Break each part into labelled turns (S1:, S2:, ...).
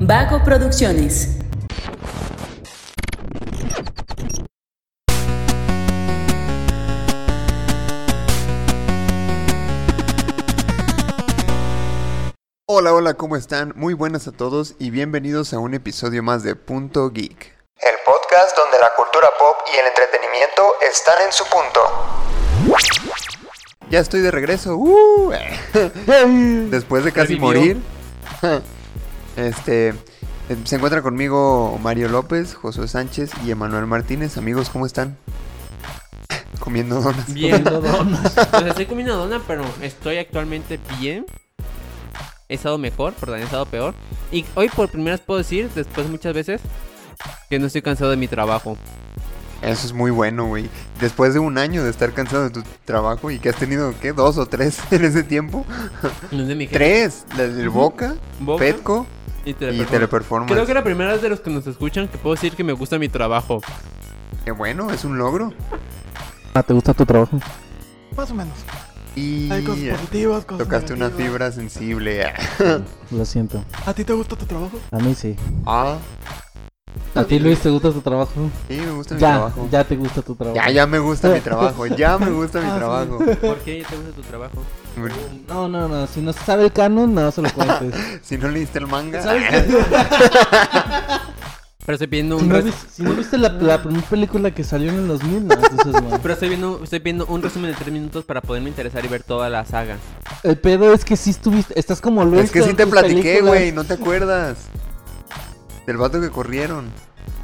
S1: Vago Producciones.
S2: Hola, hola, ¿cómo están? Muy buenas a todos y bienvenidos a un episodio más de Punto Geek.
S3: El podcast donde la cultura pop y el entretenimiento están en su punto.
S2: Ya estoy de regreso. ¡uh! Después de casi
S4: Revivió.
S2: morir. Este eh, se encuentra conmigo Mario López, Josué Sánchez y Emanuel Martínez. Amigos, ¿cómo están? Comiendo donas.
S4: Bien. Pues estoy comiendo dona, pero estoy actualmente bien. He estado mejor, perdón, he estado peor. Y hoy por primera vez puedo decir, después muchas veces, que no estoy cansado de mi trabajo.
S2: Eso es muy bueno, güey. Después de un año de estar cansado de tu trabajo y que has tenido, ¿qué? ¿Dos o tres en ese tiempo?
S4: No es de mi jefe.
S2: Tres. El del Boca,
S4: Boca
S2: Petco
S4: y
S2: y
S4: teleperformance.
S2: Teleperformance.
S4: Creo que la primera vez de los que nos escuchan que puedo decir que me gusta mi trabajo.
S2: Qué bueno, es un logro.
S5: Ah, ¿te gusta tu trabajo?
S6: Más o menos.
S2: Y
S6: Hay cosas positivas, cosas
S2: eh, tocaste una
S6: negativas.
S2: fibra sensible.
S5: Lo siento.
S6: ¿A ti te gusta tu trabajo?
S5: A mí sí.
S2: Ah,
S5: ¿A ti, Luis, te gusta tu trabajo?
S2: sí, me gusta mi
S5: Ya,
S2: trabajo.
S5: ya te gusta tu trabajo.
S2: Ya, ya me gusta mi trabajo, ya me gusta mi
S6: Ah, sí.
S2: trabajo.
S4: ¿Por qué te gusta tu trabajo?
S5: No, no, no. Si no se sabe el canon, no se lo cuentes.
S2: Si no leíste el manga,
S4: Pero estoy viendo
S5: si,
S4: un...
S5: no,
S2: pues.
S4: res-
S5: vis- si no viste la, la primera película que salió en el 2000, no, entonces no.
S4: Pero estoy viendo, estoy viendo un resumen de tres minutos para poderme interesar y ver toda la saga.
S5: El pedo es que sí estuviste. Estás como Luis.
S2: ah, es que
S5: con
S2: sí te
S5: tus
S2: platiqué,
S5: películas.
S2: güey, no te acuerdas. Del vato que corrieron.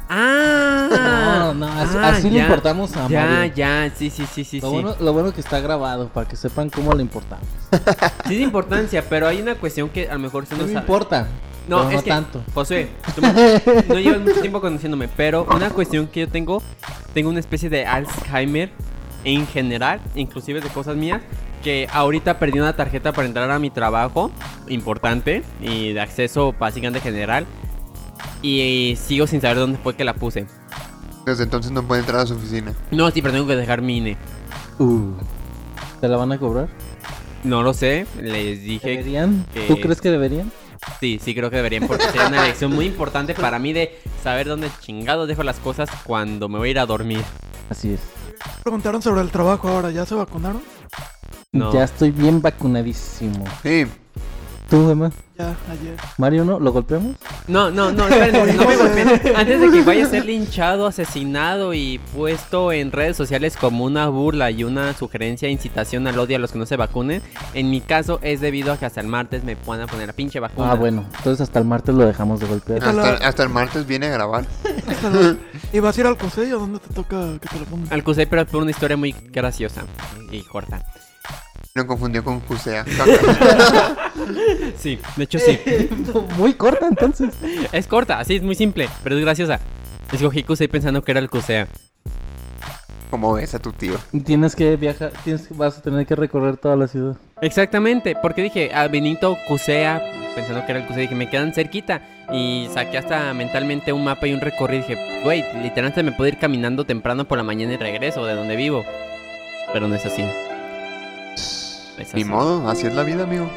S4: ¡Ah!
S5: No, no, así,
S4: Ah,
S5: así le
S4: ya.
S5: importamos a
S4: Ya,
S5: Mario.
S4: ya, sí, sí, sí, sí.
S5: Lo,
S4: sí.
S5: bueno, lo bueno que está grabado, para que sepan cómo le importamos.
S4: Sí es importancia, pero hay una cuestión que a lo mejor se
S5: No
S4: nos
S5: me
S4: sa-
S5: importa.
S4: No,
S5: pero
S4: es que,
S5: tanto.
S4: José, tú me- no llevas mucho tiempo conociéndome, pero una cuestión que yo tengo, tengo una especie de Alzheimer en general, inclusive de cosas mías, que ahorita perdí una tarjeta para entrar a mi trabajo, importante, y de acceso básicamente general, y sigo sin saber dónde fue que la puse.
S2: Desde entonces no puede entrar a su oficina.
S4: No, sí, pero tengo que dejar mi E. INE.
S5: Uh, ¿Te la van a cobrar?
S4: No lo sé, les dije...
S5: ¿Deberían?
S4: que-
S5: ¿Tú crees que deberían?
S4: Sí, sí creo que deberían porque sería una lección muy importante para mí de saber dónde chingados dejo las cosas cuando me voy a ir a dormir.
S5: Así es.
S6: Preguntaron sobre el trabajo ahora, ¿ya se vacunaron?
S4: No.
S5: Ya estoy bien vacunadísimo.
S2: Sí,
S5: ¿Tú, Emma?
S6: Ya, ayer.
S5: ¿Mario no? ¿Lo golpeamos?
S4: No, no, no, espérense, no me golpeen. Antes de que vaya a ser linchado, asesinado y puesto en redes sociales como una burla y una sugerencia, incitación al odio a los que no se vacunen, en mi caso es debido a que hasta el martes me van a poner la pinche vacuna.
S5: Ah, bueno. Entonces hasta el martes lo dejamos de golpear.
S6: Ah.
S2: hasta, hasta el martes viene a grabar.
S6: Hasta la- ¿Y vas a ir al consejo dónde te toca que te lo pongan?
S4: Al Cusey, pero fue una historia muy graciosa y corta.
S2: Lo confundió con Jusea.
S4: Sí, de hecho sí.
S5: Muy corta entonces.
S4: Es corta, así es muy simple, pero es graciosa. Escogí Cusey pensando que era el Cusea.
S2: Como ves a tu tío.
S5: Y Tienes que viajar, tienes, que- vas a tener que recorrer toda la ciudad.
S4: Exactamente, porque dije a Benito Cusea, pensando que era el Cusea, dije, me quedan cerquita. Y saqué hasta mentalmente un mapa y un recorrido. Dije, güey, literalmente me puedo ir caminando temprano por la mañana y regreso de donde vivo. Pero no es así. Es
S2: Ni
S4: así.
S2: modo, así es la vida, amigo.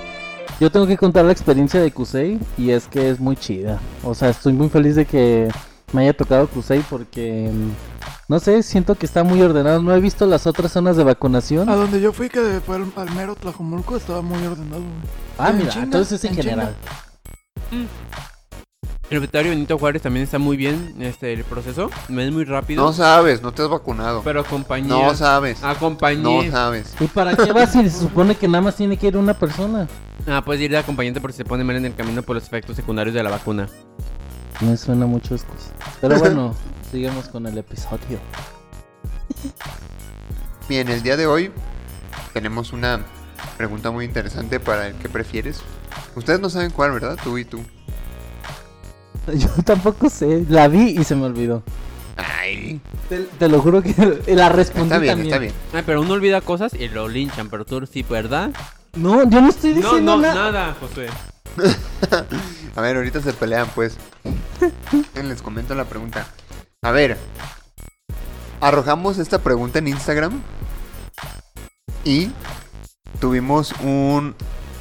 S5: Yo tengo que contar la experiencia de Kusei y es que es muy chida. O sea, estoy muy feliz de que me haya tocado Kusei porque, mm, no sé, siento que está muy ordenado. No he visto las otras zonas de vacunación.
S6: A donde yo fui, que fue al, al mero Tlajomulco, estaba muy ordenado, güey.
S5: Ah,
S6: en
S5: mira,
S6: chinga,
S5: entonces en,
S6: en
S5: general.
S4: El veterinario Benito Juárez también está muy bien este, el proceso. Me es muy rápido.
S2: No sabes, no te has vacunado.
S4: pero Ah, acompañé.
S2: No sabes.
S4: acompañé.
S2: No sabes.
S5: ¿Y para qué vas si se supone que nada más tiene que ir una persona?
S4: Ah, puedes ir de acompañante por si se pone mal en el camino por los efectos secundarios de la vacuna.
S5: Me suena mucho esas cosas. Pero bueno, sigamos con el episodio.
S2: Bien, el día de hoy tenemos una pregunta muy interesante para el que prefieres. Ustedes no saben cuál, ¿verdad? Tú y tú.
S5: Yo tampoco sé, la vi y se me olvidó.
S2: Ay,
S5: Te, te lo juro que la respondí
S2: está bien,
S5: también.
S2: está bien.
S4: Ay, pero uno olvida cosas y lo linchan, pero tú sí, ¿verdad?
S5: No, yo no estoy diciendo nada.
S4: José.
S2: A ver, ahorita se pelean, pues. Les comento la pregunta. A ver, arrojamos esta pregunta en Instagram y tuvimos un,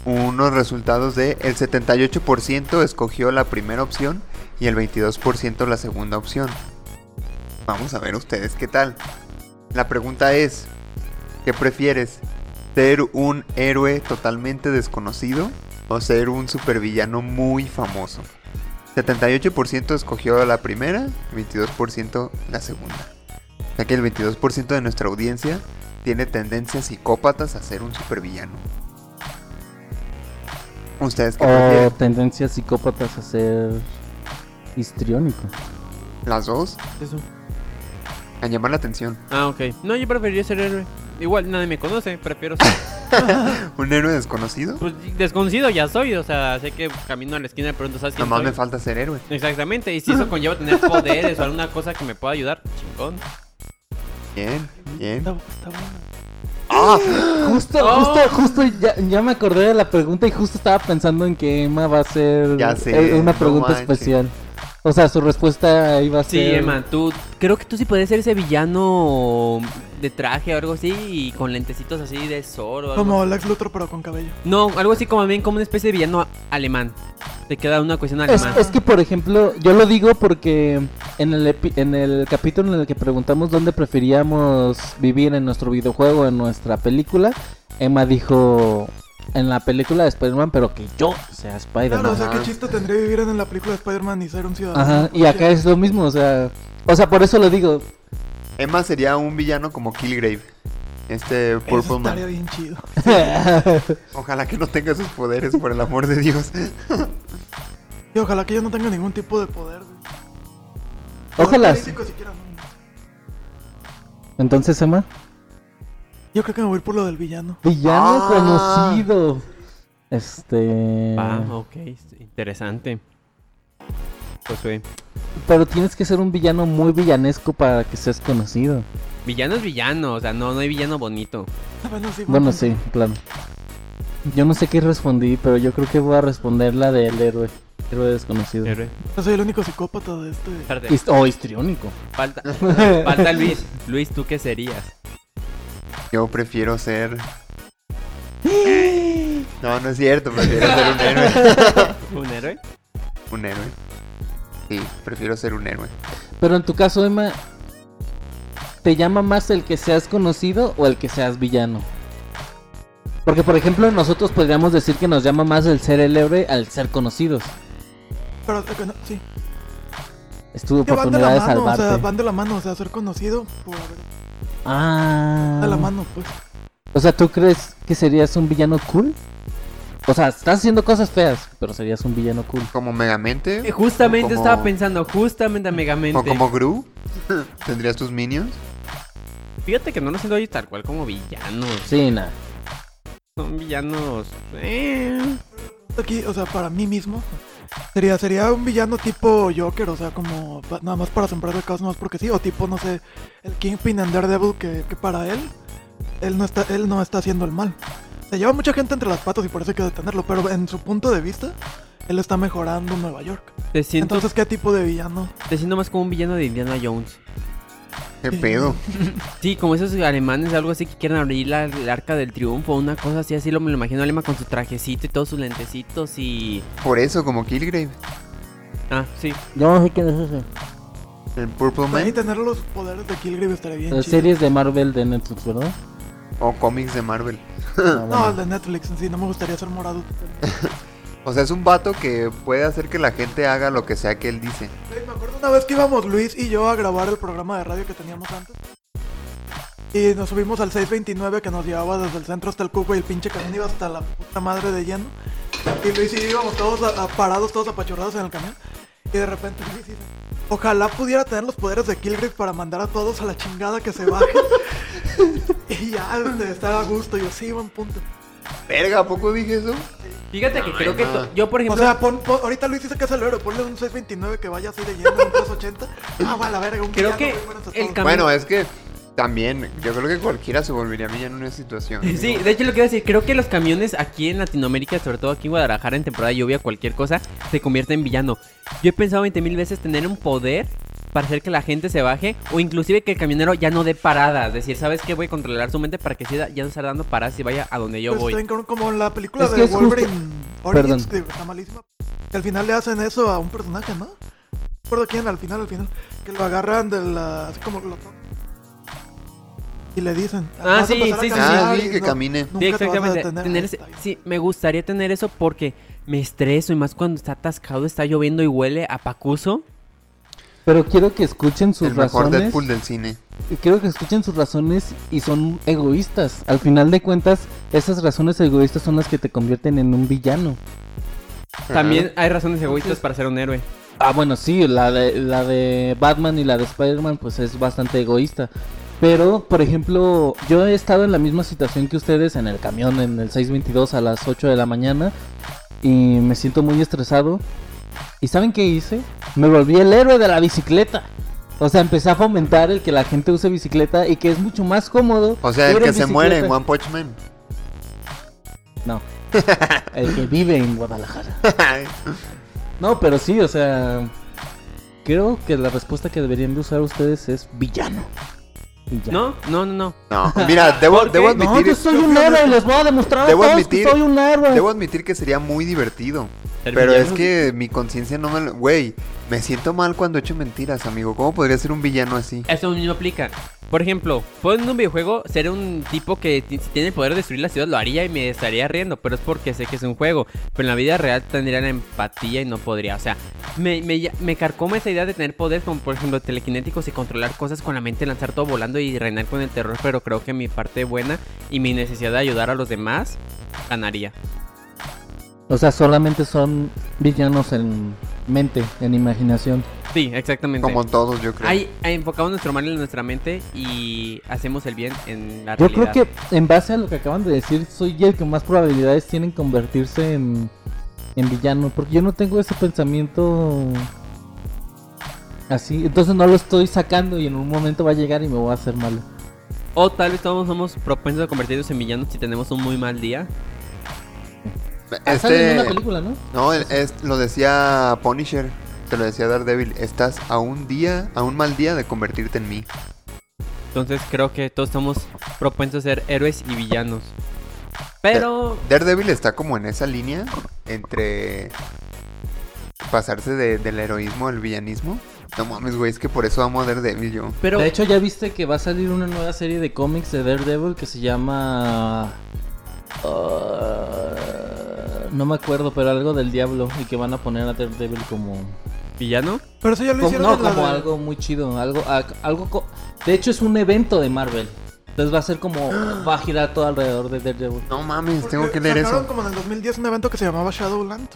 S2: unos resultados de el 78% escogió la primera opción y el 22% la segunda opción. Vamos a ver ustedes qué tal. La pregunta es, ¿qué prefieres? ¿Ser un héroe totalmente desconocido o ser un supervillano muy famoso? 78% escogió la primera, 22% la segunda. O sea que el 22% de nuestra audiencia tiene tendencias psicópatas a ser un supervillano. ¿Ustedes qué
S5: O
S2: prefieren?
S5: tendencias psicópatas a ser histriónico.
S2: ¿Las dos?
S4: Eso.
S2: A llamar la atención.
S4: Ah, ok. No, yo preferiría ser héroe. Igual nadie me conoce, prefiero ser.
S2: ¿Un héroe desconocido?
S4: pues desconocido ya soy, o sea, sé que camino a la esquina de pronto sabes quién
S2: Nomás
S4: soy.
S2: me falta ser héroe.
S4: Exactamente, y si eso conlleva tener poderes o alguna cosa que me pueda ayudar, chingón.
S2: Bien, bien.
S6: Está, está bueno.
S5: Justo,
S4: ¡Oh!
S5: justo, justo, ya, ya me acordé de la pregunta y justo estaba pensando en que Emma va a ser eh,
S2: Ya sé,
S5: una
S2: no
S5: pregunta
S2: manches.
S5: especial. O sea, su respuesta iba a
S4: Sí,
S5: ser...
S4: Emma, tú. Creo que tú sí puedes ser ese villano de traje o algo así y con lentecitos así de sol o algo.
S6: Como Lex Luthor, pero con cabello.
S4: No, algo así como bien como una especie de villano alemán. Te queda una cuestión
S5: Es,
S4: alemana.
S5: es que, por ejemplo, yo lo digo porque en el, epi- en el capítulo en el que preguntamos dónde preferíamos vivir en nuestro videojuego, en nuestra película, Emma dijo en la película de Spider-Man, pero que yo sea Spider-Man.
S6: Claro, o sea,
S2: Ajá.
S6: qué chiste tendría vivir en la película de Spider-Man y ser un ciudadano.
S5: Ajá, y acá es lo mismo, o sea, o sea, por eso lo digo.
S2: Emma sería un villano como Killgrave. Este
S6: Eso
S2: Purple
S6: estaría
S2: Man.
S6: bien chido.
S2: Ojalá que no tenga esos poderes, por el amor de Dios.
S6: Y ojalá que yo no tenga ningún tipo de poder. güey.
S5: Ojalá.
S6: Político siquiera, no.
S5: Entonces, Emma,
S6: Yo creo que me voy a ir por lo del villano.
S5: villano
S2: Ah.
S5: conocido. Este,
S4: Ah, ok, sí, interesante. Pues güey,
S5: pero tienes que ser un villano muy villanesco para que seas conocido.
S4: Villano es villano, o sea, no, no hay villano bonito.
S6: Ah, Bueno, sí.
S5: Bueno,
S6: bueno.
S5: sí, claro. Yo no sé qué respondí, pero yo creo que voy a responder la del héroe. Héroe desconocido.
S4: Héroe.
S6: Yo soy el único psicópata de este.
S4: Tarde.
S5: Hist- o histriónico.
S4: Falta, falta Luis. Luis, ¿tú qué serías?
S2: Yo prefiero ser. No, no es cierto, prefiero ser un héroe.
S4: ¿Un héroe?
S2: Un héroe. Sí, prefiero ser un héroe.
S5: Pero en tu caso, Emma, ¿te llama más el que seas conocido o el que seas villano? Porque, por ejemplo, nosotros podríamos decir que nos llama más el ser el héroe al ser conocidos.
S6: Pero, eh, no, sí.
S5: Es tu
S6: Que van de
S5: oportunidad
S6: la
S5: de
S6: mano, o
S5: salvarte.
S6: sea, van de la mano, o sea, ser conocido por haber-
S5: Ah.
S6: de la mano, pues.
S5: O sea, ¿tú crees que serías un villano cool? O sea, estás haciendo cosas feas, pero serías un villano cool.
S2: Como Megamente.
S4: Eh, Justamente
S2: como-
S4: estaba pensando, justamente amigamente.
S2: O como Gru. ¿Tendrías tus minions?
S4: Fíjate que no lo siento hoy tal cual como villanos.
S5: Sí, nada.
S4: Son villanos. eh,
S6: Aquí, o sea, para mí mismo. Sería, sería un villano tipo Joker, o sea, como pa- nada más para sembrar el caos, no más porque sí, o tipo, no sé, el Kingpin and Daredevil, que, que para él, él no, está, él no está haciendo el mal. Se lleva mucha gente entre las patas y por eso hay que detenerlo, pero en su punto de vista, él está mejorando Nueva York.
S4: Te siento,
S6: Entonces, ¿qué tipo de villano?
S4: te siento más como un villano de Indiana Jones.
S2: ¿Qué pedo?
S4: Sí, como esos alemanes, algo así que quieren abrir la, el arca del triunfo, una cosa así, así lo me lo imagino Alema con su trajecito y todos sus lentecitos y.
S2: Por eso, como Killgrave.
S4: Ah, sí.
S5: Yo no sé quién es ese.
S2: El Purple
S6: Ahí
S2: Man.
S6: tener los poderes de Killgrave estaría bien.
S5: Las
S6: chido.
S5: series de Marvel de Netflix, ¿verdad?
S2: O cómics de Marvel.
S5: Ah,
S6: No,
S5: bueno.
S6: el de Netflix en sí, no me gustaría ser morado.
S2: O sea, es un vato que puede hacer que la gente haga lo que sea que él dice.
S6: Güey, Me acuerdo una vez que íbamos Luis y yo a grabar el programa de radio que teníamos antes. Y nos subimos al 629 que nos llevaba desde el centro hasta el cubo y el pinche camión iba hasta la puta madre de lleno. Y Luis y yo íbamos todos a- a- parados, todos apachurrados en el camión. Y de repente Luis dice, ojalá pudiera tener los poderes de Killgrave para mandar a todos a la chingada que se bajen. y ya, de estar a gusto. Y yo, sí, buen punto.
S2: Verga, ¿a poco dije eso?
S4: Fíjate que creo que
S2: no.
S4: to- yo, por
S6: O
S4: ejemplo,
S6: sea, pon, pon- ahorita Luis dice que es el héroe, ponle un 629 que vaya así de lleno, un 380. Ah, va a la verga, un
S4: Creo
S6: villano,
S4: que
S6: güey, buenas a
S4: el
S6: todos.
S4: cam-
S2: Bueno, es que también, yo creo que cualquiera se volvería villano en una situación.
S4: Sí, de hecho lo que iba a decir, creo que los camiones aquí en Latinoamérica, sobre todo aquí en Guadalajara, en temporada de lluvia, cualquier cosa, se convierte en villano. Yo he pensado 20 mil veces tener un poder para hacer que la gente se baje o inclusive que el camionero ya no dé paradas. Es decir, ¿sabes qué? Voy a controlar su mente para que sí da- ya no esté dando paradas y vaya a donde yo
S6: Pues,
S4: voy.
S6: está bien cabrón, como en la película
S5: Es que
S6: de
S5: es justo-
S6: Wolverine Origins,
S5: Perdón.
S6: que está malísima. Que al final le hacen eso a un personaje, ¿no? No recuerdo quién, al final, al final. Que lo agarran de la... así como lo tocan. Y le dicen...
S4: Ah,
S6: "Vas a
S4: sí,
S6: empezar a
S4: sí, sí,
S2: Ah,
S6: caminar
S2: sí,
S6: y
S2: que
S6: no-
S2: camine.
S4: Sí,
S6: nunca te vas a
S4: exactamente.
S6: detener".
S4: Tener
S6: Ah,
S4: ese-
S6: está bien.
S4: sí, me gustaría tener eso porque me estreso y más cuando está atascado, está lloviendo y huele a pacuso.
S5: Pero quiero que escuchen sus
S2: el mejor
S5: razones.
S2: Deadpool del cine.
S5: Y Quiero que escuchen sus razones y son egoístas. Al final de cuentas, esas razones egoístas son las que te convierten en un villano.
S4: También hay razones egoístas para ser un héroe.
S5: Ah, bueno, sí, la de, la de Batman y la de Spider-Man, pues es bastante egoísta. Pero, por ejemplo, yo he estado en la misma situación que ustedes en el camión, en el 622 a las 8 de la mañana, y me siento muy estresado. ¿Y saben qué hice? Me volví el héroe de la bicicleta. O sea, empecé a fomentar el que la gente use bicicleta y que es mucho más cómodo.
S2: O sea, el
S5: ir en
S2: que se muere en
S5: bicicleta.
S2: One Punch Man.
S5: No. El que vive en Guadalajara. No, pero sí, o sea. Creo que la respuesta que deberían de usar ustedes es villano. Y ya.
S4: No, no, no, no.
S2: No, mira, debo,
S4: ¿Por qué?
S2: debo
S5: No,
S2: admitir,
S5: yo soy un héroe y les voy a demostrar a
S2: Debo
S5: todos
S2: admitir-
S5: que soy un héroe.
S2: debo admitir que sería muy divertido.
S4: Ser
S2: Pero
S4: villano.
S2: es que mi conciencia no me... lo- Güey, me siento mal cuando echo mentiras, amigo. ¿Cómo podría ser un villano así?
S4: Eso mismo aplica. Por ejemplo, puedo en un videojuego ser un tipo que ti- si tiene el poder de destruir la ciudad lo haría y me estaría riendo, pero es porque sé que es un juego. Pero en la vida real tendría la empatía y no podría. O sea, me, me, ya- me carcoma esa idea de tener poderes como por ejemplo telequinéticos y controlar cosas con la mente, lanzar todo volando y reinar con el terror, pero creo que mi parte buena y mi necesidad de ayudar a los demás ganaría.
S5: O sea, solamente son villanos en mente, en imaginación.
S4: Sí, exactamente.
S2: Como todos, yo creo.
S4: Ahí ahí enfocamos nuestro mal en nuestra mente y hacemos el bien en la
S5: Yo
S4: realidad.
S5: creo que en base a lo que acaban de decir, soy el que más probabilidades tienen convertirse en, en villano, porque yo no tengo ese pensamiento así, entonces no lo estoy sacando y en un momento va a llegar y me voy a hacer malo.
S4: O tal vez todos somos propensos a convertirnos en villanos si tenemos un muy mal día.
S2: Este
S5: Ah, Sale en una película, ¿no?
S2: No, el- es- lo decía Punisher, te lo decía Daredevil, estás a un día, a un mal día de convertirte en mí.
S4: Entonces creo que todos somos propensos a ser héroes y villanos. Pero
S2: Daredevil está como en esa línea entre pasarse de- del heroísmo al villanismo. No mames, güey, es que por eso amo a Daredevil yo.
S4: pero
S5: De hecho, ya viste que va a salir una nueva serie de cómics de Daredevil que se llama... ah, no me acuerdo, pero algo del diablo y que van a poner a Daredevil como...
S4: villano
S6: Pero eso ya lo
S5: Como-
S6: hicieron
S5: no,
S6: en la
S5: como
S6: de-
S5: algo muy chido, algo, a- algo. co- De hecho es un evento de Marvel. Entonces va a ser como va a girar todo alrededor de Daredevil.
S2: No mames,
S6: Porque
S2: tengo que leer
S6: sacaron
S2: eso.
S6: como en el 2010 un evento que se llamaba Shadowland.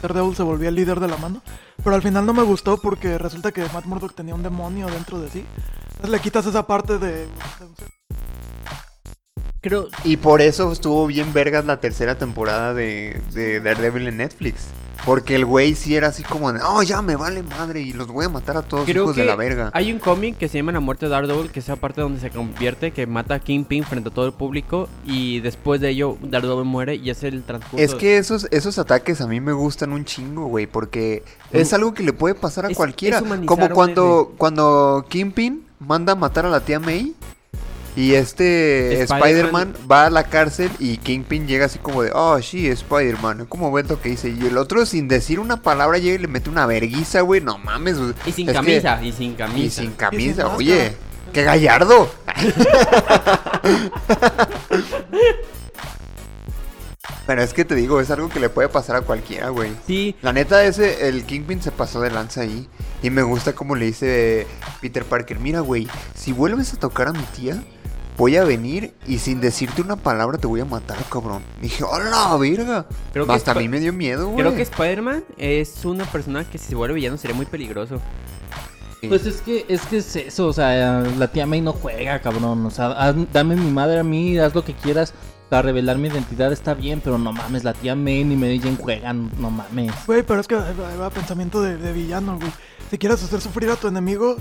S6: Daredevil se volvía el líder de la mano. Pero al final no me gustó porque resulta que Matt Murdock tenía un demonio dentro de sí. Entonces le quitas esa parte de...
S4: creo
S2: Y por eso estuvo bien vergas la tercera temporada de, de Daredevil en Netflix. Porque el güey sí era así como, de, oh, ya me vale madre y los voy a matar a todos
S4: creo
S2: hijos
S4: que
S2: de la verga.
S4: hay un cómic que se llama La Muerte de Daredevil que es la parte donde se convierte que mata a Kingpin frente a todo el público y después de ello Daredevil muere y es el transcurso.
S2: Es que esos, esos ataques a mí me gustan un chingo, güey, porque es algo que le puede pasar a
S4: Es-
S2: cualquiera.
S4: es humanizar a
S2: Como
S4: un
S2: cuando, cuando Kingpin manda a matar a la tía May y este
S4: Spider-Man.
S2: Spider-Man va a la cárcel y Kingpin llega así como de, oh, sí, Spider-Man, ¿cómo ves lo que hice? Y el otro sin decir una palabra llega y le mete una verguiza, güey, no mames. güey.
S4: y sin
S2: Es que-
S4: camisa, y sin camisa.
S2: y sin
S6: Y sin
S2: camisa,
S6: máscara.
S2: oye, qué gallardo. Pero es que te digo, es algo que le puede pasar a cualquiera, güey.
S4: Sí,
S2: La neta, ese, el Kingpin se pasó de lanza ahí. Y me gusta como le dice Peter Parker, mira, güey, si vuelves a tocar a mi tía, voy a venir y sin decirte una palabra te voy a matar, cabrón. dije, hola, verga.
S4: Creo que
S2: Hasta a
S4: Sp-
S2: mí me dio miedo, güey.
S4: creo que Spider-Man es una persona que si se vuelve villano sería muy peligroso.
S2: Sí.
S5: Pues es que es que es eso, o sea, la tía May no juega, cabrón. O sea, haz- dame mi madre a mí, haz lo que quieras para revelar mi identidad está bien, pero no mames, la tía May ni Mary Jane juegan, no mames.
S6: Güey, pero es que ahí va- ahí va pensamiento de, de villano, güey. Si quieres hacer sufrir a tu enemigo,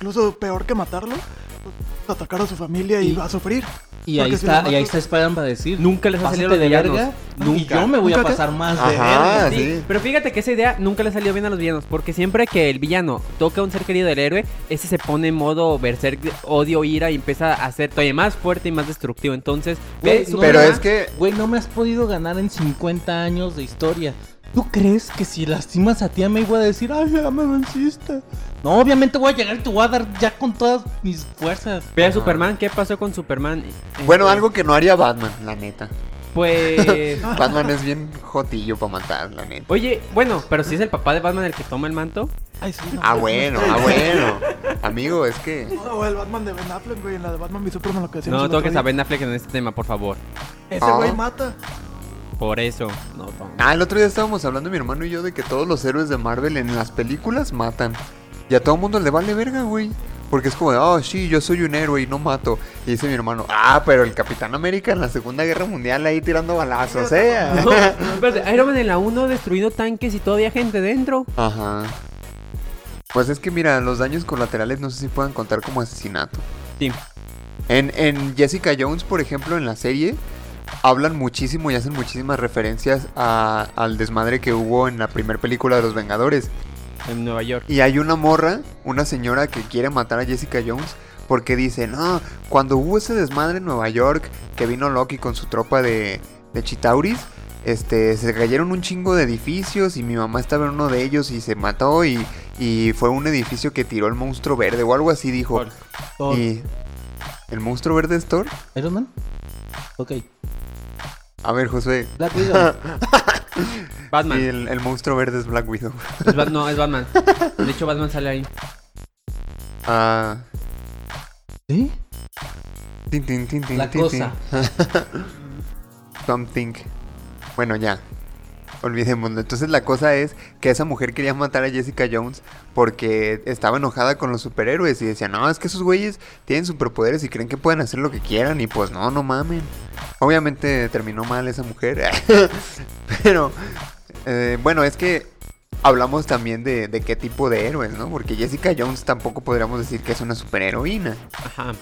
S6: incluso peor que matarlo, pues, atacar a su familia y,
S5: Y-
S6: va a sufrir.
S5: Y ahí
S6: Porque si
S5: está,
S6: lo
S5: y ahí
S6: matas-
S5: está Spider-Man para decir.
S4: Nunca les ha
S5: "Pásate
S4: salido los
S5: de
S4: villanos.
S5: verga y
S4: Nunca.
S5: yo me voy a
S6: Nunca que-
S5: pasar más de verga.
S2: Ajá,
S4: Sí,
S2: Ah, sí.
S4: Pero fíjate que esa idea nunca le salió bien a los villanos, porque siempre que el villano toca a un ser querido del héroe, ese se pone en modo berserk, odio, ira y empieza a ser todavía más fuerte y más destructivo. Entonces,
S5: Güey,
S4: ve
S5: no,
S2: Pero
S5: ¿verdad?
S4: Superman-
S2: es que
S5: Güey, no me has podido ganar en 50 años de historia. ¿Tú crees que si lastimas a ti a May voy a decir, ay, ya me venciste? No, obviamente voy a llegar y te voy a dar ya con todas mis fuerzas.
S4: Ve a
S2: Ajá.
S4: Superman, ¿qué pasó con Superman?
S2: Bueno,
S4: Este,
S2: algo que no haría Batman, la neta.
S4: Pues.
S2: Batman es bien jotillo para matar, la neta.
S4: Oye, bueno, pero si es el papá de Batman el que toma el manto.
S6: Ay, sí, no.
S2: Ah, bueno, ah, bueno. Amigo, es que.
S6: O el Batman de Ben Affleck, güey, en la de Batman v Superman lo que decíamos.
S4: No
S6: el otro
S4: toques
S6: día.
S4: a Ben Affleck en este tema, por favor.
S6: Ese güey
S2: Ah.
S6: mata.
S4: Por eso. No, no.
S2: Ah, el otro día estábamos hablando mi hermano y yo de que todos los héroes de Marvel en las películas matan. Y a todo mundo le vale verga, güey. Porque es como, de, oh, sí, yo soy un héroe y no mato. Y dice mi hermano, ah, pero el Capitán América en la Segunda Guerra Mundial ahí tirando balazos, ¿eh?
S4: No, espérate, Iron Man en la 1 destruyendo tanques y todavía gente dentro.
S2: Ajá. Pues es que mira, los daños colaterales no sé si puedan contar como asesinato.
S4: Sí.
S2: En, en Jessica Jones, por ejemplo, en la serie, hablan muchísimo y hacen muchísimas referencias a- al desmadre que hubo en la primera película de Los Vengadores.
S4: En Nueva York.
S2: Y hay una morra, una señora que quiere matar a Jessica Jones porque dice, no, cuando hubo ese desmadre en Nueva York, que vino Loki con su tropa de, de Chitauris, este, se cayeron un chingo de edificios y mi mamá estaba en uno de ellos y se mató y, y fue un edificio que tiró el monstruo verde o algo así, dijo.
S4: Hulk.
S5: Thor,
S2: Y, ¿El monstruo verde es Thor?
S5: Oh, Iron Man. Ok,
S2: A ver, José.
S5: Black Widow.
S4: Batman.
S2: Y el, el monstruo verde es Black Widow.
S4: Es Bat- no, es Batman. De hecho, Batman sale ahí.
S2: Ah.
S5: ¿Sí?
S2: tin, tin, tin, tin,
S5: La
S2: tin, tin.
S5: cosa.
S2: Something. Bueno, ya. Olvidémoslo. Entonces la cosa es que esa mujer quería matar a Jessica Jones porque estaba enojada con los superhéroes y decía, no, es que esos güeyes tienen superpoderes y creen que pueden hacer lo que quieran y pues no, no mamen. Obviamente terminó mal esa mujer. Pero eh, bueno, es que hablamos también de, de qué tipo de héroes, ¿no? Porque Jessica Jones tampoco podríamos decir que es una superheroína.
S4: Ajá.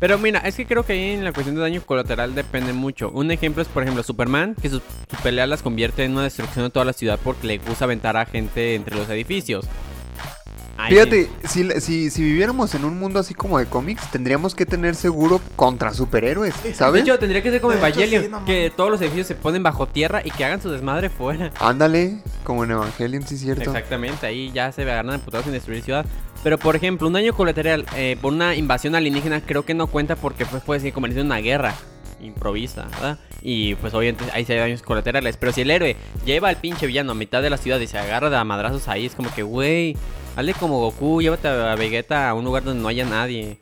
S4: Pero mira, es que creo que ahí en la cuestión de daño colateral depende mucho. Un ejemplo es, por ejemplo, Superman, que sus, su pelea las convierte en una destrucción de toda la ciudad porque le gusta aventar a gente entre los edificios. Ahí
S2: Fíjate,
S4: sí.
S2: si, la- si, si viviéramos en un mundo así como de cómics, tendríamos que tener seguro contra superhéroes,
S6: Sí.
S4: De
S2: ¿sabes?
S4: hecho, tendría que ser como
S6: De
S4: en
S6: hecho,
S4: Evangelion,
S6: sí, no mames.
S4: que todos los edificios se ponen bajo tierra y que hagan su desmadre fuera.
S2: Ándale, como en Evangelion, sí es cierto.
S4: Exactamente, ahí ya se agarran a putazos sin destruir ciudad. Pero por ejemplo, un daño colateral eh, por una invasión alienígena creo que no cuenta porque pues puede ser como inicio de una guerra improvisa, ¿verdad? Y pues obviamente ahí sí hay daños colaterales. Pero si el héroe lleva al pinche villano a mitad de la ciudad y se agarra de a madrazos ahí, es como que, güey, hazle como Goku, llévate a Vegeta a un lugar donde no haya nadie.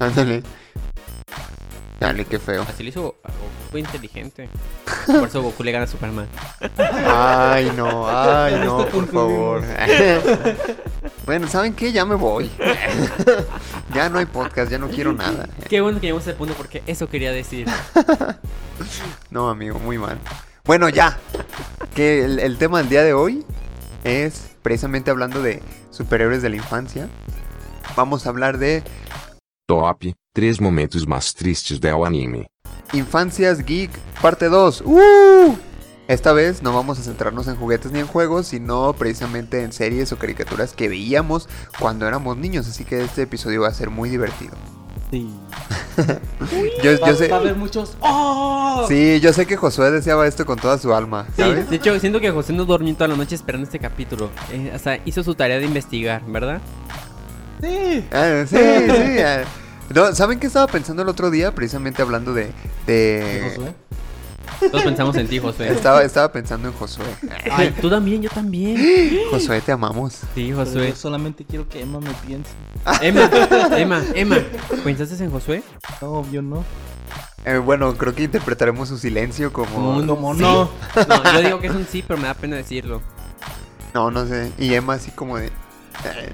S2: Ándale. Dale, qué feo.
S4: Así lo hizo a Goku fue inteligente. Por eso Goku le gana a Superman.
S2: Ay, no, ay, no,
S5: Esto
S2: por favor. Bueno, ¿saben qué? Ya me voy. Ya no hay podcast, ya no quiero nada.
S4: Qué bueno que llegamos a ese punto porque eso quería decir.
S2: No, amigo, muy mal. Bueno, ya. Que el, el tema del día de hoy es precisamente hablando de superhéroes de la infancia. Vamos a hablar de
S1: Top 3 momentos mais tristes do anime.
S2: Infancias Geek, parte 2. ¡Uh! Esta vez no vamos a centrarnos en juguetes ni en juegos, sino precisamente en series o caricaturas que veíamos cuando éramos niños. Así que este episodio va a ser muy divertido.
S5: Sí.
S2: Yo,
S5: Va,
S2: yo sé,
S5: va a haber muchos. ¡Oh!
S2: sí, yo sé que Josué deseaba esto con toda su alma,
S4: Sí,
S2: ¿sabes?
S4: de hecho, siento que José no durmió toda la noche esperando este capítulo. Eh, o sea, hizo su tarea de investigar, ¿verdad?
S5: Sí.
S2: Ah, sí, sí. ah. No, ¿Saben qué estaba pensando el otro día? Precisamente hablando de... de...
S5: Josué.
S4: Todos pensamos en ti, José.
S2: Estaba, estaba pensando en Josué.
S4: Ay, tú también, yo también.
S2: Josué, te amamos.
S4: Sí,
S5: Pero
S4: Josué.
S5: yo solamente quiero que Emma me piense.
S4: Emma, Emma, Emma. ¿Pensaste en Josué?
S5: No, obvio no.
S2: Eh, bueno, creo que interpretaremos su silencio como...
S5: Como
S4: sí.
S5: Uh, no.
S4: No, yo digo que es un sí, pero me da pena decirlo.
S2: No, no sé. Y Emma así como de. eh,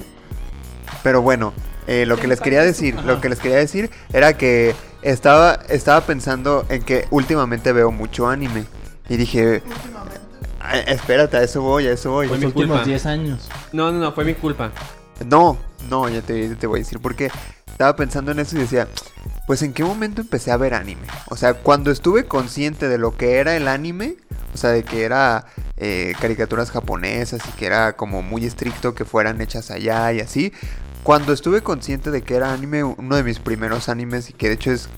S2: Pero bueno, eh, lo que les quería decir, lo que les quería decir era que estaba, estaba pensando en que últimamente veo mucho anime. Y dije, "Ah, espérate, a eso voy, a eso voy.
S4: Fue
S5: Los
S4: mi culpa.
S5: últimos 10 años.
S4: No, no, no, fue mi culpa.
S2: No, no, ya te, te voy a decir porque estaba pensando en eso y decía, pues en qué momento empecé a ver anime. O sea, cuando estuve consciente de lo que era el anime, o sea, de que era eh, caricaturas japonesas y que era como muy estricto que fueran hechas allá y así. Cuando estuve consciente de que era anime, uno de mis primeros animes y que de hecho es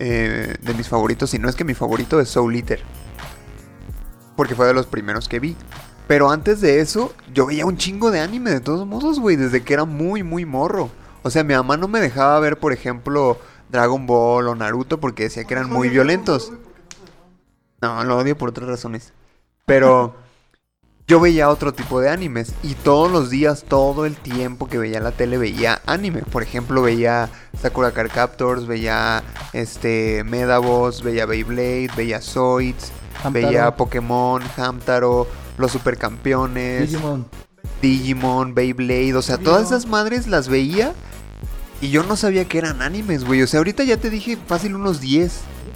S2: eh, de mis favoritos, si no es que mi favorito es Soul Eater. Porque fue de los primeros que vi. Pero antes de eso, yo veía un chingo de anime de todos modos, güey, desde que era muy, muy morro. O sea, mi mamá no me dejaba ver, por ejemplo, Dragon Ball o Naruto porque decía que eran muy violentos. No, lo odio por otras razones. Pero yo veía otro tipo de animes y todos los días, todo el tiempo que veía la tele veía anime. Por ejemplo, veía Sakura Card Captors, veía este Medabots, veía Beyblade, veía Zoids,
S5: Hamtaro.
S2: veía Pokémon, Hamtaro, los supercampeones.
S5: Digimon.
S2: Digimon, Beyblade, o sea, todas
S6: Digimon.
S2: esas madres las veía y yo no sabía que eran animes, güey. O sea, ahorita ya te dije fácil unos 10.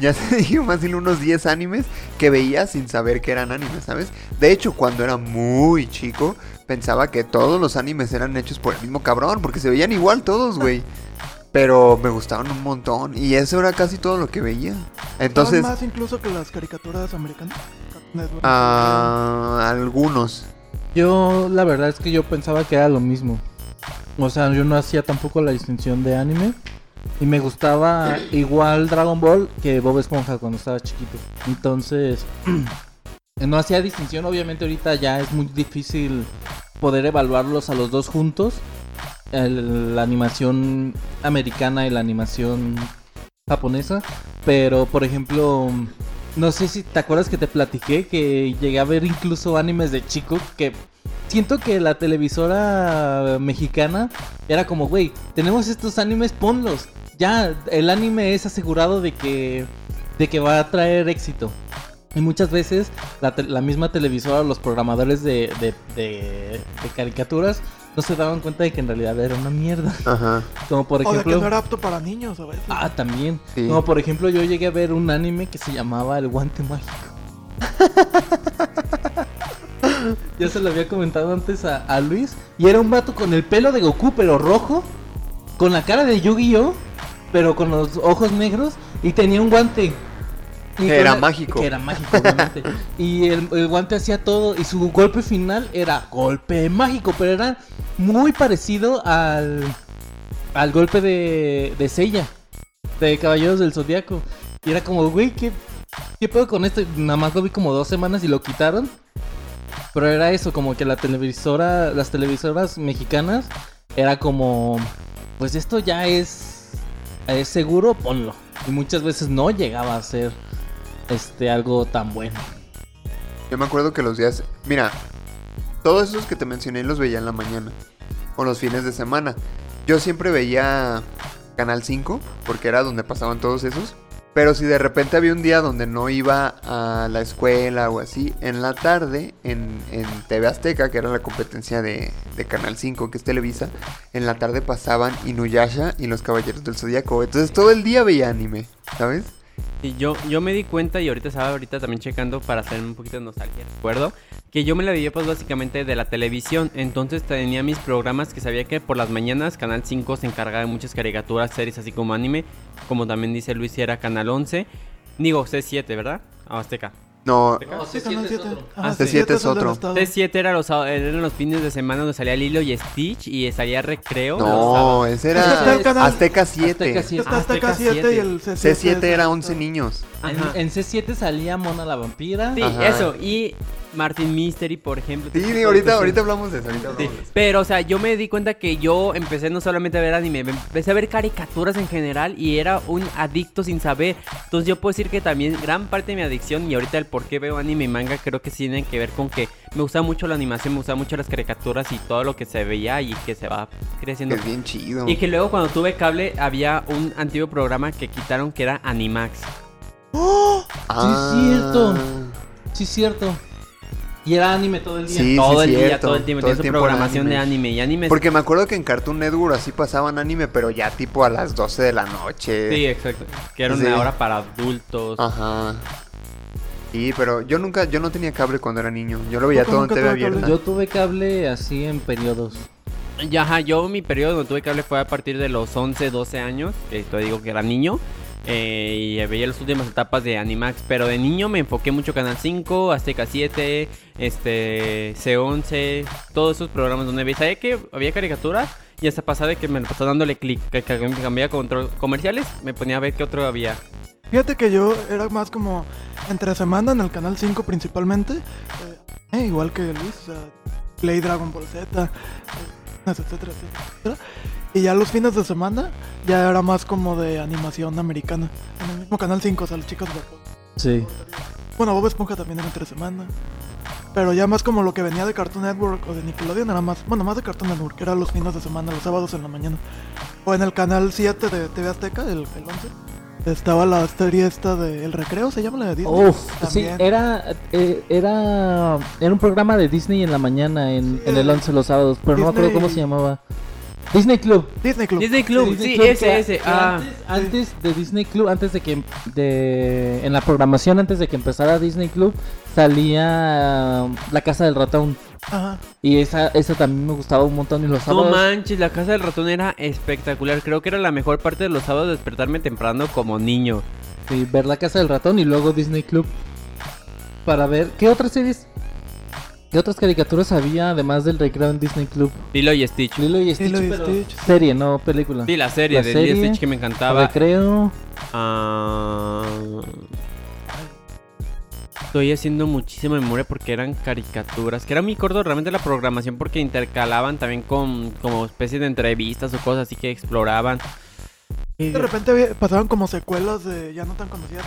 S2: ya te dije fácil unos 10 animes que veía sin saber que eran animes, ¿sabes? De hecho, cuando era muy chico, pensaba que todos los animes eran hechos por el mismo cabrón, porque se veían igual todos, güey. Pero me gustaban un montón y eso era casi todo lo que veía. Entonces,
S6: más incluso que las caricaturas americanas. Cartoon Network.
S2: ah, algunos.
S5: Yo, la verdad es que yo pensaba que era lo mismo. O sea, yo no hacía tampoco la distinción de anime. Y me gustaba igual Dragon Ball que Bob Esponja cuando estaba chiquito. Entonces, no hacía distinción. Obviamente ahorita ya es muy difícil poder evaluarlos a los dos juntos. el- la animación americana y la animación japonesa. Pero, por ejemplo, no sé si te acuerdas que te platiqué que llegué a ver incluso animes de chico que siento que la televisora mexicana era como, güey, tenemos estos animes, ponlos. Ya, el anime es asegurado de que, de que va a traer éxito. Y muchas veces la, te- la misma televisora, los programadores de, de- de- de caricaturas, no se daban cuenta de que en realidad era una mierda.
S2: Ajá.
S5: Como por
S6: o de
S5: ejemplo...
S6: que no era apto para niños a veces.
S5: Ah, también.
S2: Sí.
S5: No, por ejemplo, yo llegué a ver un anime que se llamaba El Guante Mágico. ya se lo había comentado antes a, a Luis. Y era un vato con el pelo de Goku, pero rojo. Con la cara de Yu-Gi-Oh! Pero con los ojos negros. Y tenía un guante. Y
S2: Que era
S5: con
S2: mágico.
S5: Que era mágico, obviamente. y el, el guante hacía todo. Y su golpe final era golpe mágico. Pero era muy parecido al al golpe de, de Sella, de Caballeros del Zodíaco. Y era como, güey, ¿qué, ¿qué pedo con esto? Y Nada más lo vi como dos semanas y lo quitaron. Pero era eso, como que la televisora, las televisoras mexicanas, era como, pues esto ya es, es eh, seguro, ponlo. Y muchas veces no llegaba a ser este algo tan bueno.
S2: Yo me acuerdo que los días. Mira, todos esos que te mencioné los veía en la mañana. O los fines de semana. Yo siempre veía Canal 5, porque era donde pasaban todos esos. Pero si de repente había un día donde no iba a la escuela o así, en la tarde, en, en TV Azteca, que era la competencia de, de Canal 5, que es Televisa, en la tarde pasaban Inuyasha y los Caballeros del Zodíaco. Entonces todo el día veía anime, ¿sabes?
S4: Y yo, yo me di cuenta y ahorita estaba ahorita también checando para hacer un poquito de nostalgia, recuerdo, que yo me la vivía pues básicamente de la televisión, entonces tenía mis programas que sabía que por las mañanas Canal 5 se encargaba de muchas caricaturas, series así como anime, como también dice Luis era Canal 11, digo C7, ¿verdad? Ah, Azteca.
S2: No,
S6: Sí, Canal 7.
S4: Ah,
S6: Ajá,
S4: sí.
S6: C7
S2: es
S6: el del
S2: otro.
S6: Estado.
S4: C7 era los, sábados- eran los fines de semana donde salía Lilo y Stitch y salía Recreo. los
S2: no,
S4: sábados.
S2: ese
S6: Está el
S2: era
S6: canal-
S2: Azteca 7.
S5: Azteca siete.
S6: Está hasta
S4: Azteca
S6: K7
S4: siete.
S6: y el C7.
S2: C7
S6: es-
S2: era 11 niños.
S5: En,
S4: Ajá.
S5: en C7 salía Mona la Vampira.
S4: Sí,
S2: Ajá.
S4: eso, y Martin Mystery, por ejemplo. pues,
S2: Sí,
S4: ese
S2: sí,
S4: tipo de
S2: ahorita,
S4: cosas.
S2: ahorita hablamos de eso. Ahorita
S4: Sí,
S2: hablamos de eso.
S4: pero o sea, yo me di cuenta que yo empecé no solamente a ver anime, em, empecé a ver caricaturas en general y era un adicto sin saber. Entonces yo puedo decir que también gran parte de mi adicción y ahorita el por qué veo anime y manga creo que sí tienen que ver con que me gustaba mucho la animación, me gustaban mucho las caricaturas y todo lo que se veía y que se va creciendo.
S2: Es bien chido.
S4: Y que luego cuando tuve cable había un antiguo programa que quitaron que era Animax.
S5: Sí, es cierto.
S2: Ah.
S5: Sí, cierto. Y era anime todo el día.
S2: Sí,
S4: todo el día,
S2: cierto.
S4: todo el tiempo,
S2: Todo
S4: tenía
S2: el
S4: su
S2: tiempo era
S4: programación de
S2: anime.
S4: anime y anime.
S2: Porque me acuerdo que en Cartoon Network así pasaban anime, pero ya tipo a las 12 de la noche.
S4: Sí, exacto. Que era
S2: Sí.
S4: una hora para adultos.
S2: Ajá. Sí, pero yo nunca, yo no tenía cable cuando era niño. Yo lo veía
S6: Nunca,
S2: todo en
S6: nunca
S2: TV
S6: tuve cable.
S2: abierta.
S5: Yo tuve cable así en periodos.
S4: Ya, ajá, yo mi periodo donde tuve cable fue a partir de los 11, 12 años, que todavía digo que era niño. eh, y veía las últimas etapas de Animax, pero de niño me enfoqué mucho Canal 5, Azteca 7, este, C11, todos esos programas donde veía, sabía que había caricaturas y hasta pasaba de que me lo pasaba dándole clic, que, que cambiaba control comerciales, me ponía a ver qué otro había.
S6: Fíjate que yo era más como entre semana en el canal 5 principalmente. eh, eh, igual que Luis, o sea, Play Dragon Ball Z, eh, etcétera, etcétera, etcétera. Y ya los fines de semana ya era más como de animación americana. En el mismo canal 5, o sea, los chicos de
S5: Sí.
S6: Bueno, Bob Esponja también era entre semana. Pero ya más como lo que venía de Cartoon Network o de Nickelodeon era más, bueno, más de Cartoon Network, era los fines de semana, los sábados en la mañana. O en el canal 7 de TV Azteca, el, el 11, estaba la serie esta de El Recreo, se llama la de Disney.
S5: Uf, sí,
S6: También.
S5: era, eh, era, era un programa de Disney en la mañana, en, en el 11 los sábados, pero no me acuerdo cómo se
S6: Disney-
S5: llamaba. Disney Club.
S6: Disney Club.
S4: Disney Club,
S5: Disney
S4: sí,
S5: Club,
S4: ese,
S5: que-
S4: ese.
S5: que
S4: Ah,
S5: antes, antes de Disney Club, antes de que de, en la programación, antes de que empezara Disney Club, salía um, La Casa del Ratón.
S6: Ajá.
S5: Y esa, esa también me gustaba un montón y los
S4: No
S5: sábados.
S4: manches, la casa del ratón era espectacular. Creo que era la mejor parte de los sábados despertarme temprano como niño.
S5: sí, ver La Casa del Ratón y luego Disney Club. Para ver qué otras series, qué otras caricaturas había además del recreo en Disney Club.
S4: Lilo y Stitch.
S5: Lilo y Stitch,
S6: Lilo y
S5: pero
S6: Stitch.
S5: serie, no película.
S4: Sí, la serie
S5: Ah, La
S4: de Lilo y
S5: serie,
S4: Stitch que me encantaba.
S5: Recreo.
S4: Ah, Estoy haciendo muchísima memoria porque eran caricaturas. Que era muy corto realmente la programación porque intercalaban también con como especie de entrevistas o cosas así que exploraban. Eh,
S6: De repente había- pasaban como secuelas de ya no tan conocidas.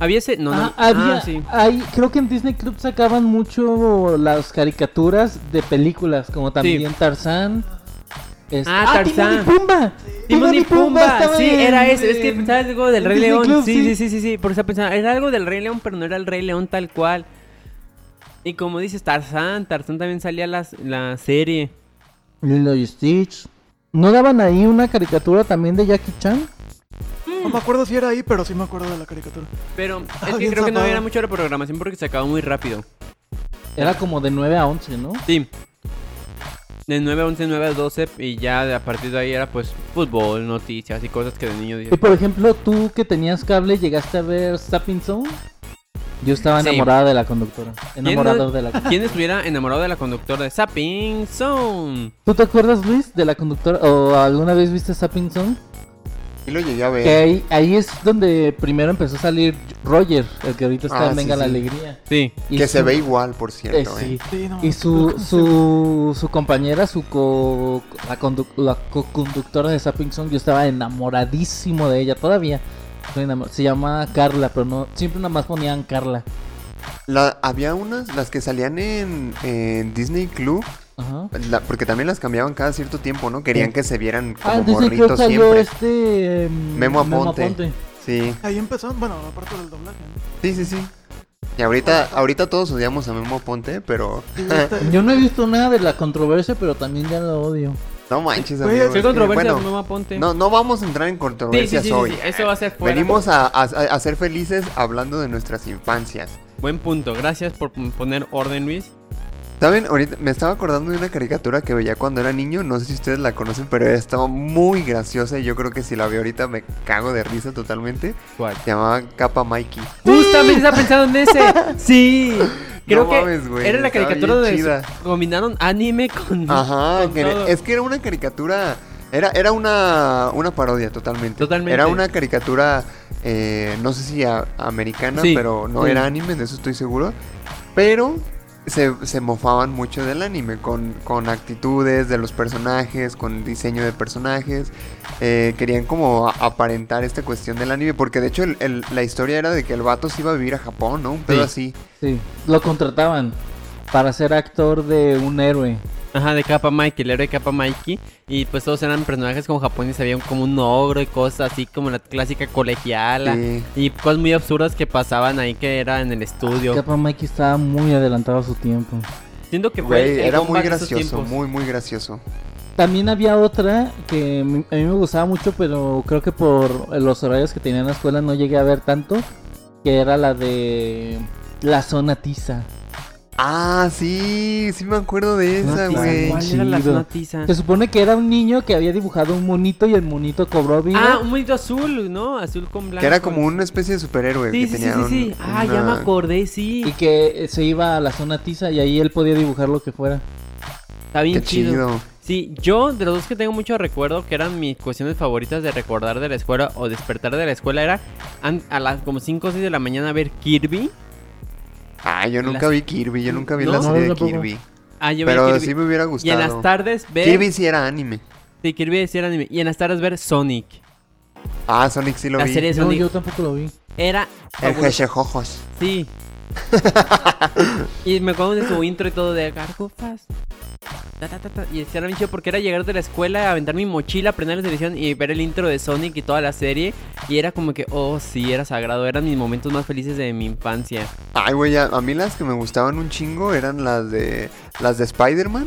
S4: Había ese. No, no.
S5: Ah, había,
S4: ah, sí.
S5: ahí, creo que en Disney Club sacaban mucho las caricaturas de películas, como también Tarzán. es-
S4: Ah,
S5: Timón
S4: Tarzán.
S5: y Pumba.
S4: Timón y Pumba,
S5: estaba
S4: sí,
S5: en-
S4: era eso. Es que
S5: en-
S4: pensaba algo del
S5: en
S4: Rey
S5: Disney
S4: León.
S5: Club,
S4: sí, sí, sí, sí, sí. Por eso pensaba, era algo del Rey León, pero no era el Rey León tal cual. Y como dices, Tarzán, Tarzán también salía las, la serie.
S5: Lilo y Stitch. ¿No daban ahí una caricatura también de Jackie Chan?
S6: No me acuerdo si era ahí, pero sí me acuerdo de la caricatura.
S4: Pero es
S6: Ah,
S4: que
S6: bien
S4: creo que no
S6: zafado.
S4: había mucho de programación porque se acabó muy rápido.
S5: Era como de 9 a 11, ¿no?
S4: Sí. De 9 a 11, 9 a 12 y ya de- a partir de ahí era pues fútbol, noticias y cosas que de niño
S5: Y
S4: dices.
S5: por ejemplo, tú que tenías cable, ¿llegaste a ver Sapping Zone? Yo estaba
S4: Sí.
S5: enamorada de la conductora. Enamorado de la
S4: ¿Quién estuviera enamorado de la conductora de Zapping Zone?
S5: ¿Tú te acuerdas, Luis, de la conductora? ¿O alguna vez viste Sapping Zone?
S2: Y lo llegué a ver.
S5: Que ahí, ahí es donde primero empezó a salir Roger, el que ahorita está
S2: Ah,
S5: en
S2: sí,
S5: Venga la
S2: sí.
S5: Alegría.
S4: Sí.
S5: Y
S2: que se
S5: su-
S2: ve igual, por
S5: eh,
S2: cierto.
S5: sí.
S2: ¿eh?
S6: Sí, no,
S5: Y
S6: no,
S5: su,
S6: no sé.
S5: su, su compañera, su co, la, condu- la co-conductora de Sapping Zone, yo estaba enamoradísimo de ella todavía. Estoy enamor- Se llama Carla, pero no siempre nada más ponían Carla.
S2: La- había unas, las que salían en, en Disney Club,
S5: Ajá.
S2: la- porque también las cambiaban cada cierto tiempo, ¿no? Querían que se vieran como
S5: Ah, entonces creo que
S2: morritos
S5: salió
S2: siempre.
S5: este... em,
S2: Memo Aponte. Sí,
S6: Ahí empezó, bueno, aparte del doblaje. ¿no?
S2: sí, sí, sí. Y ahorita, ahorita todos odiamos a Memo Ponte, pero
S6: Sí, este-
S5: Yo no he visto nada de la controversia, pero también ya lo odio.
S2: no manches,
S6: Güey,
S2: amigo, es
S6: soy
S2: que,
S4: Soy controversia,
S2: Pues, bueno,
S4: no me aponte.
S2: no, no vamos a entrar en
S4: sí, sí, sí,
S2: controversias
S4: sí, sí,
S2: hoy.
S4: Eso va a ser fuera.
S2: Venimos a, a- a ser felices hablando de nuestras infancias.
S4: Buen punto. Gracias por poner orden, Luis.
S2: Saben, ahorita me estaba acordando de una caricatura que veía cuando era niño, no sé si ustedes la conocen, pero estaba muy graciosa y yo creo que si la veo ahorita me cago de risa totalmente.
S4: ¿Cuál?
S2: Se llamaba Capa Mikey.
S4: Justamente estaba pensando en ese. Sí. Creo
S2: No
S4: que
S2: mames, güey,
S4: era la
S2: estaba
S4: caricatura
S2: bien
S4: donde
S2: chida.
S4: se combinaron anime con.
S2: Ajá,
S4: con
S2: que-
S4: todo.
S2: es que era una caricatura, era, era una, una parodia totalmente.
S4: Totalmente.
S2: Era una caricatura, eh, no sé si a- americana,
S4: Sí,
S2: pero no
S4: sí.
S2: era anime, de eso estoy seguro. Pero se, se mofaban mucho del anime, con, con actitudes de los personajes, con diseño de personajes. Eh, querían como a- aparentar esta cuestión del anime, porque de hecho el- el- la historia era de que el vato se iba a vivir a Japón, ¿no? Un pedo así.
S5: Sí, lo contrataban para ser actor de un héroe.
S4: Ajá, de Kappa Mikey, el héroe de Kappa Mikey. Y pues todos eran personajes como japoneses, había un- como un ogro y cosas así, como la clásica colegiala.
S2: Sí.
S4: Y cosas muy absurdas que pasaban ahí que era en el estudio.
S2: Ah,
S5: Capa Mikey estaba muy adelantado a su tiempo.
S4: Siento que fue.
S2: Güey,
S4: el
S2: era muy
S4: comeback de esos
S2: gracioso,
S4: tiempos.
S2: muy, muy gracioso.
S5: También había otra que a mí me gustaba mucho, pero creo que por los horarios que tenía en la escuela no llegué a ver tanto, que era la de la zona tiza.
S2: Ah, sí, sí me acuerdo de
S5: No
S2: esa,
S5: te
S2: güey.
S4: ¿Cuál era la
S5: chido. Pues,
S4: zona tiza?
S5: Se supone que era un niño que había dibujado un monito y el monito cobró vida.
S4: Ah, un monito azul, ¿no? Azul con blanco.
S2: Que era como una especie de superhéroe.
S4: Sí,
S2: que
S4: sí, sí,
S2: tenía
S4: sí,
S2: un-
S4: sí. Ah, ya me
S2: una-
S4: acordé, sí.
S5: Y que eh, se iba a la zona tiza y ahí él podía dibujar lo que fuera.
S4: Está bien
S2: Qué chido.
S4: Sí, yo de los dos que tengo mucho recuerdo, que eran mis cuestiones favoritas de recordar de la escuela o despertar de la escuela, era an- a las como 5 o 6 de la mañana ver Kirby.
S2: Ah, yo nunca
S4: Las-
S2: vi Kirby, yo nunca vi
S4: No,
S2: la
S5: no,
S2: serie de
S5: tampoco.
S2: Kirby.
S4: Ah, yo veía
S2: Pero
S4: Kirby.
S2: sí me hubiera
S4: y en las
S2: gustado.
S4: tardes ver.
S2: Kirby sí era anime.
S4: Sí, Kirby sí era anime. Y en las tardes ver Sonic.
S2: Ah, Sonic sí lo
S4: la
S2: vi.
S4: serie de
S5: No,
S4: Sonic
S5: yo tampoco lo vi.
S4: era.
S2: El
S4: fabulosa.
S2: Jejejojos.
S4: Sí. y me acuerdo de su intro y todo de Gargo Fast. Ta, ta, ta, ta. Y era bien chido porque era llegar de la escuela, aventar mi mochila, prender la televisión y ver el intro de Sonic y toda la serie. Y era como que, oh, sí, era sagrado. Eran mis momentos más felices de mi infancia.
S2: Ay, güey, a, a mí las que me gustaban un chingo eran las de las de Spider-Man.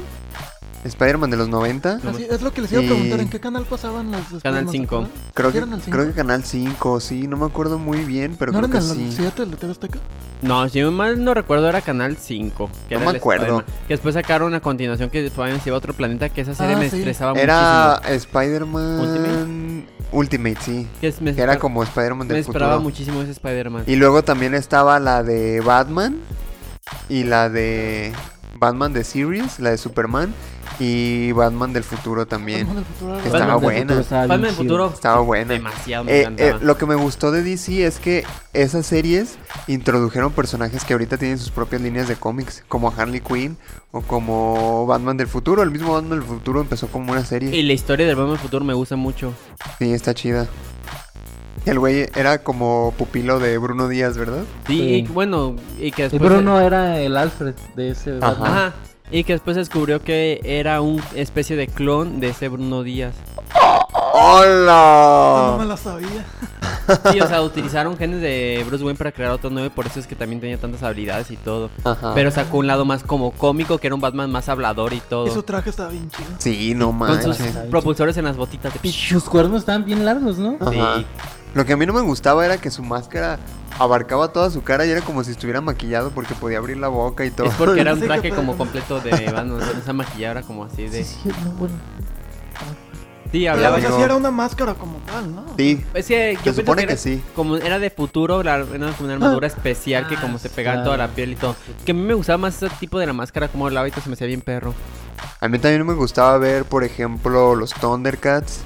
S2: Spider-Man de los 90.
S6: Así es lo que les iba a preguntar,
S2: Y-
S6: ¿en qué canal pasaban las de
S4: Canal
S6: Spider-Man,
S4: cinco.
S6: se acuerdan?
S2: Creo
S6: ¿Sí
S2: que,
S6: eran al cinco?
S2: creo que Canal 5, sí, no me acuerdo muy bien, pero
S6: ¿No
S2: creo
S6: eran
S2: que
S6: en
S2: sí.
S6: el 7 de la TV Azteca?
S4: No, si yo mal no recuerdo, era Canal 5. Que
S2: No
S4: era
S2: me
S4: el
S2: acuerdo.
S4: Spider-Man. Que después sacaron a continuación que Spider-Man se iba a otro planeta, que esa serie
S6: Ah,
S4: me
S6: sí.
S4: estresaba
S2: Era
S4: muchísimo.
S2: Spider-Man Ultimate. sí.
S4: Que es- me
S2: Que era
S4: esper-
S2: como Spider-Man
S4: Me
S2: del
S4: esperaba
S2: futuro.
S4: muchísimo ese Spider-Man.
S2: Y luego también estaba la de Batman y la de Batman de Series, la de Superman y Batman del futuro
S6: Batman
S2: también.
S6: del futuro,
S2: Estaba
S5: Batman
S2: buena.
S5: del futuro estaba bien
S4: Batman del
S5: chido.
S4: futuro.
S2: Estaba buena.
S4: Demasiado me
S2: Eh,
S4: encantaba.
S2: eh, lo que me gustó de DC es que esas series introdujeron personajes que ahorita tienen sus propias líneas de cómics, como Harley Quinn o como Batman del futuro. El mismo Batman del futuro empezó como una serie.
S4: Y la historia del Batman Futuro me gusta mucho.
S2: Sí, está chida. El güey era como pupilo de Bruno Díaz, ¿verdad?
S4: Sí,
S5: Sí.
S4: y bueno, y que
S5: Y
S4: después. Ah.
S5: Bruno era el Alfred de ese.
S2: Ajá.
S5: Batman.
S4: Ajá. Y que después descubrió que era una especie de clon de ese Bruno Díaz.
S6: Ah, No me
S2: ¡Hola!
S6: la sabía.
S4: Sí, o sea, utilizaron genes de Bruce Wayne para crear otro nueve, por eso es que también tenía tantas habilidades y todo.
S2: Ajá.
S4: Pero sacó un lado más como cómico, que era un Batman más hablador y
S6: Y su
S4: todo.
S6: traje estaba bien chido.
S2: Sí, no
S4: Con sus
S2: manches.
S4: propulsores en las botitas de
S5: Y sus cuernos estaban bien largos, ¿no?
S4: Ah,
S2: Ajá.
S4: Sí.
S2: Lo que a mí no me gustaba era que su máscara abarcaba toda su cara y era como si estuviera maquillado porque podía abrir la boca y todo.
S4: Es porque era un
S6: Sí, que
S4: traje
S6: fue-
S4: como completo de Batman, o sea, esa maquilladora como así de...
S5: sí, no, bueno.
S4: Sí,
S6: Pero,
S4: hablaba
S6: o sea,
S2: yo.
S6: sí era una máscara como tal, ¿no?
S2: Sí,
S4: Es que yo
S2: se
S4: pienso
S2: supone que,
S4: era-
S2: sí.
S4: Como era de futuro, la, era como una armadura especial que
S5: Ah,
S4: como se pegaba en
S5: claro.
S4: toda la piel y todo. Que a mí me gustaba más ese tipo de la máscara, como hablaba y todo, se me hacía bien perro.
S2: A mí también me gustaba ver, por ejemplo, los Thundercats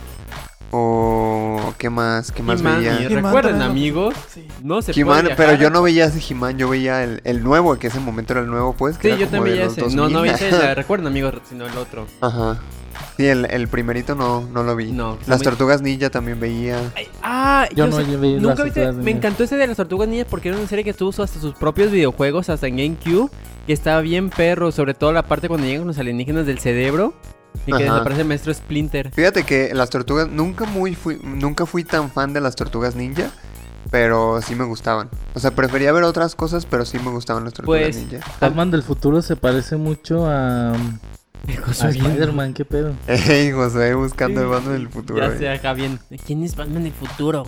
S2: o qué más, qué más
S4: He-Man, y
S2: veía.
S6: He-Man
S4: recuerden,
S6: también lo-
S4: amigos,
S6: Sí.
S4: no se
S2: He-Man,
S4: puede
S2: pero
S4: viajar.
S2: yo no veía ese He-Man, yo veía el, el nuevo, que ese momento era el nuevo, pues. Que
S4: Sí,
S2: era
S4: yo
S2: como
S4: también
S2: de
S4: ya
S2: los
S4: ese. No, no
S2: 2000.
S4: veía ese, de recuerden, amigos, sino el otro.
S2: Ajá. Sí, el, el primerito no, no lo vi.
S4: No, que está
S2: Las
S4: muy-
S2: tortugas ninja también veía.
S4: Ay, ah,
S5: Yo no llevé las
S4: Nunca viste.
S5: tortugas
S4: Me
S5: ninjas.
S4: encantó ese de las tortugas niñas porque era una serie que tuvo hasta sus propios videojuegos, hasta en GameCube. Que estaba bien perro, sobre todo la parte cuando llegan los alienígenas del cerebro y que
S2: Ajá.
S4: desaparece el maestro Splinter.
S2: Fíjate que las tortugas, nunca muy fui, nunca fui tan fan de las tortugas ninja, pero sí me gustaban. O sea, prefería ver otras cosas, pero sí me gustaban las tortugas
S4: Pues,
S2: ninja.
S5: Batman del futuro se parece mucho a, a Spider-Man, qué pedo.
S2: Ey, José, buscando el Batman del futuro.
S4: Ya
S2: eh.
S4: se acá bien. ¿Quién es Batman del futuro?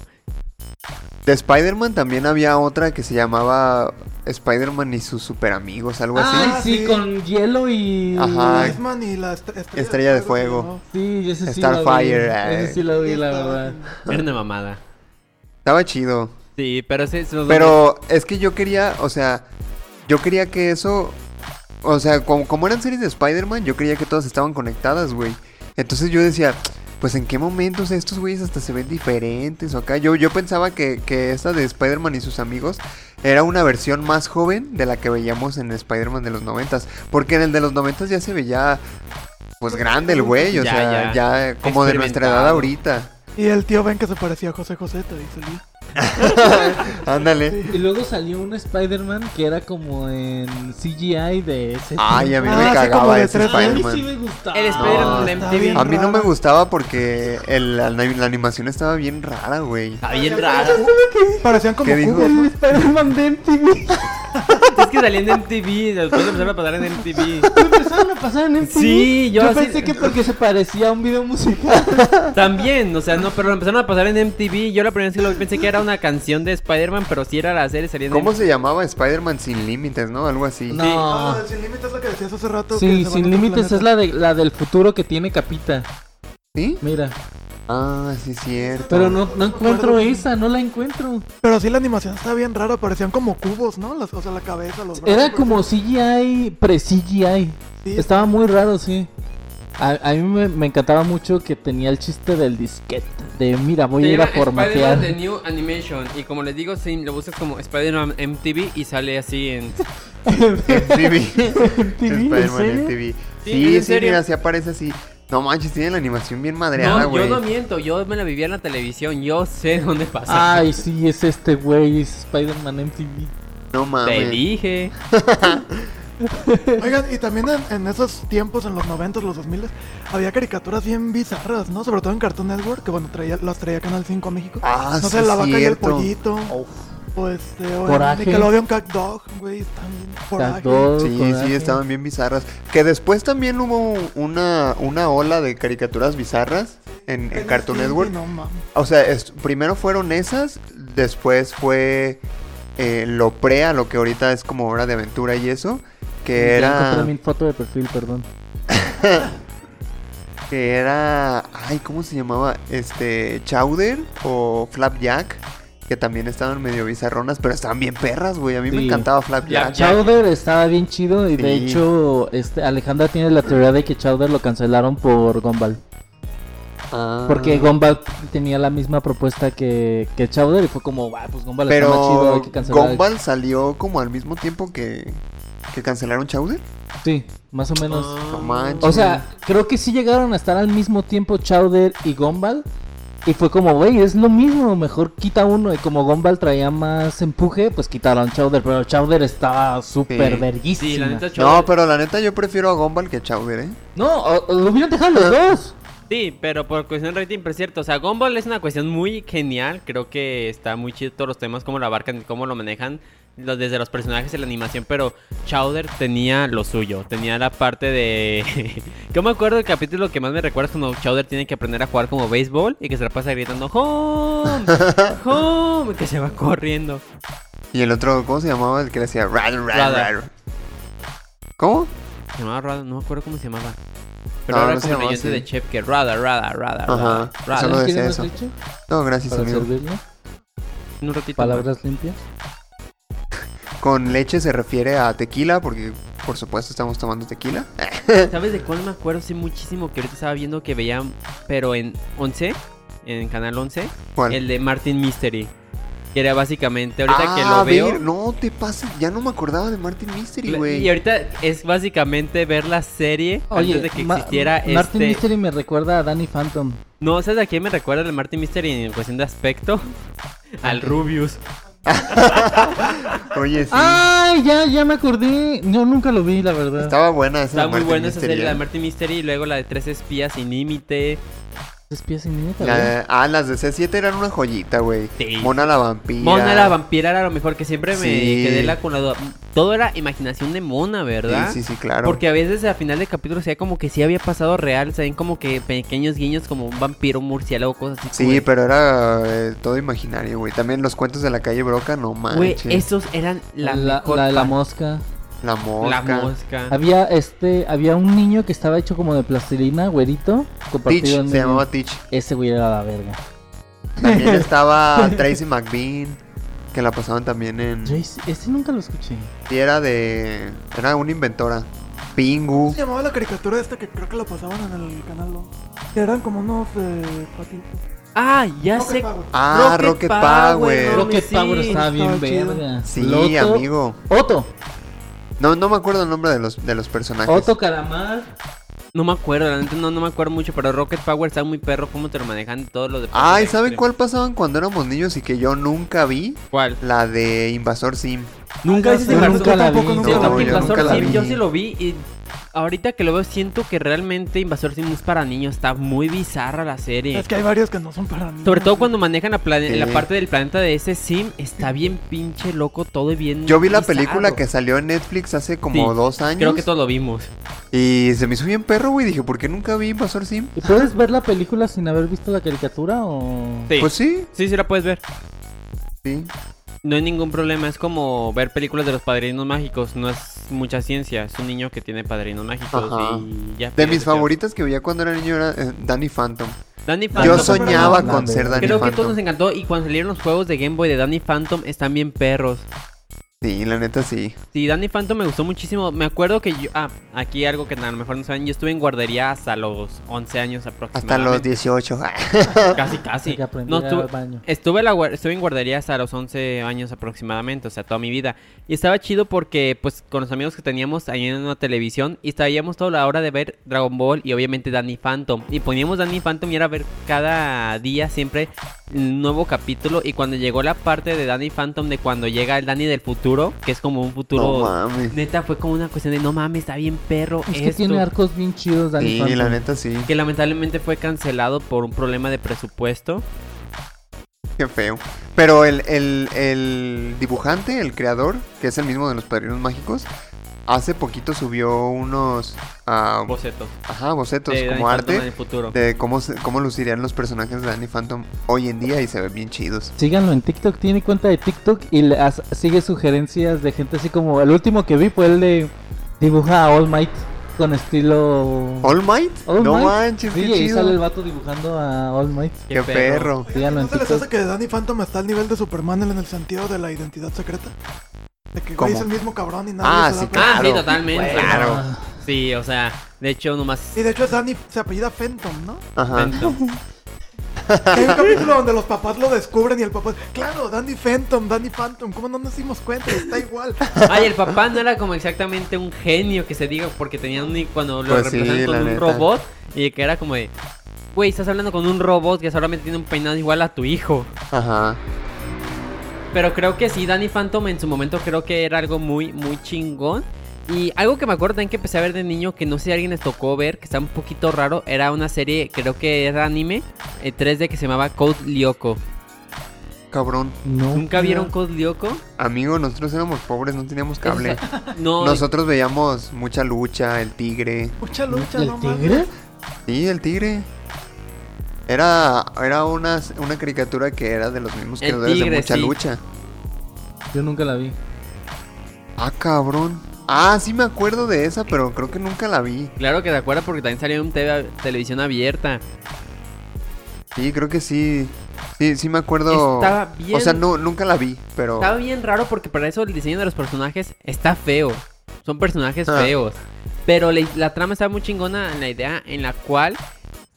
S2: De Spider-Man también había otra que se llamaba Spider-Man y sus superamigos,
S4: Ah,
S2: algo
S5: Ay,
S2: así.
S5: Ah, sí,
S6: sí.
S5: con hielo y.
S2: Ajá. Ay.
S6: Batman y la est- estrella,
S2: Estrella de fuego.
S5: Sí, yo ese sí
S2: Starfire,
S5: lo vi.
S2: eh.
S5: Ese sí lo
S6: ¿no?
S5: vi,
S6: Y
S5: la
S6: estaba
S5: verdad.
S6: bien.
S4: Era una mamada.
S2: Estaba chido.
S4: Sí, pero sí, se los
S2: Pero
S4: eh.
S2: es que yo quería, o sea, yo quería que eso. O sea, como, como eran series de Spider-Man, yo creía que todas estaban conectadas, güey. Entonces yo decía, pues en qué momentos estos güeyes hasta se ven diferentes o acá. Yo, yo pensaba que, que esta de Spider-Man y sus amigos era una versión más joven de la que veíamos en Spider-Man de los noventas. Porque en el de los noventas ya se veía, pues grande el güey, o
S4: Ya,
S2: sea, ya,
S4: ya.
S2: como de nuestra edad
S4: Experimentado.
S2: ahorita.
S6: Y el tío Ben que se parecía a José José, te dice el día.
S2: Ándale.
S5: Y luego salió un Spider-Man que era como en CGI de ese.
S2: Ay, a mí
S5: tipo.
S2: me
S6: Ah, sí, como
S2: cagaba
S6: de
S2: ese
S6: tres
S5: a mí
S2: Spider-Man.
S5: sí me gustaba.
S4: El Spider-Man de
S6: está
S4: MTV.
S6: bien.
S2: A mí no me
S6: rara.
S2: gustaba porque el- la, la animación estaba bien rara, güey.
S4: Ah, Está bien raro.
S6: Parecían como
S2: ¿Qué dijo?
S6: cubos, ¿no?
S5: Spider-Man de MTV.
S4: Es que salían en MTV, después empezaron a pasar en MTV.
S5: ¿Me empezaron a pasar en MTV?
S4: Sí, yo
S5: yo
S4: así-
S5: pensé que porque se parecía a un video musical.
S4: También, o sea, no, pero lo empezaron a pasar en MTV. Yo la primera vez que lo vi pensé que era una canción de Spider-Man, pero sí era la serie, salía en
S2: ¿Cómo se llamaba Spider-Man sin límites, no? Algo así.
S5: No.
S6: Ah, el Sin Límites es la que decías hace rato. que se
S5: Sí,
S6: van a
S5: sin
S6: otro
S5: límites
S6: planeta.
S5: es la de la del futuro que tiene Capita.
S2: ¿Sí?
S5: Mira,
S2: Ah, sí, cierto.
S5: pero no, no encuentro esa, no la encuentro.
S6: Pero sí, la animación está bien rara. Parecían como cubos, ¿no? Las- o sea, la cabeza, los brazos.
S5: Era como CGI, pre-CGI.
S6: Sí.
S5: Estaba muy raro, sí. A, a mí me, me encantaba mucho que tenía el chiste del disquete. De mira, voy a ir a formatear.
S4: Spider-Man The New Animation. Y como les digo, sí, lo buscas como Spider-Man MTV y sale así en.
S2: MTV.
S5: MTV, ¿en
S2: Spider-Man
S5: serio?
S2: MTV.
S4: Sí,
S2: Sí,
S4: en
S2: sí,
S4: serio.
S2: mira, así aparece así. No manches, tiene la animación bien madreada,
S4: No,
S2: güey.
S4: yo no miento, yo me la vivía en la televisión, yo sé dónde pasa.
S5: Ay, sí, es este güey, es Spider-Man MTV.
S2: No mames.
S4: Te dije.
S6: Oigan, y también en, en esos tiempos, en los 90, los 2000, había caricaturas bien bizarras, ¿no? Sobre todo en Cartoon Network, que bueno, traía, las traía Canal 5 a México.
S2: Ah,
S6: no
S2: sí,
S6: sé, la vaca y el
S2: cierto.
S6: pollito. O este, o en
S5: Coraje.
S6: Nickelodeon Cat Dog, güey, también. Coraje.
S5: Catdog.
S2: Sí, sí,
S5: Coraje.
S2: estaban bien bizarras. Que después también hubo una, una ola de caricaturas bizarras en, en Cartoon
S6: Sí,
S2: Network.
S6: No mames.
S2: O sea, es- primero fueron esas, después fue eh, lo prea, lo que ahorita es como hora de aventura y eso. Que
S5: Ya
S2: era.
S5: encontré mi foto de perfil, perdón.
S2: Que era. Ay, ¿cómo se llamaba? Este. Chowder o Flapjack. Que también estaban medio bizarronas, pero estaban bien perras, güey. A mí me
S5: Sí.
S2: encantaba Flapjack.
S5: Chowder estaba bien chido y de
S2: Sí.
S5: hecho este, Alejandra tiene la teoría de que Chowder lo cancelaron por Gumball.
S2: Ah.
S5: Porque Gumball tenía la misma propuesta que, que Chowder y fue como, "Ah, pues Gumball está más chido, hay
S2: Pero
S5: que cancelar.
S2: Gumball salió como al mismo tiempo que, que cancelaron Chowder.
S5: Sí, más o menos.
S4: Ah,
S2: No manches.
S5: O sea, creo que sí llegaron a estar al mismo tiempo Chowder y Gumball. Y fue como, güey, es lo mismo, mejor quita uno. Y como Gumball traía más empuje, pues quitaron Chowder. Pero Chowder estaba súper
S2: Sí,
S5: verguísima.
S4: Sí, la neta,
S2: no,
S4: Chowder-
S2: pero la neta yo prefiero a Gumball que a Chowder, ¿eh?
S5: No, o- o lo hubieran dejado los dos.
S4: Sí, pero por cuestión de rating, pero es cierto. O sea, Gumball es una cuestión muy genial. Creo que está muy chido todos los temas, cómo lo abarcan y cómo lo manejan. lo- Desde los personajes y la animación, pero Chowder tenía lo suyo. Tenía la parte de. Yo me acuerdo del capítulo que más me recuerda es cuando Chowder tiene que aprender a jugar como béisbol y que se la pasa gritando: ¡Home! ¡Home! Que se va corriendo.
S2: Y el otro, ¿cómo se llamaba? El que le hacía rar, rar,
S4: Radar.
S2: rar. ¿Cómo?
S4: Se llamaba Rada, no me acuerdo cómo se llamaba. Pero
S2: No,
S4: ahora
S2: no se
S4: como el
S2: llamaba
S4: ayudante
S2: así.
S4: de Chef que Rada, Rada, Rada,
S2: Ajá,
S4: Rada, Rada.
S2: Solo
S5: ¿Sabes
S2: decía
S5: quién más
S2: Ah, eso.
S5: leche?
S2: No, gracias,
S5: Para
S2: amigo.
S5: servirle.
S4: En Un ratito. más.
S5: Palabras limpias.
S2: Con leche se refiere a tequila, porque por supuesto estamos tomando tequila.
S4: ¿Sabes de cuál me acuerdo? Sí, muchísimo que ahorita estaba viendo que veía, pero en 11, en Canal 11,
S2: ¿Cuál?
S4: el de Martin Mystery. Que era básicamente, ahorita
S2: Ah,
S4: que
S2: a
S4: lo veo.
S2: ver, no te pases, ya no me acordaba de Martin Mystery,
S4: la-
S2: güey.
S4: y ahorita es básicamente ver la serie antes de que
S5: Ma-
S4: existiera
S5: Martin
S4: este.
S5: Mystery me recuerda a Danny Phantom.
S4: No, ¿sabes a quién me recuerda el Martin Mystery en cuestión de aspecto? Al Rubius.
S2: Oye, sí.
S4: Ah.
S5: ¡Ay, ya, ya me acordé! Yo nunca lo vi, la verdad.
S2: Estaba buena esa
S4: Está
S2: de
S4: muy
S2: Martin
S4: buena esa
S2: Mystery,
S4: serie,
S2: ¿eh?
S4: la de Martin Mystery, y luego la de Tres Espías sin Límite.
S5: Espías sin límite,
S2: La-
S5: ¿verdad?
S2: ah, las de C7 eran una joyita, güey.
S4: Sí.
S2: Mona la vampira.
S4: Mona la vampira era lo mejor que siempre me
S2: Sí.
S4: quedé la con la duda. Todo era imaginación de Mona, ¿verdad?
S2: Sí, sí, sí, claro.
S4: Porque a veces al final del capítulo se ve como que sí había pasado real, se ven como que pequeños guiños como un vampiro, un murciélago, cosas así.
S2: Sí,
S4: como de,
S2: pero era eh, todo imaginario, güey. También los cuentos de la calle Broca, no
S4: Güey,
S2: manches.
S4: esos eran la,
S5: La, la,
S4: mejor
S5: de la
S4: pa-
S5: mosca.
S2: La
S4: la
S2: mosca.
S4: mosca.
S5: Había este, había un niño que estaba hecho como de plastilina, güerito,
S2: Teach,
S5: compartido
S2: se
S5: en
S2: llamaba Teach.
S5: Ese güey era la verga.
S2: También estaba Tracy McBean, que la pasaban también en...
S5: Jace, ese nunca lo escuché.
S2: Y era de... Era una inventora. Pingu.
S6: Se llamaba la caricatura esta que creo que la pasaban en el canal 2. Que eran como unos eh, patitos.
S4: Ah, ya
S6: Rocket
S4: sé.
S6: Power.
S2: Ah, Rocket, Power.
S4: Rocket
S5: Rocket
S4: sí.
S5: Power estaba bien
S6: estaba chido.
S5: verga.
S2: Sí,
S5: Loto-
S2: amigo.
S5: Otto,
S2: No, no me acuerdo el nombre de los, de los personajes.
S5: Otto Calamar.
S4: No me acuerdo, la neta no, no me acuerdo mucho, pero Rocket Power está muy perro, cómo te lo manejan todos los deportes.
S2: Ay,
S4: ¿saben
S2: ¿saben cuál pasaban cuando éramos niños y que yo nunca vi?
S4: ¿Cuál?
S2: La de Invasor Sim.
S4: Nunca
S6: Ah,
S4: ese
S6: yo
S5: nunca la vi.
S6: tampoco,
S4: Sí,
S2: No,
S4: Rocket
S2: yo
S4: Invasor
S2: nunca la
S4: Sim,
S2: vi.
S4: yo sí lo vi y ahorita que lo veo, siento que realmente Invasor Sim es para niños. Está muy bizarra la serie.
S6: Es que hay varios que no son para mí.
S4: Sobre todo cuando manejan la, plane-
S2: Sí.
S4: la parte del planeta de ese sim, está bien pinche loco todo y bien.
S2: Yo vi la
S4: bizarro.
S2: película que salió en Netflix hace como
S4: Sí,
S2: dos años.
S4: Creo que todos lo vimos.
S2: Y se me hizo bien perro, güey. Dije, ¿por qué nunca vi Invasor Sim?
S5: ¿Y puedes ver la película sin haber visto la caricatura o...?
S4: Sí.
S2: Pues sí,
S4: sí, sí la puedes ver.
S2: sí.
S4: No hay ningún problema, es como ver películas de los padrinos mágicos, no es mucha ciencia, es un niño que tiene padrinos mágicos
S2: Ajá.
S4: y ya.
S2: De
S4: fíjate,
S2: mis
S4: tío.
S2: favoritas que veía cuando era niño era eh, Danny Phantom.
S4: Danny
S2: Yo
S4: Phantom.
S2: soñaba
S5: Ah, no,
S2: con
S5: no,
S2: ser
S5: no.
S2: Danny
S4: Creo que todos
S2: Phantom.
S4: nos encantó y cuando salieron los juegos de Game Boy de Danny Phantom están bien perros.
S2: Sí, la neta sí.
S4: Sí, Danny Phantom me gustó muchísimo. Me acuerdo que yo... Ah, aquí algo que a lo mejor no saben. Yo estuve en guardería hasta los 11 años aproximadamente.
S2: Hasta los Ah, 18.
S4: Casi, casi.
S5: Hasta que aprendí
S4: No,
S5: a ir
S4: estuve-
S5: al baño.
S4: Estuve, en la guar- estuve en guardería hasta los 11 años aproximadamente, o sea, toda mi vida. Y estaba chido porque, pues, con los amigos que teníamos ahí en una televisión, y estábamos toda la hora de ver Dragon Ball y obviamente Danny Phantom. Y poníamos Danny Phantom y era ver cada día siempre un nuevo capítulo. Y cuando llegó la parte de Danny Phantom de cuando llega el Danny del futuro, que es como un futuro...
S2: no mames.
S4: Neta, fue como una cuestión de no mames, está bien perro.
S5: Es que
S4: esto".
S5: tiene arcos bien chidos, Danny
S2: Sí,
S5: Phantom.
S2: la neta sí.
S4: que lamentablemente fue cancelado por un problema de presupuesto.
S2: Qué feo. Pero el, el, el dibujante, el creador, que es el mismo de los Padrinos Mágicos, hace poquito subió unos ah,
S4: Boceto.
S2: ajá, bocetos
S4: de
S2: como
S4: Danny Phantom en
S2: arte
S4: el futuro.
S2: de cómo, se- cómo lucirían los personajes de Danny Phantom hoy en día y se ven bien chidos.
S5: Síganlo en TikTok, tiene cuenta de TikTok y le as- sigue sugerencias de gente así como... El último que vi fue el de dibuja a All Might con estilo...
S2: All Might,
S5: All
S2: no
S5: Might.
S2: manches,
S5: Sí,
S2: qué
S5: ahí
S2: chido.
S5: sale el vato dibujando a All Might.
S2: Qué, perro.
S6: Oye,
S5: Díganlo
S6: ¿No
S5: en
S6: se les
S5: TikTok.
S6: hace que Danny Phantom está al nivel de Superman en el sentido de la identidad secreta? De que güey,
S2: ¿Cómo?
S6: es el mismo cabrón y
S2: Ah,
S6: nada.
S2: sí,
S4: Ah,
S2: Claro,
S4: sí, totalmente.
S2: claro.
S5: Ah,
S4: Sí, o sea, de hecho nomás
S6: Y de hecho es Danny, se apellida Phantom, ¿no?
S2: Ajá.
S4: Phantom.
S6: Hay un capítulo donde los papás lo descubren y el papá, claro, Danny Phantom, Danny Phantom, ¿cómo no nos dimos cuenta? Está igual.
S4: Ay, el papá no era como exactamente un genio que se diga porque tenían un cuando lo
S2: Pues sí,
S4: reemplazaron con
S2: la
S4: un
S2: neta.
S4: robot y que era como de Güey, estás hablando con un robot que solamente tiene un peinado igual a tu hijo.
S2: Ajá.
S4: Pero creo que sí, Danny Phantom en su momento creo que era algo muy, muy chingón. Y algo que me acuerdo también que empecé a ver de niño, que no sé si a alguien les tocó ver, que está un poquito raro, era una serie, creo que era anime, eh, 3D que se llamaba Code Lyoko.
S2: Cabrón.
S5: no.
S4: ¿Nunca vieron Code Lyoko?
S2: Amigo, nosotros éramos pobres, no teníamos cable.
S4: No,
S2: Nosotros veíamos mucha lucha, el tigre.
S6: Mucha lucha,
S5: ¿El
S6: no
S5: tigre?
S6: mames.
S2: Sí, el tigre. Era, era una, una caricatura que era de los mismos
S4: El
S2: creadores de
S4: tigre,
S2: mucha
S4: sí.
S2: lucha.
S5: Yo nunca la vi.
S2: Ah, cabrón. Ah, sí me acuerdo de esa, pero creo que nunca la vi.
S4: claro que te acuerdas porque también salió en TV a- televisión abierta.
S2: Sí, creo que sí. Sí, sí me acuerdo.
S4: Estaba bien.
S2: O sea, no, nunca la vi, pero.
S4: Estaba bien raro porque para eso el diseño de los personajes está feo. Son personajes
S2: Ah.
S4: feos. Pero la, la trama está muy chingona en la idea en la cual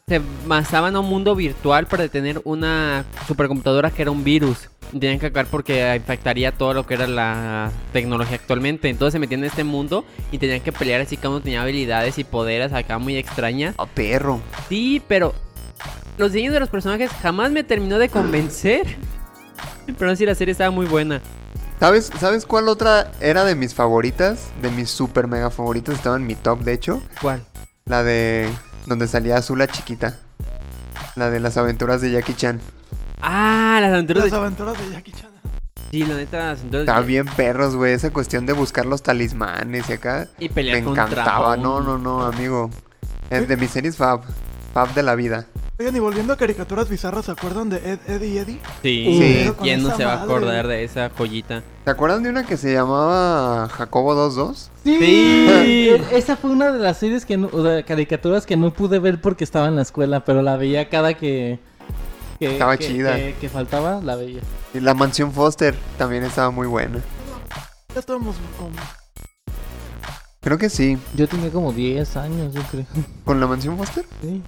S4: se basaban a un mundo virtual para detener una supercomputadora que era un virus. Y Tenían que acabar porque impactaría todo lo que era la tecnología actualmente. Entonces se metían en este mundo y tenían que pelear así cada uno tenía habilidades y poderes acá muy extrañas.
S2: Ah, perro.
S4: Sí, pero los diseños de los personajes jamás me terminó de convencer. Pero sí, la serie estaba muy buena.
S2: ¿Sabes, ¿Sabes cuál otra era de mis favoritas? De mis super mega favoritas. Estaba en mi top, de hecho.
S4: ¿Cuál?
S2: La de. Donde salía azul la chiquita. La de las aventuras de Jackie Chan.
S4: Ah, las aventuras
S6: Las
S4: de...
S6: aventuras de Jackie Chan.
S4: Sí, la neta, las aventuras de-
S2: Está bien perros, güey. Esa cuestión de buscar los talismanes y acá.
S4: Y
S2: Me
S4: pelear contra
S2: encantaba.
S4: un-
S2: No, no, no, amigo. Es de mis series Fab. Fab de la vida.
S6: Oigan, y volviendo a caricaturas bizarras, ¿se acuerdan de Ed, Ed y Eddie?
S4: Sí,
S2: Sí.
S6: Pero con
S4: ¿quién no
S6: esa
S4: se va a
S6: madre.
S4: acordar de esa joyita?
S2: ¿Te acuerdan de una que se llamaba Jacobo 22?
S5: Sí.
S4: Sí.
S5: E- Esa fue una de las series que no, o de caricaturas que no pude ver porque estaba en la escuela, pero la veía cada que que-
S2: Estaba
S5: que-
S2: chida.
S5: Que, que faltaba, la veía.
S2: Y la mansión Foster también estaba muy buena.
S6: Ya estábamos con...
S2: Creo que sí.
S5: Yo tenía como 10 años, yo creo.
S2: ¿Con la mansión Foster?
S5: Sí.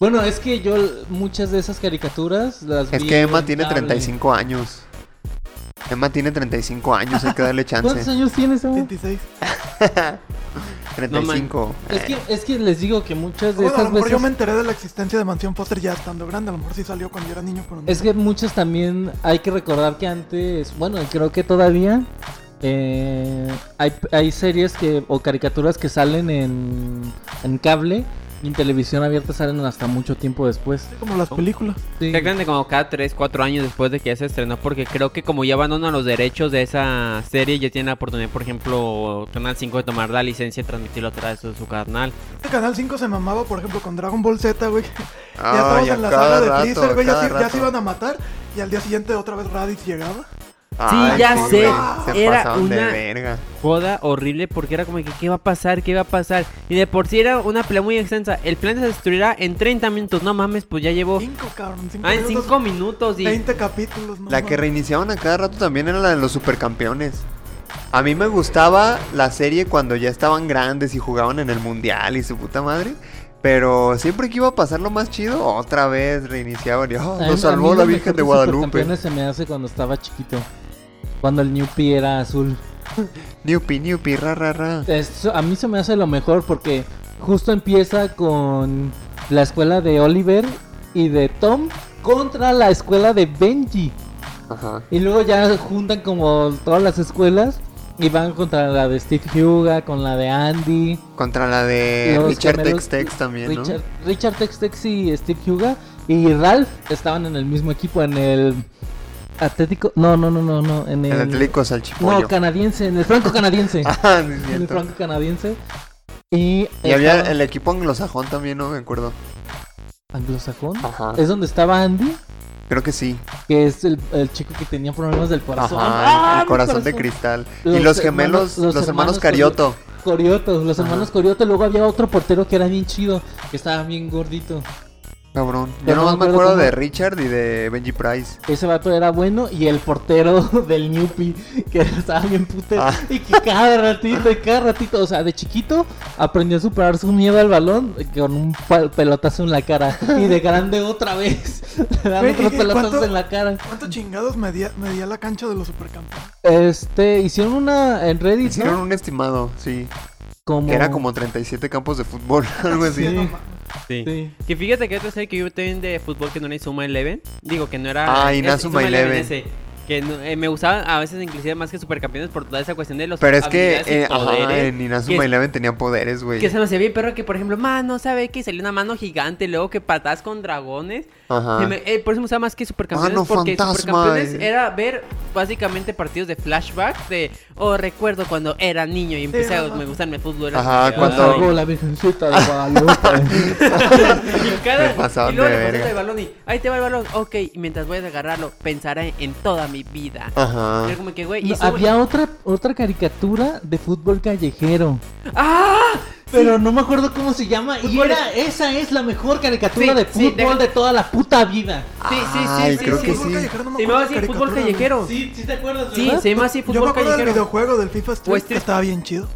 S5: Bueno, es que yo l- muchas de esas caricaturas las
S2: Es
S5: vi
S2: que Emma
S5: en
S2: tiene
S5: cable.
S2: 35 años. Emma tiene 35 años, hay que darle
S5: ¿Cuántos
S2: chance.
S5: años tienes, Emma?
S6: 26.
S2: 35.
S5: Es que, es que les digo que muchas de
S6: Bueno, a lo
S5: esas
S6: mejor
S5: veces...
S6: yo me enteré de la existencia de Mansión Foster ya estando grande. A lo mejor sí salió cuando yo era niño. Pero no.
S5: Es que muchas también hay que recordar que antes, bueno, creo que todavía eh, hay, hay series que o caricaturas que salen en, en cable y en televisión abierta salen hasta mucho tiempo después.
S6: Sí, como las películas.
S5: Sí.
S4: Exactamente como cada 3, 4 años después de que ya se estrenó, porque creo que como ya abandonan los derechos de esa serie, ya tienen la oportunidad, por ejemplo, Canal 5 de tomar la licencia y transmitirlo a través de su canal.
S6: Este Canal 5 se mamaba, por ejemplo, con Dragon Ball Z, güey. ya
S2: Ah,
S6: estábamos
S2: ya
S6: en la
S2: cada
S6: sala de
S2: rato,
S6: Freezer, güey. Ya,
S2: cada
S6: se- ya
S2: rato.
S6: se iban a matar. Y al día siguiente otra vez Raditz llegaba.
S2: Ay,
S4: ya
S2: sí, güey,
S4: sé,
S2: se
S4: era
S2: pasaron de
S4: una-
S2: verga.
S4: Joda horrible porque era como que qué va a pasar, qué va a pasar. Y de por sí era una pelea muy extensa. El planeta se destruirá en 30 minutos. No mames, pues ya llevo...
S6: Cinco, cabrón. Cinco
S4: Ah, en
S6: minutos,
S4: 5 minutos y...
S6: 20 capítulos, ¿no?
S2: La que
S6: mames.
S2: reiniciaban a cada rato también era la de los supercampeones. A mí me gustaba la serie cuando ya estaban grandes y jugaban en el mundial y su puta madre. Pero siempre que iba a pasar lo más chido, otra vez reiniciaban. Y, oh,
S5: A mí-
S2: nos
S5: a
S2: salvó
S5: mí
S2: la
S5: lo
S2: Virgen
S5: mejor
S2: de
S5: los
S2: Guadalupe.
S5: Supercampeones se me hace cuando estaba chiquito. Cuando el New Pie era azul.
S2: Niupi, niupi, ra, ra, ra.
S5: Es- a mí se me hace lo mejor porque justo empieza con la escuela de Oliver y de Tom contra la escuela de Benji.
S2: Ajá.
S5: Y luego ya juntan como todas las escuelas y van contra la de Steve Huga, con la de Andy.
S2: Contra la de
S5: los
S2: Richard
S5: gemelos-
S2: Tex Tex también, ¿no?
S5: Richard, Richard Tex Tex y Steve Huga y Ralph estaban en el mismo equipo, en el Atlético. No, no, no, no, no. En el,
S2: El Atlético
S5: No,
S2: Salchipollo.
S5: canadiense, en el franco canadiense.
S2: Ah, sí, es
S5: en el
S2: cierto.
S5: franco canadiense. Y,
S2: Y había
S5: estaba-
S2: el equipo anglosajón también, ¿no? Me acuerdo.
S5: anglosajón.
S2: Ajá.
S5: Es donde estaba Andy,
S2: Creo que sí.
S5: que es el, el chico que tenía problemas del corazón.
S2: Ajá.
S5: ¡Ah,
S2: El
S5: mi
S2: corazón de cristal. Y
S5: Los
S2: los
S5: hermanos-
S2: gemelos,
S5: los
S2: los hermanos
S5: hermanos
S2: Carioto.
S5: Corioto, los
S2: Ajá.
S5: hermanos Corioto. Luego había otro portero que era bien chido, que estaba bien gordito.
S2: Cabrón. Yo
S5: Pero
S2: nomás
S5: no
S2: me
S5: me acuerdo
S2: acuerdo
S5: cómo-
S2: de Richard y de Benji Price.
S5: Ese vato era bueno y el portero del Newpi, que estaba bien putero.
S2: Ah.
S5: Y que cada ratito, y cada ratito, o sea, de chiquito aprendió a superar su miedo al balón con un pa- pelotazo en la cara. Y de grande otra vez. Le dan
S6: Güey,
S5: otros
S6: ¿y
S5: pelotazos
S6: cuánto-
S5: en la cara.
S6: ¿Cuántos chingados medía, medía la cancha de los supercampeones?
S5: Este, hicieron una en Reddit, ¿no?
S2: Hicieron un estimado, sí.
S5: Como...
S2: Que era como 37 campos de fútbol, algo así.
S5: Sí.
S6: No mames.
S4: Sí.
S5: Sí.
S4: Que fíjate que otra serie que yo también de fútbol que no era Inazuma Eleven. Digo que no era.
S2: Ah,
S4: es-
S2: Inazuma Eleven.
S4: ese, que no- eh, me gustaban a veces inclusive más que Supercampeones por toda esa cuestión de los.
S2: Pero es que
S4: habilidades y
S2: eh, ajá,
S4: poderes,
S2: en Inazuma
S4: que-
S2: Eleven tenían poderes, güey.
S4: Que se nos hacía bien, perro, que por ejemplo, mano, ¿sabe que salió una mano gigante? Luego que patadas con dragones.
S2: Ajá.
S4: Se me- eh, por eso me gustaba más que Supercampeones.
S2: Mano
S4: porque
S2: Ah. fantasma,
S4: Supercampeones
S2: eh.
S4: era ver básicamente partidos de flashback de. Oh, recuerdo cuando era niño y empecé a.
S6: no,
S4: Me gustan el fútbol. era
S2: Ajá,
S4: como que,
S2: cuando-
S4: "Ay,
S5: Salgo la virgencita de Guadalupe.
S4: y cada-
S2: Me pasaban
S4: y luego
S2: de
S4: le
S2: verga.
S4: pasas el balón y ahí te va el balón. Ok, y mientras voy a agarrarlo, pensaré en toda mi vida.
S2: Ajá.
S4: Y era como que, güey,
S5: No,
S4: hizo-
S5: había otra, otra caricatura de fútbol callejero.
S4: ¡Ah!
S5: Pero no me acuerdo cómo se llama. Y
S4: Fútbol
S5: era, esa es la mejor caricatura
S4: Sí,
S5: de
S4: sí,
S5: fútbol
S4: deja-
S5: de toda la puta vida.
S4: Sí, sí, sí.
S2: Ay,
S4: sí,
S2: creo
S4: sí,
S2: que
S4: sí.
S6: Fútbol
S2: sí.
S6: callejero, no me
S4: Se
S6: acuerdo
S4: llamaba
S6: de
S4: así fútbol
S6: caricatura, güey.
S4: callejero. Sí,
S5: Sí, sí te acuerdas,
S4: se llama así
S6: Yo me
S4: fútbol
S6: acuerdo del
S4: callejero.
S6: videojuego del FIFA Street.
S4: Pues,
S6: que estaba bien chido.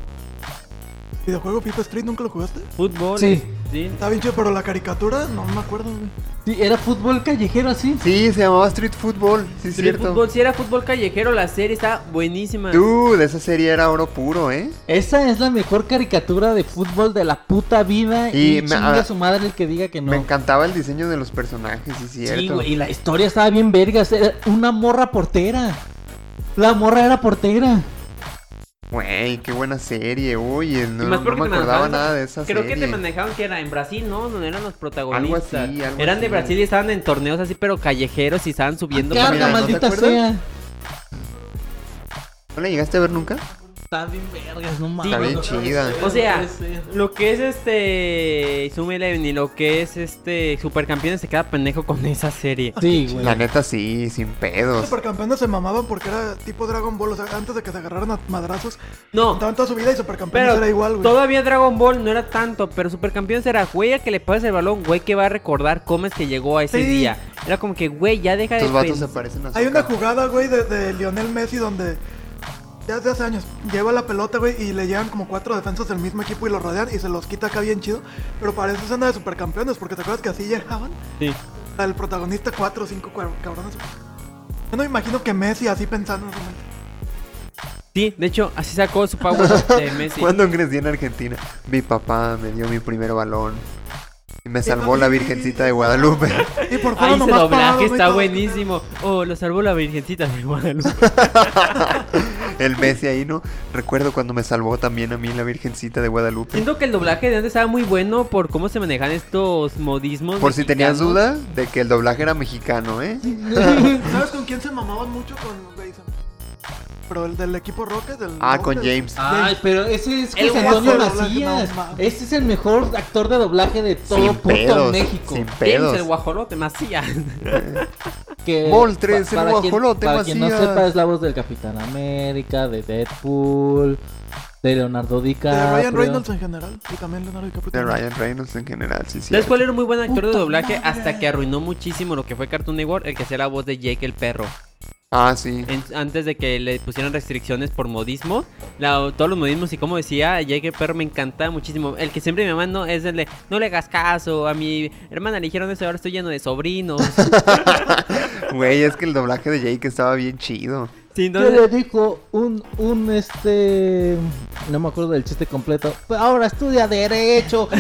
S6: ¿Videojuego FIFA Street nunca lo jugaste?
S4: Fútbol.
S5: Sí.
S4: sí.
S6: Estaba bien chido, pero la caricatura no me acuerdo, güey.
S5: Sí, era fútbol callejero así.
S2: Sí, se llamaba Street Football, sí es
S4: Pero el
S2: cierto.
S4: fútbol, si era fútbol callejero, la serie está buenísima.
S2: Dude, esa serie era oro puro, ¿eh?
S5: Esa es la mejor caricatura de fútbol de la puta vida.
S2: Y
S5: Y,
S2: me-
S5: chinga
S2: ah,
S5: su madre el que diga que no.
S2: Me encantaba el diseño de los personajes, sí es cierto.
S5: Sí, güey, y la historia estaba bien vergas. Era una morra portera. La morra era portera.
S2: Güey, qué buena serie, oye, no,
S4: Y más
S2: no
S4: porque
S2: me
S4: te
S2: acordaba
S4: manejaban-
S2: nada de esa
S4: Creo
S2: serie.
S4: que te manejaban que era en Brasil, ¿no? Donde eran los protagonistas.
S2: Algo así, algo
S4: eran de
S2: así. Ah,
S4: Brasil y estaban en torneos así, pero callejeros y estaban subiendo.
S5: Carga,
S2: mira, ¿no te
S5: maldita
S2: acuerdas?
S5: sea.
S2: ¿No la llegaste a ver nunca?
S5: Está bien vergas, no mames.
S2: Está bien chida.
S4: O sea,
S5: Sí, sí.
S4: lo que es este Zoom Eleven y lo que es este Supercampeones se queda pendejo con esa serie.
S5: Sí, güey.
S2: La neta sí, sin
S6: Los
S2: pedos.
S6: supercampeones se mamaban porque era tipo Dragon Ball. O sea, antes de que se agarraran a madrazos,
S4: No,
S6: contaban toda su vida y supercampeones
S4: pero
S6: era igual, güey.
S4: todavía Dragon Ball no era tanto, pero Supercampeones era güey a que le pases el balón, güey que va a recordar cómo es que llegó a ese
S6: Sí.
S4: día. Era como que güey, ya deja
S2: Estos
S4: de
S2: vatos se
S4: pensar.
S2: parecen a
S6: Hay
S2: Zucca.
S6: una jugada, güey, de, de Lionel Messi donde ya desde hace años lleva la pelota, güey, y le llegan como cuatro defensas del mismo equipo y los rodean y se los quita acá bien chido. Pero para esa escena de supercampeones, porque te acuerdas que así llegaban
S4: Sí.
S6: al protagonista cuatro o cinco cuer- cabrones. Yo no imagino que Messi así pensando en su mente.
S4: Sí, de hecho, así sacó su power up de Messi.
S2: Cuando crecí en Argentina, mi papá me dio mi primer balón. Y me salvó la Virgencita de Guadalupe.
S6: Y por fuera
S4: Ahí ese
S6: nomás
S4: doblaje
S6: parado, güey,
S4: está
S6: todo-
S4: buenísimo. Oh, lo salvó la virgencita de Guadalupe.
S2: el Messi ahí, ¿no? Recuerdo cuando me salvó también a mí la Virgencita de Guadalupe.
S4: Siento que el doblaje de antes estaba muy bueno por cómo se manejan estos modismos.
S2: Por si tenías
S4: mexicanos.
S2: duda de que el doblaje era mexicano, ¿eh?
S6: ¿Sabes con quién se mamaban mucho con Grayson? Pero el del equipo Rockets, del
S2: Ah, con
S6: Rockets.
S2: James.
S6: Ay,
S5: Ay, pero ese es
S4: El
S5: José
S4: guapo
S5: Antonio
S6: de doblaje,
S5: Macías.
S6: no mames.
S5: Este es el mejor actor de doblaje de todo
S2: Sin
S5: puto
S2: pedos.
S5: México.
S2: Sin
S4: James el
S2: pedos.
S4: guajolote, Macías.
S5: Que
S2: Moltres, el
S5: quien-
S2: guajolote
S5: para quien no
S2: Macías.
S5: sepa, es la voz del Capitán América, de Deadpool, de Leonardo
S6: De
S5: DiCaprio.
S4: Ah,
S6: Ryan Reynolds en general. Y también Leonardo DiCaprio.
S2: De Ryan Reynolds en general, sí, sí.
S4: ¿Sabes cuál era un muy buen actor de
S6: Puta
S4: doblaje
S6: madre.
S4: hasta que arruinó muchísimo lo que fue Cartoon Network? El que hacía la voz de Jake el perro.
S2: Ah, sí.
S4: En- antes de que le pusieran restricciones por modismo, la- todos los modismos y como decía, Jake el perro me encantaba muchísimo. El que siempre me mando es el de no le hagas caso, a mi hermana le dijeron eso, ahora estoy lleno de sobrinos.
S2: Güey, es que el doblaje de Jake estaba bien chido.
S4: sí,
S5: ¿Qué
S4: entonces-
S5: le dijo un, un este. No me acuerdo del chiste completo. Ahora estudia Derecho.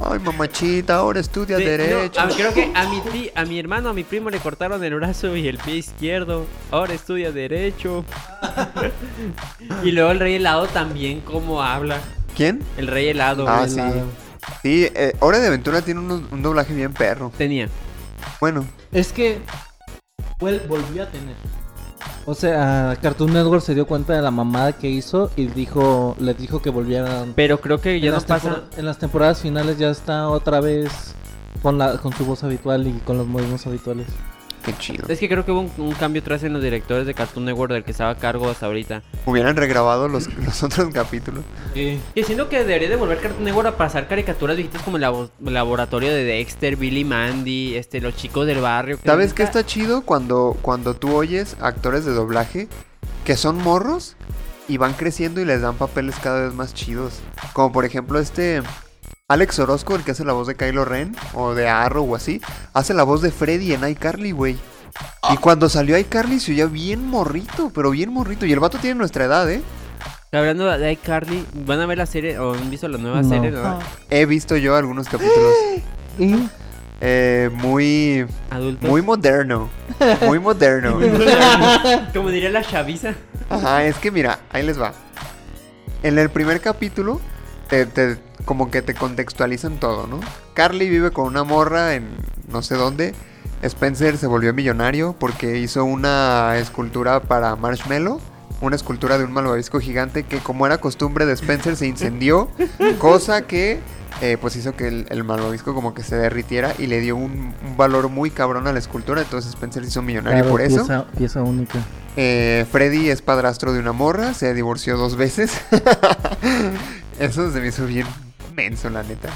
S2: Ay, mamachita, ahora estudia
S4: Sí, no,
S2: derecho.
S4: a- creo que a mi, ti- a mi hermano, a mi primo le cortaron el brazo y el pie izquierdo. Ahora estudia derecho. y luego el rey helado también, como habla.
S2: ¿Quién?
S4: El rey helado.
S2: Ah,
S4: güey.
S2: sí. Sí, eh, Hora de Aventura tiene un, un doblaje bien perro.
S4: Tenía.
S2: Bueno,
S5: Es que. Vuel volvió a tener. O sea, Cartoon Network se dio cuenta de la mamada que hizo y dijo, les dijo que volvieran.
S4: Pero creo que ya
S5: en,
S4: no
S5: las
S4: pasa.
S5: tempora- en las temporadas finales ya está otra vez con, la, con su voz habitual y con los movimientos habituales.
S2: qué chido.
S4: Es que creo que hubo un, un cambio atrás en los directores de Cartoon Network del que estaba a cargo hasta ahorita.
S2: Hubieran regrabado los, los otros capítulos.
S4: Que siento que debería devolver Cartoon Network a pasar caricaturas viejitas como el labo- laboratorio de Dexter, Billy Mandy, este, los chicos del barrio. que
S2: ¿Sabes qué
S4: neta-
S2: está chido cuando, cuando tú oyes actores de doblaje que son morros y van creciendo y les dan papeles cada vez más chidos? Como por ejemplo este Alex Orozco, el que hace la voz de Kylo Ren o de Arrow o así, hace la voz de Freddy en iCarly, güey. Y cuando salió iCarly se oía bien morrito, pero bien morrito. Y el vato tiene nuestra edad, ¿eh?
S4: Hablando de iCarly, ¿van a ver la serie o han visto la nueva
S5: No.
S4: serie? ¿no?
S6: Ah,
S2: He visto yo algunos capítulos.
S5: Y
S2: eh, muy,
S4: Adultos.
S2: muy moderno. Muy moderno.
S4: Como diría la chaviza.
S2: Ajá, es que mira, ahí les va. En el primer capítulo, te, te- como que te contextualizan todo, ¿no? Carly vive con una morra en no sé dónde. Spencer se volvió millonario porque hizo una escultura para Marshmallow. Una escultura de un malvavisco gigante que, como era costumbre de Spencer, se incendió. cosa que, eh, pues, hizo que el, el malvavisco como que se derritiera y le dio un, un valor muy cabrón a la escultura. Entonces, Spencer se hizo millonario por eso.
S5: Pieza, pieza única.
S2: Eh, Freddy es padrastro de una morra, se divorció dos veces. Eso se me hizo bien menso, la neta.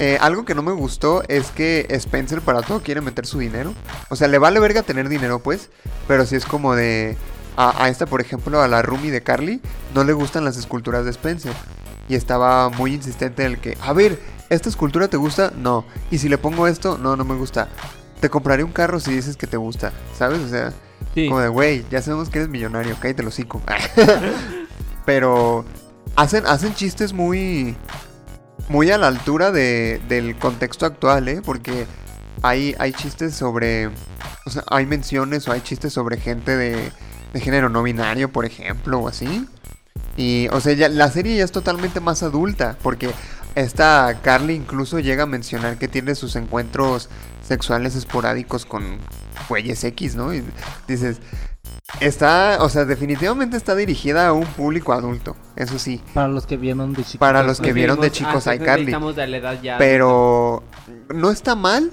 S2: Eh, algo que no me gustó es que Spencer para todo quiere meter su dinero. O sea, le vale verga tener dinero, pues. Pero si es como de. A, a esta, por ejemplo, a la Rumi de Carly, no le gustan las esculturas de Spencer. Y estaba muy insistente en el que, a ver, ¿esta escultura te gusta? No. Y si le pongo esto, no, no me gusta. Te compraré un carro si dices que te gusta, ¿sabes? O sea,
S4: Sí.
S2: como de, güey, ya sabemos que eres millonario, cállate el hocico. Pero hacen, hacen chistes muy. Muy a la altura de- del contexto actual, ¿eh? Porque hay, hay chistes sobre. O sea, hay menciones o hay chistes sobre gente de, de género no binario, por ejemplo, o así. Y, o sea, ya- la serie ya es totalmente más adulta, porque esta Carly incluso llega a mencionar que tiene sus encuentros sexuales esporádicos con güeyes X, ¿no? Y dices, está, o sea, definitivamente está dirigida a un público adulto, eso sí.
S5: Para los que vieron de chiquitos.
S2: Para los que
S5: ¿no?
S2: vi- vieron de
S4: Ah,
S2: chicos
S4: entonces
S2: iCarly.
S4: Estamos de la edad ya.
S2: Pero no está mal,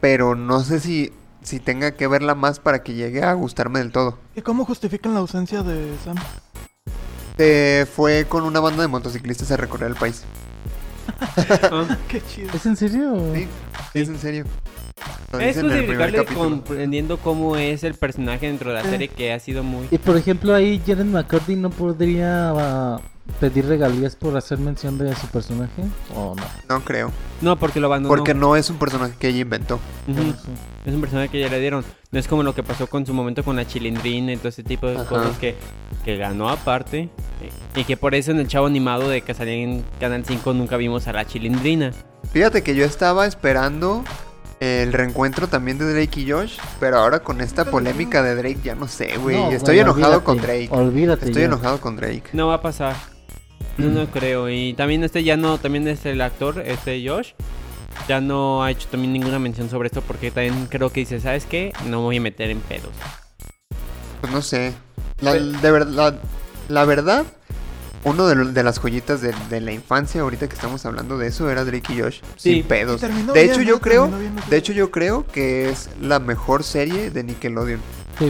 S2: pero no sé si, si tenga que verla más para que llegue a gustarme del todo.
S6: ¿Y cómo justifican la ausencia de Sam?
S2: Se fue con una banda de motociclistas a recorrer el país.
S4: Ah.
S6: Qué chido.
S5: ¿Es en serio?
S2: Sí, es en serio. Lo
S4: Es
S2: dicen en el primer
S4: justificable
S2: capítulo.
S4: comprendiendo cómo es el personaje dentro de la
S6: Sí.
S4: serie que ha sido muy.
S5: Y por ejemplo, ahí Jaren McCarthy no podría ah, pedir regalías por hacer mención de su personaje. ¿O no?
S2: No creo.
S4: No, porque lo abandonó.
S2: porque no es un personaje que ella inventó.
S4: Ujú. Es un personaje que ya le dieron. No es como lo que pasó con su momento con la chilindrina y todo ese tipo de
S2: Ajá.
S4: cosas que, que ganó aparte. Y y que por eso en el chavo animado de que salía en Canal 5 nunca vimos a la chilindrina.
S2: Fíjate que yo estaba esperando El reencuentro también de Drake y Josh, pero ahora con esta polémica de Drake ya no sé, güey.
S5: No,
S2: Estoy
S5: güey,
S2: enojado
S5: olvídate,
S2: con Drake.
S5: Olvídate.
S2: Estoy
S5: ya.
S2: enojado con Drake.
S4: No va a pasar. No, no creo. Y también este ya no, también es el actor, este Josh. Ya no ha hecho también ninguna mención sobre esto porque también creo que dice, ¿sabes qué? No me voy a meter en pedos.
S2: Pues no sé. La, de verdad, la verdad, uno de, lo- de las joyitas de, de la infancia, ahorita que estamos hablando de eso, era Drake y Josh.
S4: Sí.
S2: Sin pedos.
S6: Terminó
S2: De
S6: bien,
S2: hecho,
S6: ¿no?
S2: yo creo,
S6: Terminó bien, ¿no?
S2: de hecho, yo creo que es la mejor serie de Nickelodeon.
S5: Sí.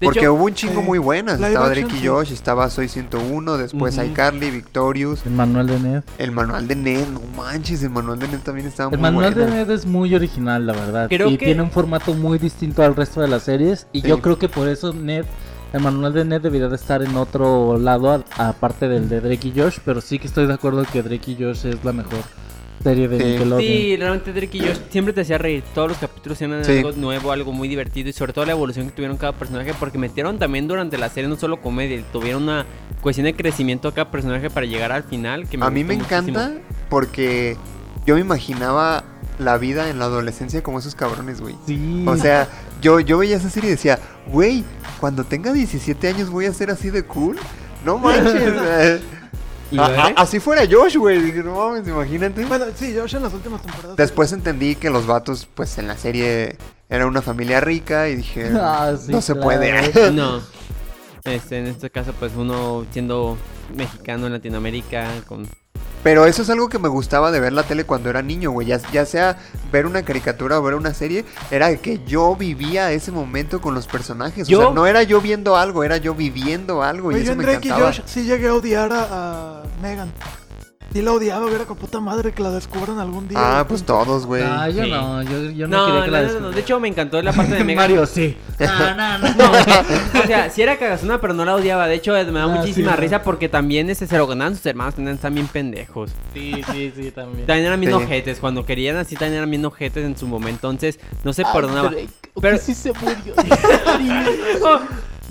S4: De
S2: Porque
S4: hecho,
S2: hubo un chingo
S6: eh,
S2: muy buenas.
S6: live
S2: Estaba
S6: action,
S2: Drake y
S6: sí.
S2: Josh, estaba Soy 101, después
S4: Ujú.
S2: iCarly, Victorious,
S5: El manual de Ned.
S2: el manual de Ned, no manches, el manual de Ned también estaba
S5: El
S2: muy
S5: manual
S2: buena.
S5: de Ned es muy original, la verdad.
S4: Creo
S5: y
S4: que-
S5: tiene un formato muy distinto al resto de las series. Y
S2: Sí.
S5: yo creo que por eso Ned, el manual de Ned debería de estar en otro lado, a- aparte del de Drake y Josh. Pero sí que estoy de acuerdo que Drake y Josh es la mejor serie de
S2: Sí.
S5: Nickelodeon.
S4: sí, realmente Drake y Josh siempre te hacía reír. Todos los capítulos eran
S2: Sí.
S4: algo nuevo, algo muy divertido y sobre todo la evolución que tuvieron cada personaje porque metieron también durante la serie no solo comedia, tuvieron una cuestión de crecimiento a cada personaje para llegar al final. Que me
S2: A mí me
S4: gustó
S2: encanta
S4: muchísimo.
S2: porque yo me imaginaba la vida en la adolescencia como esos cabrones, güey.
S5: Sí.
S2: O sea, yo, yo veía esa serie y decía, güey, cuando tenga 17 años voy a ser así de cool. No manches. eh.
S4: ¿Y
S2: A-
S4: lo
S2: a-
S4: eres?
S2: así fuera Josh, güey. Dije, no mames, imagínate.
S6: Bueno, sí, Josh en las últimas temporadas.
S2: Después entendí que los vatos, pues en la serie, era una familia rica y dije,
S5: Ah, sí,
S2: no se
S5: claro.
S2: puede.
S4: No. Este, en este caso, pues uno siendo mexicano en Latinoamérica, con...
S2: Pero eso es algo que me gustaba de ver la tele cuando era niño, güey. Ya, ya sea ver una caricatura o ver una serie, era que yo vivía ese momento con los personajes.
S4: Yo-
S2: O sea, no era yo viendo algo, era yo viviendo algo.
S6: Güey,
S2: y
S6: Pues
S2: eso
S6: yo en
S2: me
S6: Drake
S2: encantaba.
S6: y Josh sí llegué a odiar a, a Megan. Sí la odiaba, hubiera con puta madre que la descubran algún día.
S2: Ah, pues todos, güey.
S5: Ah, yo
S4: Sí.
S5: no, yo, yo no,
S4: No,
S5: quería que la
S4: no, no, no, de hecho me encantó la parte de Megan.
S5: descubriera. Mario, sí. No, no, no.
S4: No, o sea, sí era cagazona, pero no la odiaba. De hecho, me da
S5: Ah,
S4: muchísima
S5: sí.
S4: risa porque también ese se lo ganaban sus hermanos, también están bien pendejos.
S5: Sí, sí, sí, también.
S4: También eran bien
S2: Sí.
S4: ojetes, cuando querían así también eran bien ojetes en su momento, entonces no se perdonaba. Ah, Pero-
S5: Pero sí se murió.
S4: Oh,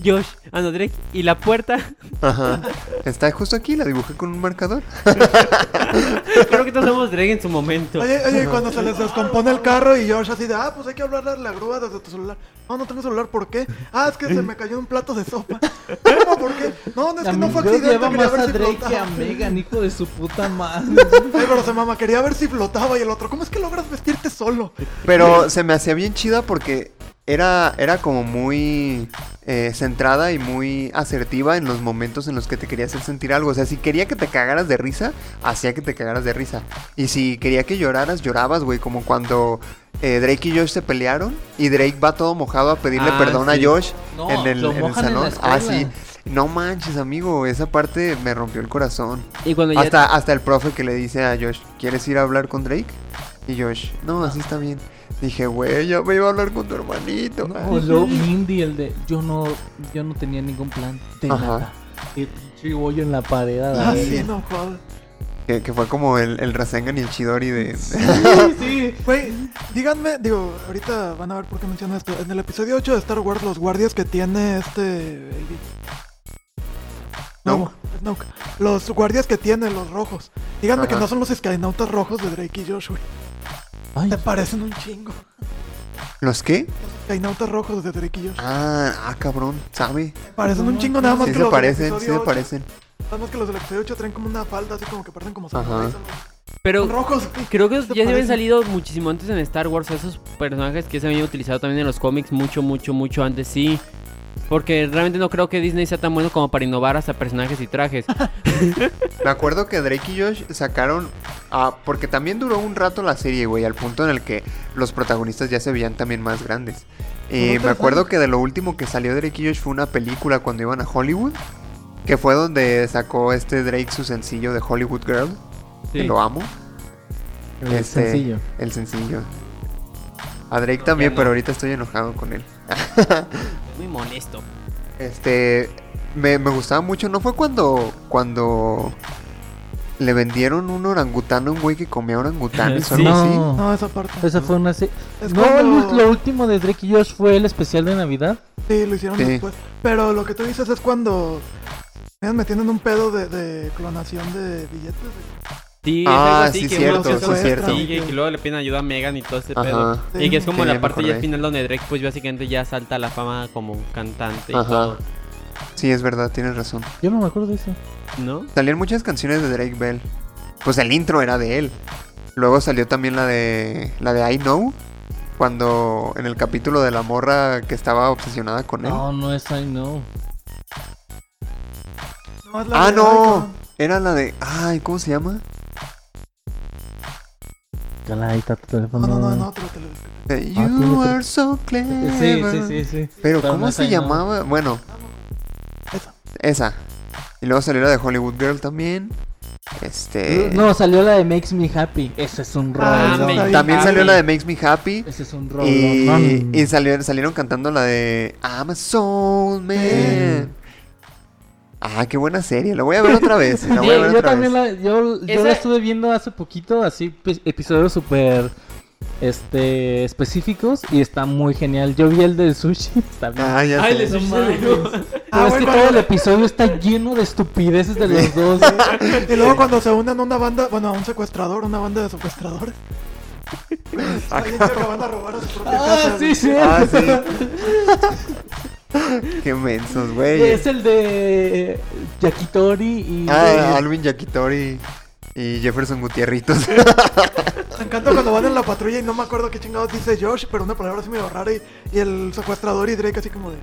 S4: Josh, ah, no, Drake, y la puerta,
S2: Ajá. Está justo aquí, la dibujé con un marcador.
S4: creo que todos somos Drake en su momento.
S6: Oye, oye, cuando se les descompone el carro y Josh así de, ah, pues hay que hablarle a la grúa desde tu celular. No, no tengo celular, ¿por qué? Ah, es que se me cayó un plato de sopa. ¿Cómo, por qué? No, no, es que no fue
S5: Yo
S6: accidente,
S5: lleva
S6: quería
S5: más
S6: ver
S5: a
S6: si
S5: Drake que a
S6: flotaba.
S5: Megan, hijo de su puta madre.
S6: Ay, pero se mama, quería ver si flotaba y el otro, ¿cómo es que logras vestirte solo?
S2: Pero se me hacía bien chida porque era, era como muy eh, centrada y muy asertiva en los momentos en los que te quería hacer sentir algo. O sea, si quería que te cagaras de risa, hacía que te cagaras de risa. Y si quería que lloraras, llorabas, güey. Como cuando eh, Drake y Josh se pelearon y Drake va todo mojado a pedirle
S4: Ah,
S2: perdón
S4: sí.
S2: a Josh
S5: No,
S2: en el,
S5: lo
S2: en el
S5: mojan en la
S2: salón. ah, sí.
S5: escuela.
S2: No manches, amigo. Esa parte me rompió el corazón.
S4: Y cuando ya...
S2: Hasta, hasta el profe que le dice a Josh, ¿quieres ir a hablar con Drake? Y Josh, no, así está bien. Dije, güey, ya me iba a hablar con tu hermanito.
S5: O lo Mindy, el de yo no, yo no tenía ningún plan de
S2: Ajá.
S5: nada. Y el pinche hoyo en la pared. a la
S6: Ah, sí,
S5: verga.
S6: no, joder.
S2: que, que fue como el, el Rasengan y el Chidori de...
S5: sí, sí.
S6: Güey, díganme, digo, ahorita van a ver por qué menciono esto. En el episodio 8 de Star Wars, los guardias que tiene este. el-
S2: Snoke.
S6: Snoke. Los guardias que tiene, los rojos. Díganme que
S2: Ajá.
S6: no son los Skynautas rojos de Drake y Josh, güey.
S5: Ay,
S6: Te parecen un chingo.
S2: ¿Los qué?
S6: Skynautas rojos de Drake y Josh.
S2: Ah, ah, cabrón, ¿sabe?
S6: Parecen un chingo nada más
S2: Sí
S6: que
S2: se
S6: los del
S2: parecen, sí
S6: episodio
S2: se
S6: 8.
S2: parecen.
S6: Nada más que los del episodio 8 traen como una falda, así como que parecen como
S2: Ajá.
S6: samuráis, algo.
S4: Pero
S6: Son rojos, güey.
S4: Creo que ya
S6: ¿Te
S4: se habían
S6: parece?
S4: salido muchísimo antes en Star Wars esos personajes que se habían utilizado también en los cómics mucho, mucho, mucho antes, sí. Porque realmente no creo que Disney sea tan bueno como para innovar hasta personajes y trajes.
S2: Me acuerdo que Drake y Josh sacaron... ah, porque también duró un rato la serie, güey, al punto en el que los protagonistas ya se veían también más grandes. Y
S6: Unos
S2: me
S6: tres
S2: acuerdo
S6: años.
S2: que de lo último que salió Drake y Josh fue una película cuando iban a Hollywood, que fue donde sacó este Drake su sencillo de Hollywood Girl, que
S4: Sí.
S2: lo amo.
S5: el sencillo.
S2: El sencillo. A Drake
S4: No,
S2: también,
S4: ya no.
S2: pero ahorita estoy enojado con él.
S4: Muy molesto.
S2: Este, me, me gustaba mucho, ¿no fue cuando cuando le vendieron un orangután a un güey que comía orangutanes o
S4: Sí.
S2: algo así?
S5: No,
S6: No, esa parte.
S5: esa fue una. se-
S6: Es
S5: No,
S6: cuando-
S5: lo último de Drake y Josh fue el especial de Navidad.
S6: Sí, lo hicieron
S2: Sí.
S6: después. Pero lo que tú dices es cuando me metiendo en un pedo de, de clonación de billetes. güey.
S4: Sí,
S2: Ah,
S4: es algo así
S2: sí,
S4: que
S2: cierto,
S4: uno se
S6: sí, cierto.
S4: sigue y que luego le piden ayuda a Megan y todo ese
S2: Ajá.
S4: pedo.
S6: Sí.
S4: y que es como
S2: Sí, ya
S4: la
S2: me
S4: parte ya
S2: acordé.
S4: final donde Drake pues básicamente ya salta a la fama como cantante y
S2: Ajá.
S4: todo,
S2: Sí, es verdad, tienes razón.
S5: Yo no me acuerdo de eso.
S4: ¿no?
S2: Salían muchas canciones de Drake Bell. Pues el intro era de él. Luego salió también la de la de I Know cuando en el capítulo de la morra que estaba obsesionada con él.
S5: No, no es I know.
S6: No, es la
S2: ah,
S6: de-
S2: no.
S6: ay,
S2: Era la de ay, ¿cómo se llama?
S5: Cala, ahí está tu teléfono.
S6: cabrón. Ah, No, no, no, en otro te lo busco.
S2: De,
S5: Ah, tiene
S2: you
S5: otro.
S2: are so clever.
S5: Sí, sí, sí, sí.
S2: Pero
S5: Pero no
S2: ¿cómo
S5: es
S2: se
S5: I Know.
S2: llamaba? Bueno,
S6: Esa.
S2: esa. Y luego salió la de Hollywood Girl también. Este
S5: No, salió la de Makes Me Happy. Ese es un
S6: Ah,
S5: rollo.
S6: Makes Me
S2: también
S6: Happy.
S2: salió la de Makes Me Happy.
S5: Ese es un rollo.
S2: Y, y salió- salieron cantando la de I'm a soul man. Ah, qué buena serie. La voy a ver otra vez. La voy a ver
S5: yo
S2: otra
S5: también
S2: vez.
S5: la, yo, yo
S4: Esa-
S5: la estuve viendo hace poquito, así pues, episodios súper este, específicos y está muy genial. Yo vi el del sushi, está bien.
S2: Ah, ya
S4: Ay,
S2: sé.
S4: le
S5: No
S4: sucede
S5: mames.
S4: algo.
S5: Pero
S6: Ah,
S5: es que
S6: bueno,
S5: todo el
S6: bueno.
S5: episodio está lleno de estupideces de los dos. güey.
S6: Y luego cuando se unen a una banda, bueno, a un secuestrador, una banda de secuestradores. Alguien se acaban a robar a su propia
S5: ah,
S6: casa.
S5: sí, sí.
S2: Ah, sí. qué mensos, güey.
S5: Es el de Yakitori y...
S2: Ah, Alvin Yakitori y Jefferson Gutierritos.
S6: Me encanta cuando van en la patrulla y no me acuerdo qué chingados dice Josh, pero una palabra así medio rara y, y el secuestrador y Drake así como de...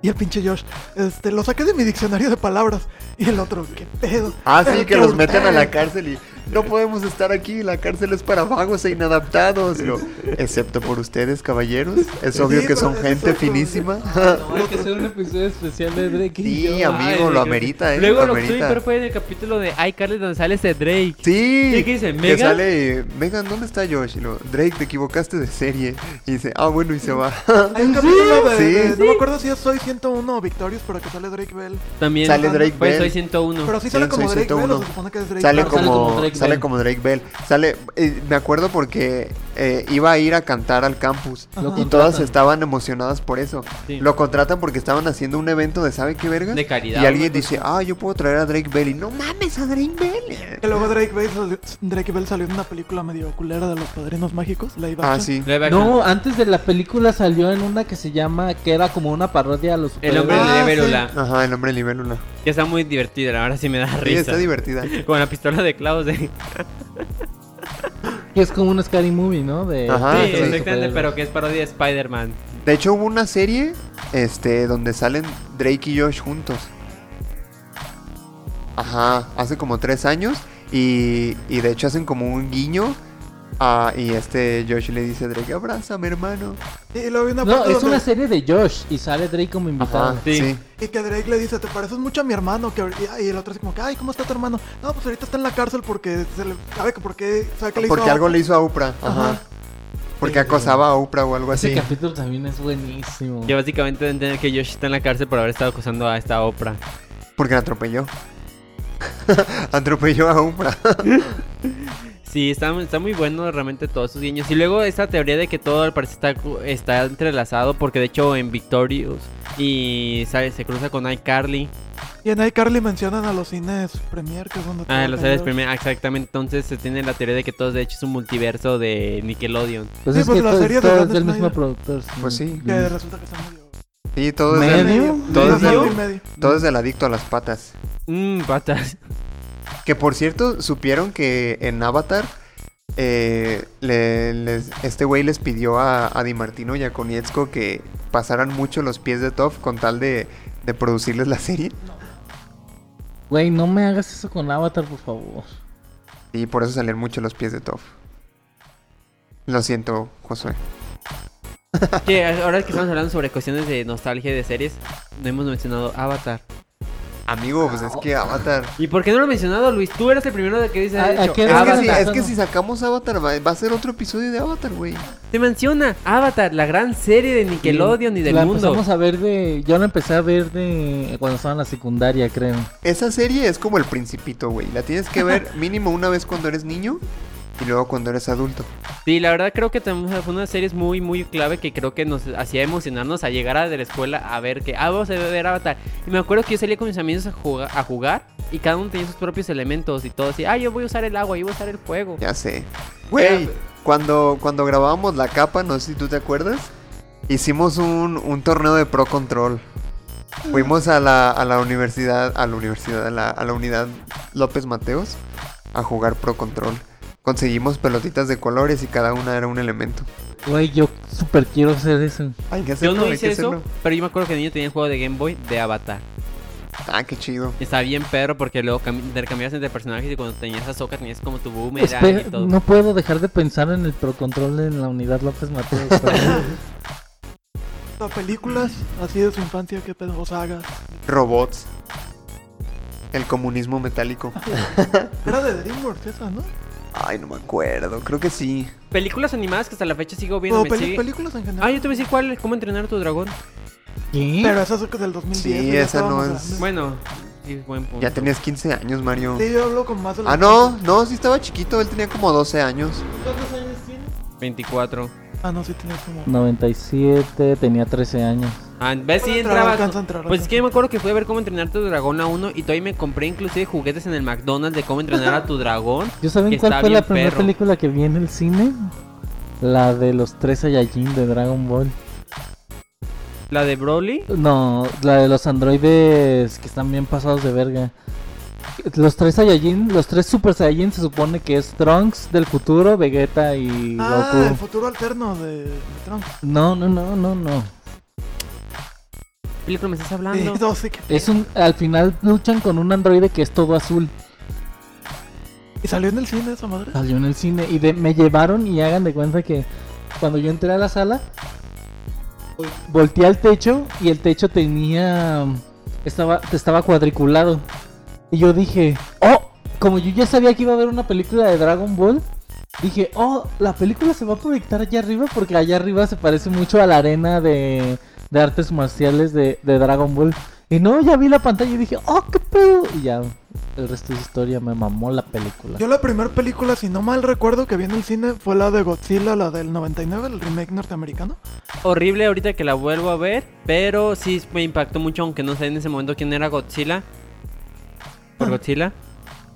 S6: Y el pinche Josh, este, lo saqué de mi diccionario de palabras. Y el otro, qué pedo.
S2: Ah, sí, que los meten a la
S6: cara.
S2: cárcel y no podemos estar aquí, la cárcel es para vagos e inadaptados. Y yo, Excepto por ustedes, caballeros. Es
S6: Sí,
S2: obvio que
S6: pero
S2: son
S6: es
S2: gente
S6: exacto.
S2: finísima.
S5: No, hay que hacer un episodio especial de Drake y
S2: Sí,
S5: yo.
S2: amigo, lo
S4: creo
S2: amerita,
S4: que-
S2: eh,
S4: Luego
S2: lo
S4: lo que
S2: amerita.
S4: pero fue en el capítulo de iCarly donde sale ese Drake.
S2: Sí,
S4: ¿Sí, qué dice,
S2: que
S4: Megan?
S2: sale, Megan, ¿dónde está Josh? Y lo, Drake, te equivocaste de serie. Y dice, ah, bueno, y se va.
S6: Hay un capítulo de,
S2: Sí.
S6: de- No me acuerdo si es Soy 101 o Victorious, pero que sale Drake Bell.
S4: También
S2: Sale Drake
S4: fue
S2: Bell.
S4: Soy 101.
S6: Pero sí sale
S2: Sí,
S6: como
S2: Soy
S6: Drake Bell, o
S2: 101.
S6: se supone que es Drake
S2: sale,
S6: Bell.
S2: como,
S5: sale como Drake
S2: sale
S5: Bell.
S2: como Drake Bell. Sale, eh, me acuerdo porque eh, iba a ir a cantar al campus.
S5: Lo
S2: Y todas
S5: contratan.
S2: estaban emocionadas por eso.
S4: Sí.
S2: Lo contratan porque estaban haciendo un evento de ¿sabe qué verga?
S4: De caridad, pues.
S2: Y alguien
S4: una
S2: dice, ah, yo puedo traer a Drake Bell. Y no mames a Drake Bell.
S6: Que luego Drake Bell, salió, Drake Bell salió en una película medio culera de los padrinos mágicos, la
S2: Ah, sí.
S4: Live action.
S5: No, antes de la película salió en una que se llama, que era como una parodia a los
S4: El hombre
S5: superhéroes.
S6: Ah,
S4: de Verula.
S2: Ajá, el hombre libélula.
S4: Que está muy divertida, ahora sí me da
S2: Sí,
S4: risa.
S2: está divertida.
S4: Con la pistola de Klaus. eh.
S5: Que es como un scary movie, ¿no? De,
S2: Ajá, Ah,
S4: sí,
S2: sí.
S4: exactamente, pero que es parodia de Spider-Man.
S2: De hecho, hubo una serie este, donde salen Drake y Josh juntos. Ajá, hace como tres años. Y, y de hecho hacen como un guiño. ah, y este Josh le dice a Drake, abrázame hermano.
S6: Y, y luego vi una
S5: No,
S6: parte
S5: es
S6: donde-
S5: una serie de Josh y sale Drake como invitado.
S2: Ajá,
S4: Sí.
S2: Ah, sí.
S6: Y que Drake le dice, te pareces mucho a mi hermano. Que, ahorita- y el otro así como, que, ay, ¿cómo está tu hermano? No, pues ahorita está en la cárcel porque se le... ¿Sabe que por qué? ¿Sabe que le hizo
S2: Porque algo
S6: algo?
S2: le hizo a Oprah. Ajá.
S6: Ajá.
S2: Porque acosaba a Oprah o algo
S5: Ese
S2: así.
S5: capítulo también es buenísimo.
S4: Que básicamente deben entender que Yoshi está en la cárcel por haber estado acusando a esta Oprah.
S2: Porque la atropelló. atropelló a Oprah.
S4: Sí, está, está muy bueno realmente todos esos guiños. Y luego esa teoría de que todo al parecer está, cu- está entrelazado, porque de hecho en Victorious y ¿sabes? se cruza con iCarly.
S6: Y en iCarly mencionan a los cines Premier, que es donde...
S4: Ah,
S6: trabaja
S4: los seres
S6: Josh.
S4: primero, exactamente. Entonces se tiene la teoría de que todo es de hecho es un multiverso de Nickelodeon.
S5: Pues
S6: Sí,
S5: es
S6: pues
S5: que
S6: la
S5: todo,
S6: serie de
S5: todo
S6: Dan
S5: es del
S6: Snyder.
S5: mismo productor. sí.
S2: Pues
S4: Mm.
S2: sí.
S6: Que resulta que está medio...
S2: Sí, todo es, del,
S5: ¿Medio?
S2: todo es
S6: medio
S2: del-
S6: y medio.
S2: todo es del adicto a las patas.
S4: Mmm, patas.
S2: Que por cierto, supieron que en Avatar, eh, le- les- este güey les pidió a, a Di Martino y a Konietzko que pasaran mucho los pies de Toph con tal de, de producirles la serie.
S5: Güey, no me hagas eso con Avatar, por favor.
S2: Y por eso salían mucho los pies de Toph. Lo siento, Josué.
S4: Que ahora que estamos hablando sobre cuestiones de nostalgia y de series, no hemos mencionado Avatar.
S2: Amigo, pues es que Avatar.
S4: ¿Y por qué no lo he mencionado, Luis? Tú eres el primero de que dice.
S5: ¿A-
S4: de
S5: Ah, a
S4: hecho,
S5: qué
S2: Es que,
S5: Avatar,
S2: si,
S4: Avatar.
S2: es que
S5: no.
S2: si sacamos Avatar, va, va a ser otro episodio de Avatar, güey.
S4: Te menciona Avatar, la gran serie de Nickelodeon y del
S5: la
S4: mundo.
S5: empezamos a ver de... Yo la empecé a ver de... Cuando estaba en la secundaria, creo.
S2: Esa serie es como el principito, güey. La tienes que ver mínimo una vez cuando eres niño y luego cuando eres adulto.
S4: Sí, la verdad creo que tenemos fue una serie muy, muy clave que creo que nos hacía emocionarnos a llegar a de la escuela a ver que, ah, vamos a ver Avatar. Y me acuerdo que yo salía con mis amigos a, juga- a jugar y cada uno tenía sus propios elementos y todo así, ah, yo voy a usar el agua, yo voy a usar el fuego.
S2: Ya sé. Güey, cuando, cuando grabábamos la capa, no sé si tú te acuerdas, hicimos un, un torneo de Pro Control. Fuimos a la, a la universidad, a la universidad, a la, a la unidad López Mateos a jugar Pro Control. Conseguimos pelotitas de colores y cada una era un elemento.
S5: Güey, yo super quiero hacer eso.
S2: Hay que hacerlo,
S4: Yo no
S2: hay
S4: hice
S2: que
S4: eso,
S2: hacerlo.
S4: pero yo me acuerdo que de niño tenía el juego de Game Boy de Avatar.
S2: Ah, qué chido.
S4: Y Estaba bien perro porque luego cam- intercambiabas entre personajes y cuando tenías a Soca tenías como tu boomerang
S5: Espe-
S4: y todo.
S5: no puedo dejar de pensar en el Pro Control en la unidad López Mateos. pero-
S6: O películas así de su infancia, qué pedo, o sagas.
S2: Robots. El comunismo metálico.
S6: Era de DreamWorks esa, ¿no?
S2: Ay, no me acuerdo. Creo que sí.
S4: Películas animadas que hasta la fecha sigo viendo.
S6: O
S4: me
S6: peli-
S4: sigue-
S6: películas en
S4: Ah,
S6: general.
S4: yo te voy a decir cuál, cómo entrenar a tu dragón.
S5: ¿Qué?
S6: Pero esa es del 2010.
S2: Sí,
S6: güey, ya
S2: esa no
S6: estábamos
S2: es-
S6: grandes.
S4: Bueno, sí, buen punto.
S2: Ya tenías 15 años, Mario.
S6: Sí, yo hablo con más de la
S2: Ah, no, no, sí estaba chiquito. Él tenía como 12 años.
S6: ¿Cuántos años tienes?
S4: 24.
S6: Ah, no, sí tenías como...
S5: 97, tenía 13 años.
S4: Ah, ¿ves? Sí,
S6: Bueno, entra,
S4: entraba.
S6: alcanza a entrar,
S4: pues es
S6: alcanza.
S4: que yo me acuerdo que fui a ver cómo entrenar a tu dragón a uno y todavía me compré inclusive juguetes en el McDonald's de cómo entrenar a tu dragón.
S5: ¿Yo saben
S4: Que
S5: cuál
S4: está
S5: fue la
S4: bien
S5: primera
S4: perro.
S5: película que vi en el cine? La de los tres Saiyajin de Dragon Ball.
S4: La de Broly.
S5: No, la de los androides que están bien pasados de verga. Los tres Saiyajin, los tres Super Saiyajin se supone que es Trunks del futuro, Vegeta y
S6: Ah, el
S5: Goku.
S6: futuro alterno de, de Trump.
S5: No, no, no, no, no.
S4: ¿Qué película me estás
S6: Sí,
S4: hablando?
S6: no, sí que...
S5: Es un al final luchan con un androide que es todo azul.
S6: ¿Y salió en el cine esa madre?
S5: Salió en el cine y de- me llevaron y hagan de cuenta que cuando yo entré a la sala vol- volteé al techo y el techo tenía estaba estaba cuadriculado. Y yo dije, "Oh, como yo ya sabía que iba a haber una película de Dragon Ball, dije, "Oh, la película se va a proyectar allá arriba porque allá arriba se parece mucho a la arena de de artes marciales de, de Dragon Ball." Y no, ya vi la pantalla y dije, "Oh, qué pedo." Y ya el resto es historia, me mamó la película.
S6: Yo la primera película, si no mal recuerdo, que vi en el cine fue la de Godzilla, la del 99, el remake norteamericano.
S4: Horrible ahorita que la vuelvo a ver, pero sí me impactó mucho, aunque no sé en ese momento quién era Godzilla.
S6: Ah.
S4: ¿Por Godzilla?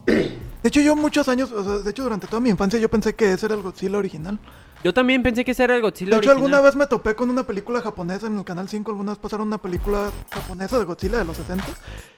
S6: De hecho, yo muchos años, o sea, de hecho, durante toda mi infancia yo pensé que ese era el Godzilla original.
S4: Yo también pensé que ese era el Godzilla.
S6: De hecho,
S4: original.
S6: alguna vez me topé con una película japonesa en el Canal 5, alguna vez pasaron una película japonesa de Godzilla de los 70.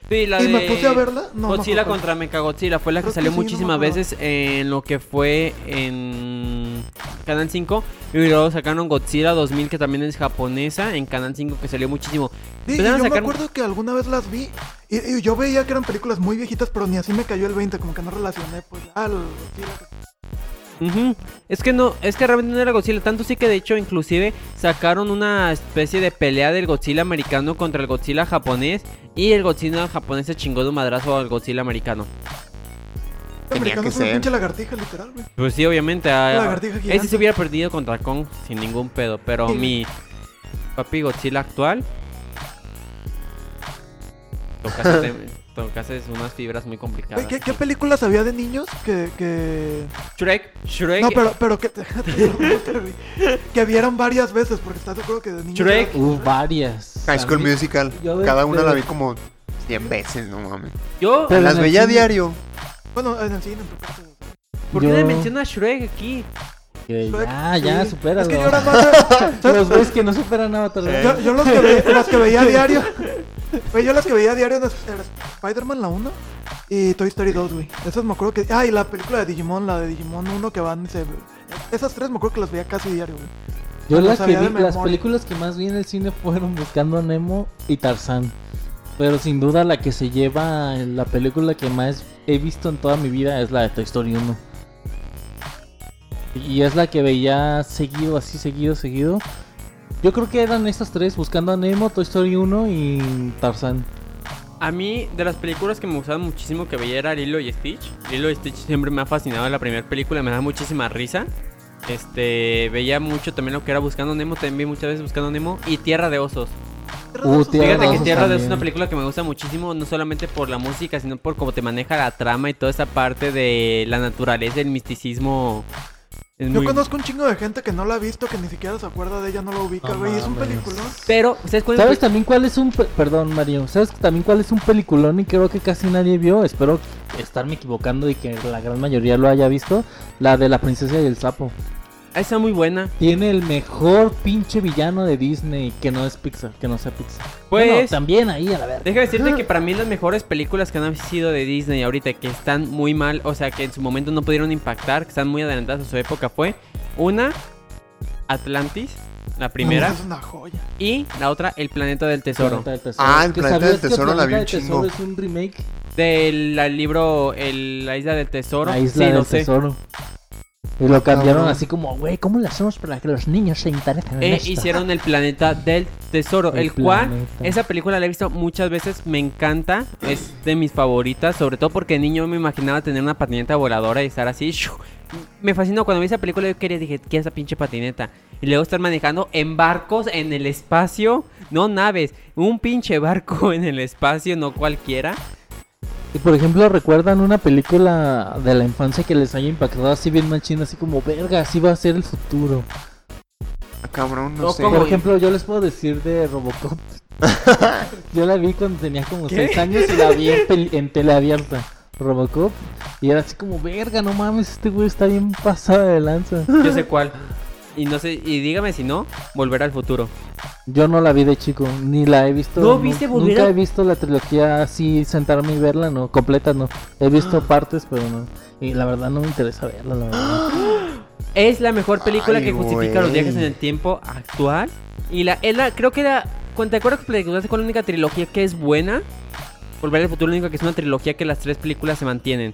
S4: Sí, la
S6: y me
S4: de
S6: puse a verla, no, no
S4: Godzilla
S6: fue cuál.
S4: contra Mechagodzilla fue la que
S6: Creo que
S4: salió
S6: sí, no me
S4: muchísimas
S6: acuerdo.
S4: veces en lo que fue en Canal 5 y luego sacaron Godzilla 2000 que también es japonesa en Canal 5 que salió muchísimo.
S6: Sí, y
S4: Empezaron a
S6: yo me
S4: sacar-
S6: acuerdo que alguna vez las vi y, y yo veía que eran películas muy viejitas, pero ni así me cayó el 20, como que no relacioné pues al Godzilla.
S4: Ujú. Es que no, es que realmente no era Godzilla, tanto sí que de hecho inclusive sacaron una especie de pelea del Godzilla americano contra el Godzilla japonés y el Godzilla japonés se chingó de un madrazo al Godzilla americano.
S6: El americano
S2: que
S6: es una
S2: ser.
S6: pinche lagartija, literal, güey.
S4: Pues sí, obviamente. ah,
S6: lagartija
S4: ese
S6: gigante.
S4: se hubiera perdido contra Kong sin ningún pedo. Pero
S6: Sí.
S4: mi papi Godzilla actual. Tocaste, tocaste unas fibras muy complicadas.
S6: Güey, ¿Qué, qué películas había de niños que... que...
S4: Shrek, Shrek.
S6: No, pero, pero que... que vieron varias veces, porque estás de acuerdo que de niños...
S4: Shrek.
S5: Uh, varias.
S2: High School
S5: También-
S2: Musical.
S5: yo de-
S2: Cada una
S5: de-
S2: la vi como 100 veces, no mames.
S4: Yo,
S5: Pero
S2: Las
S5: en el
S2: veía a
S5: cine-
S2: diario.
S6: Bueno, en el cine, en tu caso.
S4: ¿por qué me
S5: yo-
S4: mencionas Shrek aquí? Eh,
S5: que
S6: Shrek,
S5: ya,
S6: sí.
S5: ya, supera.
S6: Es que yo era más... de-
S5: Los güeyes que no superan a Avatar.
S6: Yo,
S5: ¿verdad?
S6: yo los, que ve- las que veía a diario. Güey, yo las que veía a diario eran era Spider-Man la 1 y Toy Story 2, güey. Esas me acuerdo que. Ah, y la película de Digimon, la de Digimon 1 que van. y se- Esas tres me acuerdo que las veía casi diario, güey.
S5: Yo
S6: los
S5: la que
S6: sabía de
S5: vi- las
S6: memoria.
S5: películas que más vi en el cine fueron Buscando a Nemo y Tarzán. Pero sin duda la que se lleva la película que más he visto en toda mi vida es la de Toy Story 1. Y es la que veía seguido, así seguido, seguido. Yo creo que eran estas tres, Buscando a Nemo, Toy Story 1 y Tarzán.
S4: A mí, de las películas que me gustaban muchísimo que veía era Lilo y Stitch. Lilo y Stitch siempre me ha fascinado la primera película, me da muchísima risa. Este, veía mucho también lo que era Buscando Nemo, también vi muchas veces Buscando Nemo y Tierra de Osos.
S5: Uh, Tierra
S4: Fíjate que
S5: Osos
S4: Tierra de Osos es una
S5: también.
S4: película que me gusta muchísimo, no solamente por la música, sino por cómo te maneja la trama y toda esa parte de la naturaleza, el misticismo Es
S6: Yo
S4: muy-
S6: conozco un chingo de gente que no la ha visto, que ni siquiera se acuerda de ella, no la ubica,
S5: No
S6: güey. y es un
S5: mames.
S6: peliculón.
S4: Pero, ¿sabes cuál es
S5: ¿Sabes también cuál es un... pe- Perdón, Mario. ¿Sabes también cuál es un peliculón y creo que casi nadie vio? Espero estarme equivocando y que la gran mayoría lo haya visto. La de la princesa y el sapo.
S4: Esa muy buena.
S5: Tiene el mejor pinche villano de Disney que no es Pixar, que no sea Pixar.
S4: Pues-
S5: Bueno, también ahí a la verga.
S4: Deja
S6: Ah.
S4: decirte que para mí las mejores películas que han sido de Disney ahorita, que están muy mal, o sea, que en su momento no pudieron impactar, que están muy adelantadas a su época, fue una, Atlantis, la primera,
S6: Es una joya.
S4: y la otra, El Planeta del Tesoro,
S5: Planeta del Tesoro.
S2: Ah, el
S5: Que
S2: Planeta del
S5: sabías que
S2: Tesoro la vi
S5: Planeta
S2: un
S5: del
S2: chingo.
S5: Tesoro Es un remake.
S4: del al libro el- La Isla del Tesoro.
S5: La isla
S4: sí,
S5: del
S4: lo sé.
S5: tesoro. Y lo cambiaron
S2: cabrón.
S5: así como, güey, ¿cómo lo hacemos para que los niños se interesen en
S4: E
S5: esto?"
S4: hicieron el planeta del tesoro, el,
S5: El
S4: cual
S5: planeta.
S4: esa película la he visto muchas veces, me encanta, es de mis favoritas, sobre todo porque de niño me imaginaba tener una patineta voladora y estar así. ¡shu! Me fascinó cuando vi esa película yo quería dije, ¿qué es esa pinche patineta? Y luego estar manejando en barcos en el espacio, no naves, un pinche barco en el espacio, no cualquiera.
S5: Y por ejemplo, ¿recuerdan una película de la infancia que les haya impactado así bien machina? Así como, verga, así va a ser el futuro.
S2: Ah, Cabrón, no,
S4: No,
S2: sé.
S4: ¿cómo?
S5: Por ejemplo, yo les puedo decir de Robocop. yo la vi cuando tenía como
S4: ¿Qué?
S5: 6 años y la vi en, pel- en tele abierta. Robocop. Y era así como, verga, no mames, este güey está bien pasado de lanza.
S4: Yo sé cuál. Y no sé, y dígame si no, volver al futuro.
S5: Yo no la vi de chico, ni la he visto.
S4: ¿No
S5: nu-
S4: viste Volver
S5: Nunca
S4: a-
S5: he visto la trilogía así, sentarme y verla, no, completa no. He visto partes, pero no. Y la verdad no me interesa verla, la verdad.
S4: Es la mejor película
S2: Ay,
S4: que justifica los
S2: güey.
S4: viajes en el tiempo actual. Y la, es la, creo que la, cuando te acuerdas que platicaste con la única trilogía que es buena, Volver al futuro, la única que es una trilogía que las tres películas se mantienen.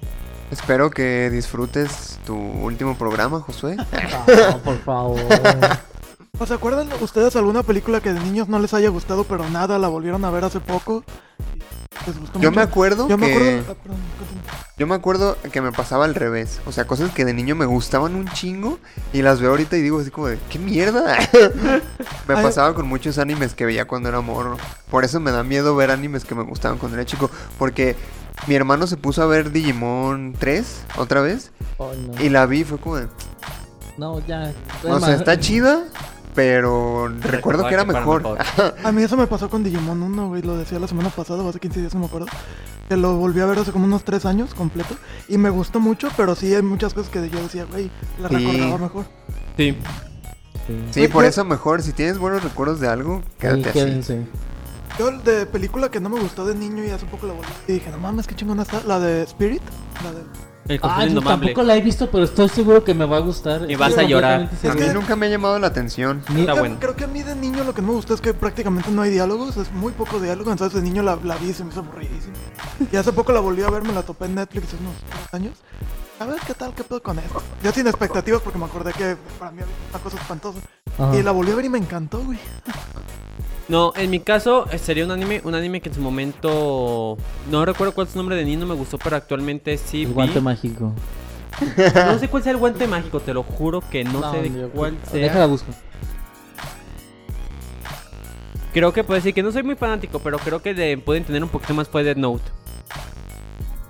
S2: Espero que disfrutes tu último programa, Josué.
S5: No, por favor.
S6: ¿O se acuerdan ustedes alguna película que de niños no les haya gustado, pero nada, la volvieron a ver hace poco? Les gustó
S2: Yo
S6: mucho.
S2: me acuerdo
S6: Yo me
S2: que-
S6: acuerdo. ah, perdón, continúa.
S2: Yo me acuerdo que me pasaba al revés. O sea, cosas que de niño me gustaban un chingo y las veo ahorita y digo así como de, ¿qué mierda? me
S6: Ay.
S2: pasaba con muchos animes que veía cuando era morro. Por eso me da miedo ver animes que me gustaban cuando era chico. Porque mi hermano se puso a ver Digimon 3 otra vez
S5: Ay, no.
S2: y la vi y fue como de,
S5: No, ya. eh,
S2: o sea, está chida, pero recuerdo que era
S4: para
S2: mejor.
S6: A mí eso me pasó con Digimon 1, güey, lo decía la semana pasada, o hace 15 días, no me acuerdo. Que lo volví a ver hace como unos 3 años completo. Y me gustó mucho, pero sí hay muchas cosas que yo decía, güey, la
S2: Sí.
S6: recordaba mejor.
S4: Sí.
S2: Sí, por eso mejor. Si tienes buenos recuerdos de algo, quédate así.
S5: quédense.
S6: Yo de película que no me gustó de niño y hace poco la volví y dije, no mames, qué chingona está. La de Spirit, la de...
S4: El
S5: Ah,
S4: costal
S5: yo
S4: indomable.
S5: tampoco la he visto, pero estoy seguro que me va a gustar.
S4: Y vas a llorar.
S5: Completamente
S2: A mí
S5: seguro.
S2: nunca me ha llamado la atención.
S5: Ni-
S4: Está
S6: Creo-
S4: bueno.
S6: Creo que a mí de niño lo que no me gustó es que prácticamente no hay diálogos, es muy poco diálogo, entonces de niño la, la vi y se me hizo aburridísima. Y hace poco la volví a ver, me la topé en Netflix hace unos tres años. A ver qué tal, qué pedo con esto. Yo sin expectativas porque me acordé que para mí había una cosa espantosa.
S5: Ajá.
S6: Y la volví a ver y me encantó, güey.
S4: No, en mi caso eh, sería un anime, un anime que en su momento no recuerdo cuál es su nombre de niño, me gustó, pero actualmente sí.
S5: El
S4: vi.
S5: guante mágico.
S4: No sé cuál sea el guante mágico, te lo juro que no, sé de
S5: yo-
S4: cuál sea.
S5: Déjala busco.
S4: Creo que puedo decir que no soy muy fanático, pero creo que le pueden tener un poquito más fue Dead Note.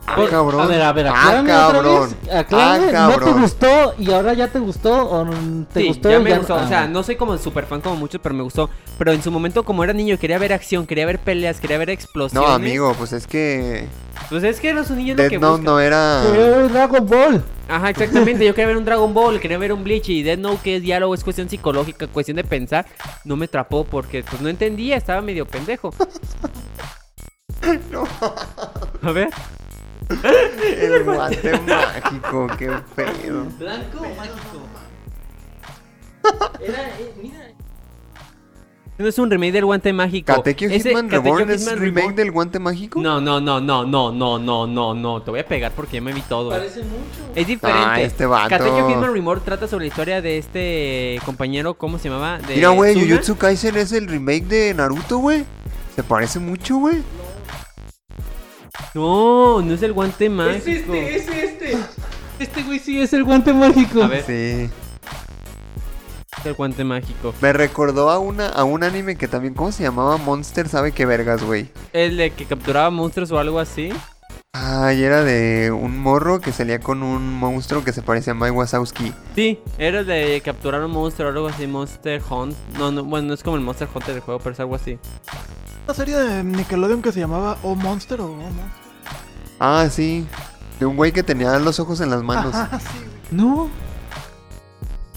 S2: Ah, cabrón.
S5: A ver, a ver,
S2: ah,
S5: aclárame otra
S2: cabrón.
S5: vez, aclárame,
S2: Ah,
S5: ¿No te
S2: cabrón.
S5: gustó y ahora ya te gustó o n- te
S4: sí,
S5: gustó?
S4: ya
S5: y
S4: me gustó.
S5: ah,
S4: o sea, no soy como super fan como muchos, pero me gustó. Pero en su momento, como era niño, quería ver acción, quería ver peleas, quería ver explosiones.
S2: No, amigo, pues es que
S4: Pues es que los niños lo
S2: Dead
S4: que
S2: Note
S4: buscan.
S2: no era.
S5: ¡Eh, Dragon Ball!
S4: Ajá, exactamente. Yo quería ver un Dragon Ball, quería ver un Bleach y Dead Note, que es diálogo, es cuestión psicológica, cuestión de pensar. No me atrapó porque pues no entendía, estaba medio pendejo. A ver.
S2: El guante mágico, qué pedo.
S4: Blanco mágico. No es un remake del guante mágico.
S2: ¿Katekyo
S4: Ese
S2: Hitman
S4: Katekyo
S2: Reborn es
S4: Hitman
S2: remake
S4: Reborn-
S2: del guante mágico?
S4: No, no, no, no, no, no, no, no, no. Te voy a pegar porque ya me vi todo.
S5: mucho.
S4: Es diferente.
S2: Ah, este vato.
S4: Katekyo Hitman Reborn trata sobre la historia de este compañero, ¿cómo se llamaba? De
S2: Mira, güey,
S4: Tsuna.
S2: Jujutsu Kaisen es el remake de Naruto, güey. Se parece mucho, güey.
S4: No, no es el guante mágico.
S5: es este. Este güey sí es el guante mágico.
S4: A ver,
S2: Sí.
S4: es el guante mágico.
S2: Me recordó a una a un anime que también, ¿cómo se llamaba? Monster sabe qué vergas, güey.
S4: El de que capturaba monstruos o algo así.
S2: Ah, y era de un morro que salía con un monstruo que se parece a Mike Wazowski.
S4: Sí, era de capturar un monstruo o algo así, Monster Hunt. No, no, bueno, no es como el Monster Hunter del juego, pero es algo así.
S6: Una serie de Nickelodeon que se llamaba O Monster o O Monster.
S2: Ah, sí. De un güey que tenía los ojos en las manos.
S6: Ajá, Ah, sí, güey.
S5: No.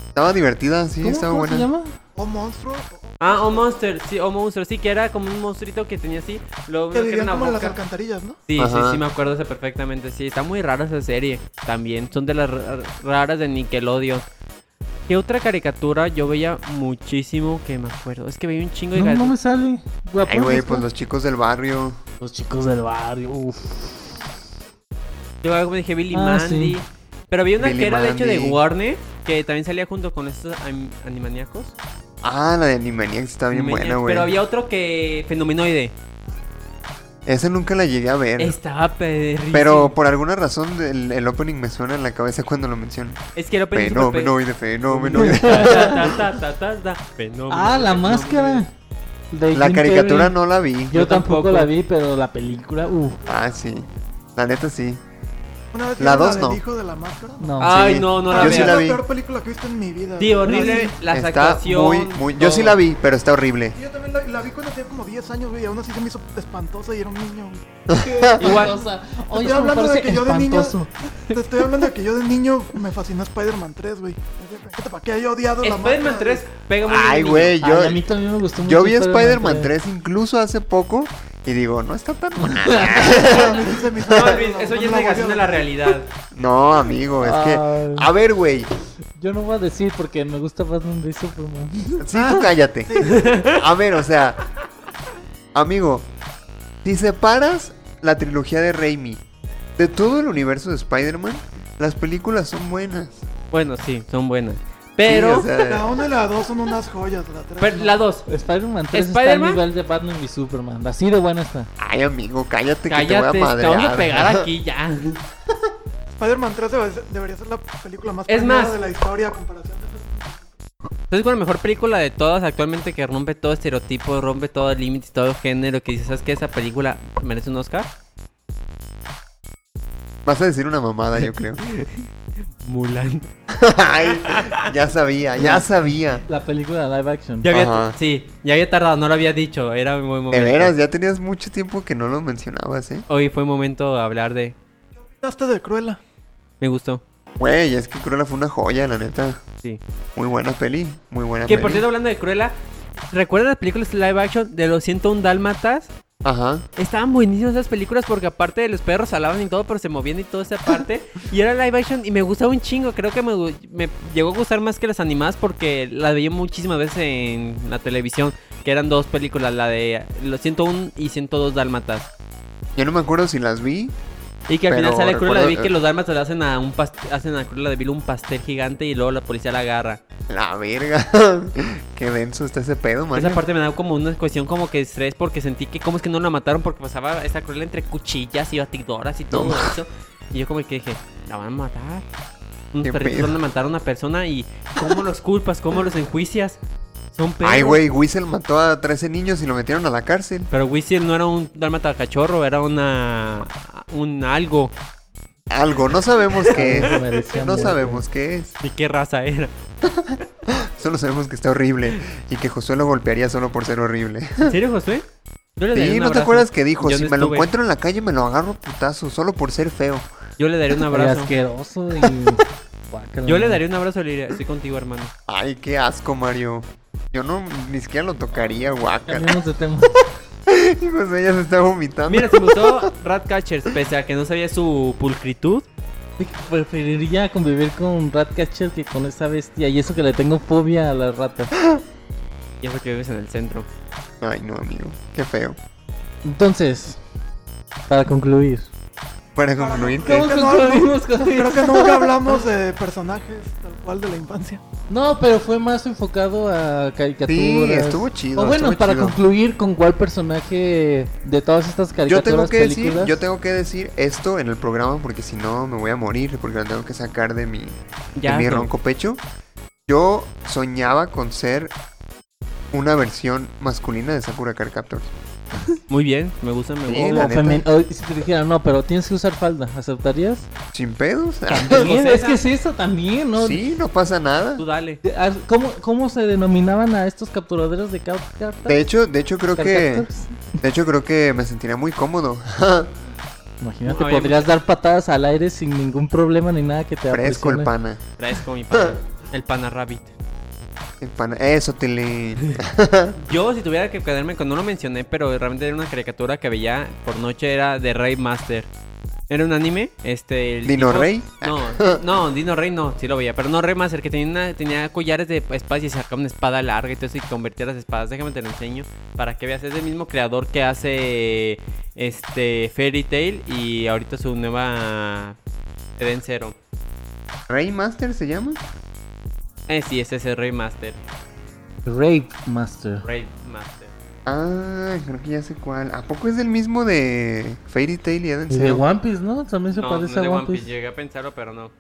S2: Estaba divertida, sí,
S5: ¿Cómo,
S2: estaba
S5: ¿cómo
S2: buena.
S5: se llama?
S6: O Monstruo. o-
S4: Ah, o Monster, sí, o Monster, sí, que era como un monstruito que tenía así. Lo
S6: Que
S4: único que era
S6: vivían
S4: una
S6: como en las
S4: boca.
S6: alcantarillas, ¿no?
S4: Sí, sí,
S2: Ajá.
S4: sí, me acuerdo esa perfectamente. Sí, está muy rara esa serie. También son de las ra- raras de Nickelodeon. ¿Qué otra caricatura yo veía muchísimo que me acuerdo? Es que veía un chingo de
S5: No, no
S4: caricaturas.
S5: me sale. Guapo,
S2: Ay, güey,
S5: ¿no?
S2: pues los chicos del barrio.
S5: Los chicos del barrio. Uf.
S4: Yo algo me dije Billy
S5: Ah,
S4: Mandy.
S5: sí.
S4: Pero había una
S2: Billy
S4: que era de hecho de
S2: Mandy.
S4: Warner, que también salía junto con estos anim- animaniacos.
S2: Ah, la de Animaniacs está bien
S4: Animaniacs,
S2: buena, güey.
S4: Pero había otro que. Fenomenoide.
S2: Esa nunca la llegué a ver.
S4: Estaba perrísimo.
S2: Pero por alguna razón el, el opening me suena en la cabeza cuando lo menciono.
S4: Es que era
S2: Fenomenoide, fenomenoide.
S4: Fenómeno.
S5: Ah, la máscara. De
S2: La
S5: Jim
S2: caricatura
S5: Carrey.
S2: no la vi.
S5: Yo,
S4: Yo
S5: tampoco,
S4: tampoco.
S5: la vi, pero la película, uh, uff,
S2: Ah, sí. La neta sí.
S6: Una vez
S2: La
S6: vieron
S2: dos,
S6: del
S2: no.
S6: hijo de la máscara.
S5: no.
S4: Ay,
S2: Sí.
S4: no, no la
S2: Yo sí
S6: Es
S4: veas.
S2: la
S6: la
S2: vi.
S6: peor película que he visto en mi vida.
S4: Sí, horrible. Las
S2: Está muy,
S4: actuaciones.
S2: muy. Yo sí
S4: todo.
S2: la vi, pero está horrible.
S6: Y Yo también la, la vi cuando tenía como 10 años, güey. y Aún así se me hizo espantosa y era un niño. güey.
S5: Ah,
S4: Igual.
S5: Oye,
S6: Estoy
S5: eso me
S6: hablando de
S5: parece
S6: que yo de niño.
S5: espantoso.
S6: Te estoy hablando de que yo de niño me fascinó Spider-Man 3, güey. ¿Para qué he odiado la
S4: Spider-Man
S6: máscara,
S4: 3 pega muy bien
S2: Ay,
S4: niño.
S2: güey,
S5: Ay,
S2: yo,
S5: a mí también me gustó mucho.
S2: yo vi Spider-Man 3 incluso hace poco y digo, no está tan mal.
S6: güey? A mí sí se me hizo-
S4: No, Luis, eso ya es
S6: la
S4: negación
S6: volví
S4: de
S6: a
S4: la
S6: ver.
S4: realidad.
S2: No, amigo, es que.
S4: Ah.
S2: ah.
S5: Ay.
S2: A ver, güey.
S5: Yo no voy a decir porque me gusta Batman de Superman.
S2: Sí,
S4: Ah.
S2: tú cállate. A ver, o sea. Amigo, si separas la trilogía de Raimi de todo el universo de Spider-Man, las películas son buenas. Sí,
S4: Bueno, sí, son buenas. Pero.
S2: o sea,
S6: La 1 y la 2 son unas joyas. La 3.
S4: pero la 2.
S5: Spider-Man 3 está
S4: ¿Spider-Man?
S5: al nivel de Batman y Superman. Así de buena está.
S2: Ay, amigo, cállate, que te
S4: Cállate,
S2: voy a
S4: te vamos a
S2: madrear.
S4: pegar aquí ya.
S6: Spider-Man 3 debe- debería ser la película más
S4: Es
S6: premiada
S4: más.
S6: de la historia a comparación de
S4: Entonces, con la mejor película de todas actualmente que rompe todo estereotipo, rompe todo límite, todo género, que dices, ¿sabes qué? Esa película merece un Oscar.
S2: Vas a decir una mamada, yo creo.
S4: Mulan.
S2: Ay, ya sabía, ya sabía.
S5: La película live action.
S4: Ya había,
S2: Ajá.
S4: sí, ya había tardado, no lo había dicho, era muy momento.
S2: De veras, ya tenías mucho tiempo que no lo mencionabas, ¿eh?
S4: Hoy fue momento de hablar de...
S6: Hasta de Cruella.
S4: Me gustó.
S2: Güey, es que Cruella fue una joya, la neta.
S4: Sí.
S2: Muy buena peli, muy buena
S4: Que
S2: peli.
S4: por cierto, hablando de Cruella, ¿recuerdan las películas live action de los 101 Dálmatas?
S2: Ajá.
S4: Estaban buenísimas esas películas porque aparte de los perros hablaban y todo, pero se movían y toda esa parte. y era live action y me gustaba un chingo. Creo que me, gu- me llegó a gustar más que las animadas porque las veía muchísimas veces en la televisión. Que eran dos películas, la de los 101 y 102 Dálmatas.
S2: Yo no me acuerdo si las vi.
S4: Y que al
S2: Pero
S4: final sale Cruella de
S2: recuerdo-
S4: Vil que los dálmatas le hacen a, un past- hacen a Cruella de Vil un pastel gigante y luego la policía la agarra.
S2: La verga. Qué denso está ese pedo, man.
S4: Esa parte me da como una cuestión como que estrés porque sentí que cómo es que no la mataron porque pasaba esa cruel entre cuchillas y batidoras y todo
S2: No.
S4: eso. Y yo como que dije, la van a matar.
S2: Qué
S4: Unos perritos
S2: pedo.
S4: van a matar a una persona y ¿cómo los culpas? ¿Cómo los enjuicias? Son perros.
S2: Ay, güey, Whistle mató a 13 niños y lo metieron a la cárcel.
S4: Pero Whistle no era un dálmata cachorro, era una... un algo.
S2: Algo, no sabemos qué
S5: Algo
S2: es.
S5: merecía
S2: No
S5: muerte.
S2: sabemos qué es.
S4: ¿De qué raza era?
S2: Solo sabemos que está horrible y que Josué lo golpearía solo por ser horrible.
S4: ¿En serio, Josué? Yo le daría
S2: Sí,
S4: un
S2: ¿no te
S4: abrazo.
S2: acuerdas que dijo?
S4: Yo
S2: Si
S4: no
S2: me lo
S4: estuve.
S2: encuentro en la calle me lo agarro a putazo, solo por ser feo.
S4: Yo le daría un
S5: Pero
S4: abrazo.
S5: asqueroso y. Guácala.
S4: Yo le daría un abrazo y le diría, estoy contigo, hermano.
S2: Ay, qué asco, Mario. Yo no, ni siquiera lo tocaría, guaca.
S5: Cambiemos de tema.
S2: Y José ya se está vomitando.
S4: Mira, si me gustó Ratcatchers, pese a que no sabía su pulcritud.
S5: Preferiría convivir con Ratcatcher que con esa bestia. Y eso que le tengo fobia a las ratas.
S4: Y eso que vives en el centro.
S2: Ay, no, amigo. Qué feo.
S5: Entonces, para concluir.
S2: Para concluir, ¿qué?
S5: ¿Cómo
S6: que no,
S5: concluimos con
S6: Creo
S5: esto?
S6: que nunca hablamos de personajes tal cual de la infancia.
S5: No, pero fue más enfocado a caricaturas.
S2: Sí, estuvo chido.
S5: O bueno,
S2: estuvo
S5: para
S2: chido.
S5: concluir, ¿con cuál personaje de todas estas caricaturas
S2: Yo tengo que
S5: películas?
S2: decir, yo tengo que decir esto en el programa porque si no me voy a morir porque lo tengo que sacar de mi, de
S4: Ya.
S2: mi
S4: no.
S2: ronco pecho. Yo soñaba con ser una versión masculina de Sakura Card Captors.
S4: Muy bien, me gusta, me
S2: Sí,
S4: gusta.
S2: la
S5: O
S2: neta.
S5: femen- o si te dijeran, no, pero tienes que usar falda, ¿aceptarías?
S2: Sin pedos.
S5: También,
S4: Pues
S5: es
S4: esa-
S5: que es eso también, ¿no?
S2: Sí, no pasa nada.
S4: Tú dale.
S5: Ah, ¿Cómo, ¿Cómo se denominaban a estos capturadores de ca- cartas?
S2: De hecho, de hecho creo que
S5: Carcaptors?
S2: de hecho creo que me sentiría muy cómodo.
S5: Imagínate,
S4: No, había
S5: podrías dar patadas al aire sin ningún problema ni nada que te
S2: Fresco el
S5: aprisione.
S2: pana.
S4: Fresco, mi pana. El pana rabbit.
S2: El pana. Eso, Tilín.
S4: Yo, si tuviera que quedarme con, no lo mencioné, pero realmente era una caricatura que veía por noche, era de Rey Master. Era un anime, este... el
S2: ¿Dino
S4: tipo-
S2: Rey?
S4: No, no, Dino Rey no, sí lo veía, pero no Rey Master, que tenía, una- tenía collares de espadas y sacaba una espada larga y todo eso y convertía las espadas. Déjame te lo enseño para que veas. Es el mismo creador que hace este Fairy Tail y ahorita su nueva Eden Zero.
S2: ¿Rey Master se llama?
S4: Eh, sí, ese es el Rey Master.
S5: Rape Master.
S4: Rey Master.
S2: Ah, creo que ya sé cuál. ¿A poco es el mismo de Fairy Tail y Eden
S5: Y de
S2: Zero?
S5: One Piece, ¿no? También se
S4: No, no es
S5: parece
S4: de
S5: a
S4: One
S5: One
S4: Piece.
S5: Piece.
S4: Llegué a pensarlo, pero no.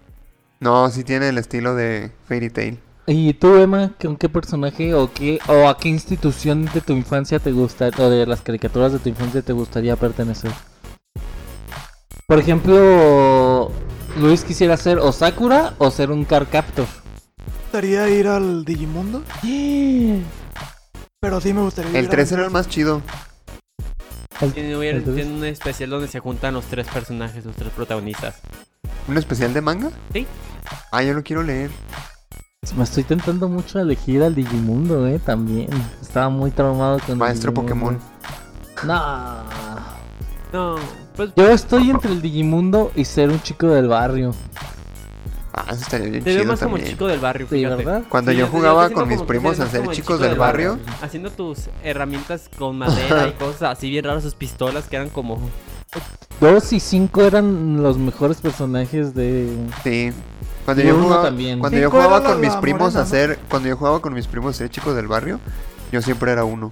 S2: No, sí tiene el estilo de Fairy Tail.
S5: ¿Y tú, Emma, con qué personaje o qué o a qué institución de tu infancia te gusta o de las caricaturas de tu infancia te gustaría pertenecer? Por ejemplo, Luis quisiera ser o Sakura o ser un Carcaptor.
S6: gustaría ir al Digimundo,
S5: El
S6: pero sí me gustaría ir
S2: El
S6: a-
S2: 3 era el más chido.
S4: Tiene, hubiera-
S5: Entonces-
S4: tiene un especial donde se juntan los tres personajes, los tres protagonistas.
S2: ¿Un especial de manga?
S4: Sí.
S2: Ah, yo lo quiero leer.
S5: Me estoy tentando mucho a elegir al Digimundo, eh, también. Estaba muy traumado con el
S2: Maestro Pokémon.
S5: Digimundo. No.
S4: No, pues
S5: Yo estoy entre el Digimundo y ser un chico del barrio.
S2: Ah, eso estaría bien
S4: te veo
S2: chido
S4: más como
S2: también.
S4: chico del barrio,
S5: Sí,
S4: fíjate.
S5: ¿verdad?
S2: Cuando
S4: Sí,
S2: yo
S4: yo- yo
S2: jugaba
S4: siento
S2: con mis
S4: como que
S2: primos
S4: eres
S2: a ser
S4: como el
S2: chicos
S4: chico
S2: del
S4: del
S2: barrio,
S4: Haciendo tus herramientas con madera y cosas así bien raras, sus pistolas que eran como...
S5: Dos y cinco eran los mejores personajes de.
S2: sí. Cuando
S5: Y
S2: yo
S5: uno
S2: jugaba,
S5: también.
S2: cuando yo
S6: Cinco
S2: jugaba
S6: era la-
S2: con mis
S6: la
S2: primos a
S6: morena,
S2: ser, cuando yo jugaba con mis primos a ser chicos del barrio, yo siempre era uno.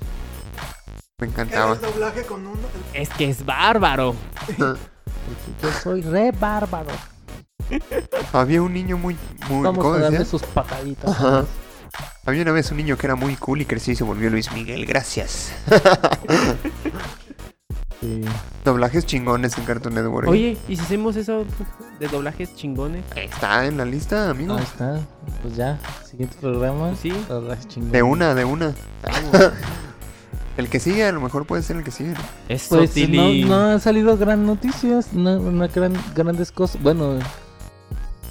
S2: Me
S6: Era
S2: encantaba.
S6: el doblaje con uno.
S4: Es que es bárbaro.
S5: Yo soy re bárbaro.
S2: Había un niño muy, muy,
S5: Vamos
S2: ¿cómo
S5: a darle
S2: decía?
S5: sus pataditas.
S2: Ajá. Había una vez un niño que era muy cool y creció y se volvió Luis Miguel. Gracias.
S5: Sí.
S2: Doblajes chingones en Cartoon Network.
S4: Oye, ¿y si hacemos eso de doblajes chingones?
S2: Está en la lista, amigo.
S5: Ahí Ah, está. Pues ya. Siguiente programa. Ah,
S4: Pues sí.
S5: Doblaje chingón.
S2: De una, de una. el que sigue, a lo mejor puede ser el que sigue. ¿no?
S4: Es
S5: Pues no, no han salido gran noticias. No, no gran, grandes cosas. Bueno,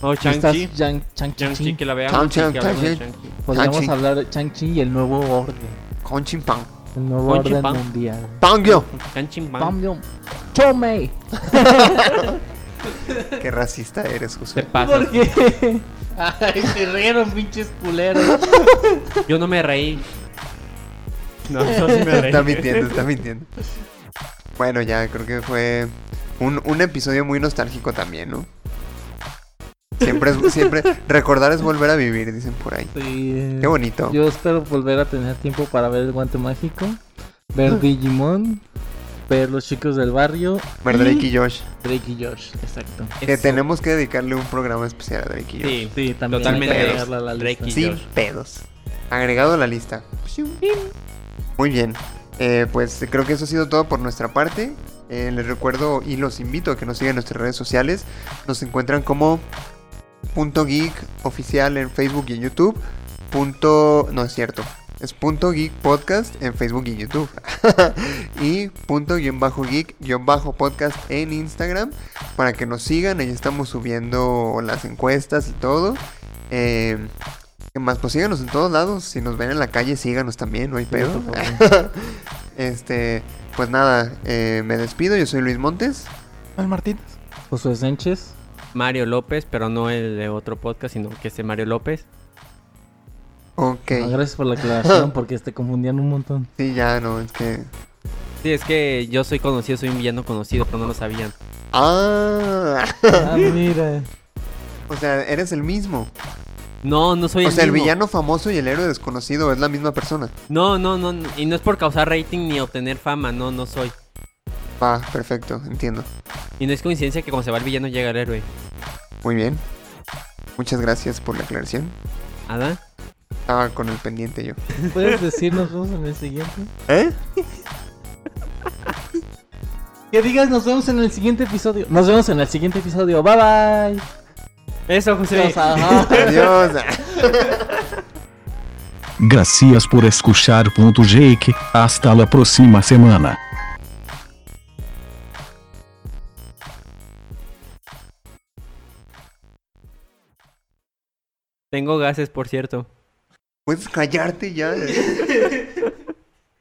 S4: O
S5: estás
S4: Oh, Chang-Chi.
S5: Yang- Chang-
S4: Chang-Chi,
S5: Chang-
S4: que la veamos. y que
S2: Chang-Chi,
S4: hablemos de
S2: Chang-Chi.
S4: Chang-Chi.
S5: Podríamos
S2: Chang-Chi.
S5: hablar de Chang-Chi y el nuevo orden.
S2: Con chimpán.
S5: El nuevo
S4: Ponchi
S5: orden
S4: Pan.
S5: mundial.
S2: ¡Pangyo!
S4: Chang-Chi Man.
S5: Pambiom. Chome.
S2: Qué racista eres,
S4: Te
S2: José.
S4: pasas.
S5: qué? Ay, se rieron, pinches culeros.
S4: Yo no me reí. No, yo sí me reí.
S2: Está mintiendo, está mintiendo. Bueno, ya, creo que fue un, un episodio muy nostálgico también, ¿no? Siempre, es- siempre, recordar es volver a vivir, dicen por ahí.
S5: Sí.
S2: Qué bonito.
S5: Yo espero volver a tener tiempo para ver el guante mágico, ver Digimon, ver los chicos del barrio,
S2: Ver Drake y Josh.
S5: Drake y Josh, exacto.
S2: Que
S4: Eso.
S2: tenemos que dedicarle un programa especial a Drake y Josh.
S4: Sí,
S5: Sí, también
S4: Totalmente.
S5: hay que agregarla a la
S4: Drake
S5: lista.
S4: y-
S2: Sin
S4: Josh.
S2: pedos. Agregado a la lista. Muy bien. Eh, pues creo que eso ha sido todo por nuestra parte. Eh, les recuerdo y los invito a que nos sigan en nuestras redes sociales. Nos encuentran como punto geek oficial en Facebook y en YouTube. Punto... No es cierto. Es punto geek podcast en Facebook y YouTube. y punto guión bajo geek guión bajo podcast en Instagram. Para que nos sigan. Ahí estamos subiendo las encuestas y todo. Eh, ¿Qué más? Pues síganos en todos lados. Si nos ven en la calle, síganos también, no hay pedo.
S5: por
S2: este, pues nada, eh, me despido. Yo soy Luis Montes.
S6: El Martínez.
S5: Josué Sánchez,
S4: Mario López, pero no el de otro podcast, sino que ese Mario López.
S2: Ok.
S4: Ah,
S5: no, Ah, gracias por la aclaración porque te confundían un montón.
S2: Sí, ya no, es que.
S4: Sí, es que yo soy conocido, soy un villano conocido, pero no lo sabían.
S2: ¡Ah!
S5: Ah, mira.
S2: o sea, eres el mismo.
S4: No, no soy
S2: O
S4: el
S2: sea, el
S4: mismo.
S2: villano famoso y el héroe desconocido es la misma persona.
S4: No, no, no, no, y no es por causar rating ni obtener fama, no, no soy.
S2: Va, perfecto, entiendo.
S4: Y no es coincidencia que cuando se va el villano llega el héroe.
S2: Muy bien. Muchas gracias por la aclaración.
S4: ¿Ada?
S2: Estaba con el pendiente yo.
S5: ¿Puedes decirnos vos en el siguiente?
S2: ¿Eh?
S5: Que digas, nos vemos en el siguiente episodio. Nos vemos en el siguiente episodio. Bye bye.
S4: Eso, José.
S5: Adiós, ajá.
S2: Adiós.
S7: Gracias por escuchar. Ponto Jake. Hasta la próxima semana.
S4: Tengo gases, por cierto.
S2: Puedes callarte ya.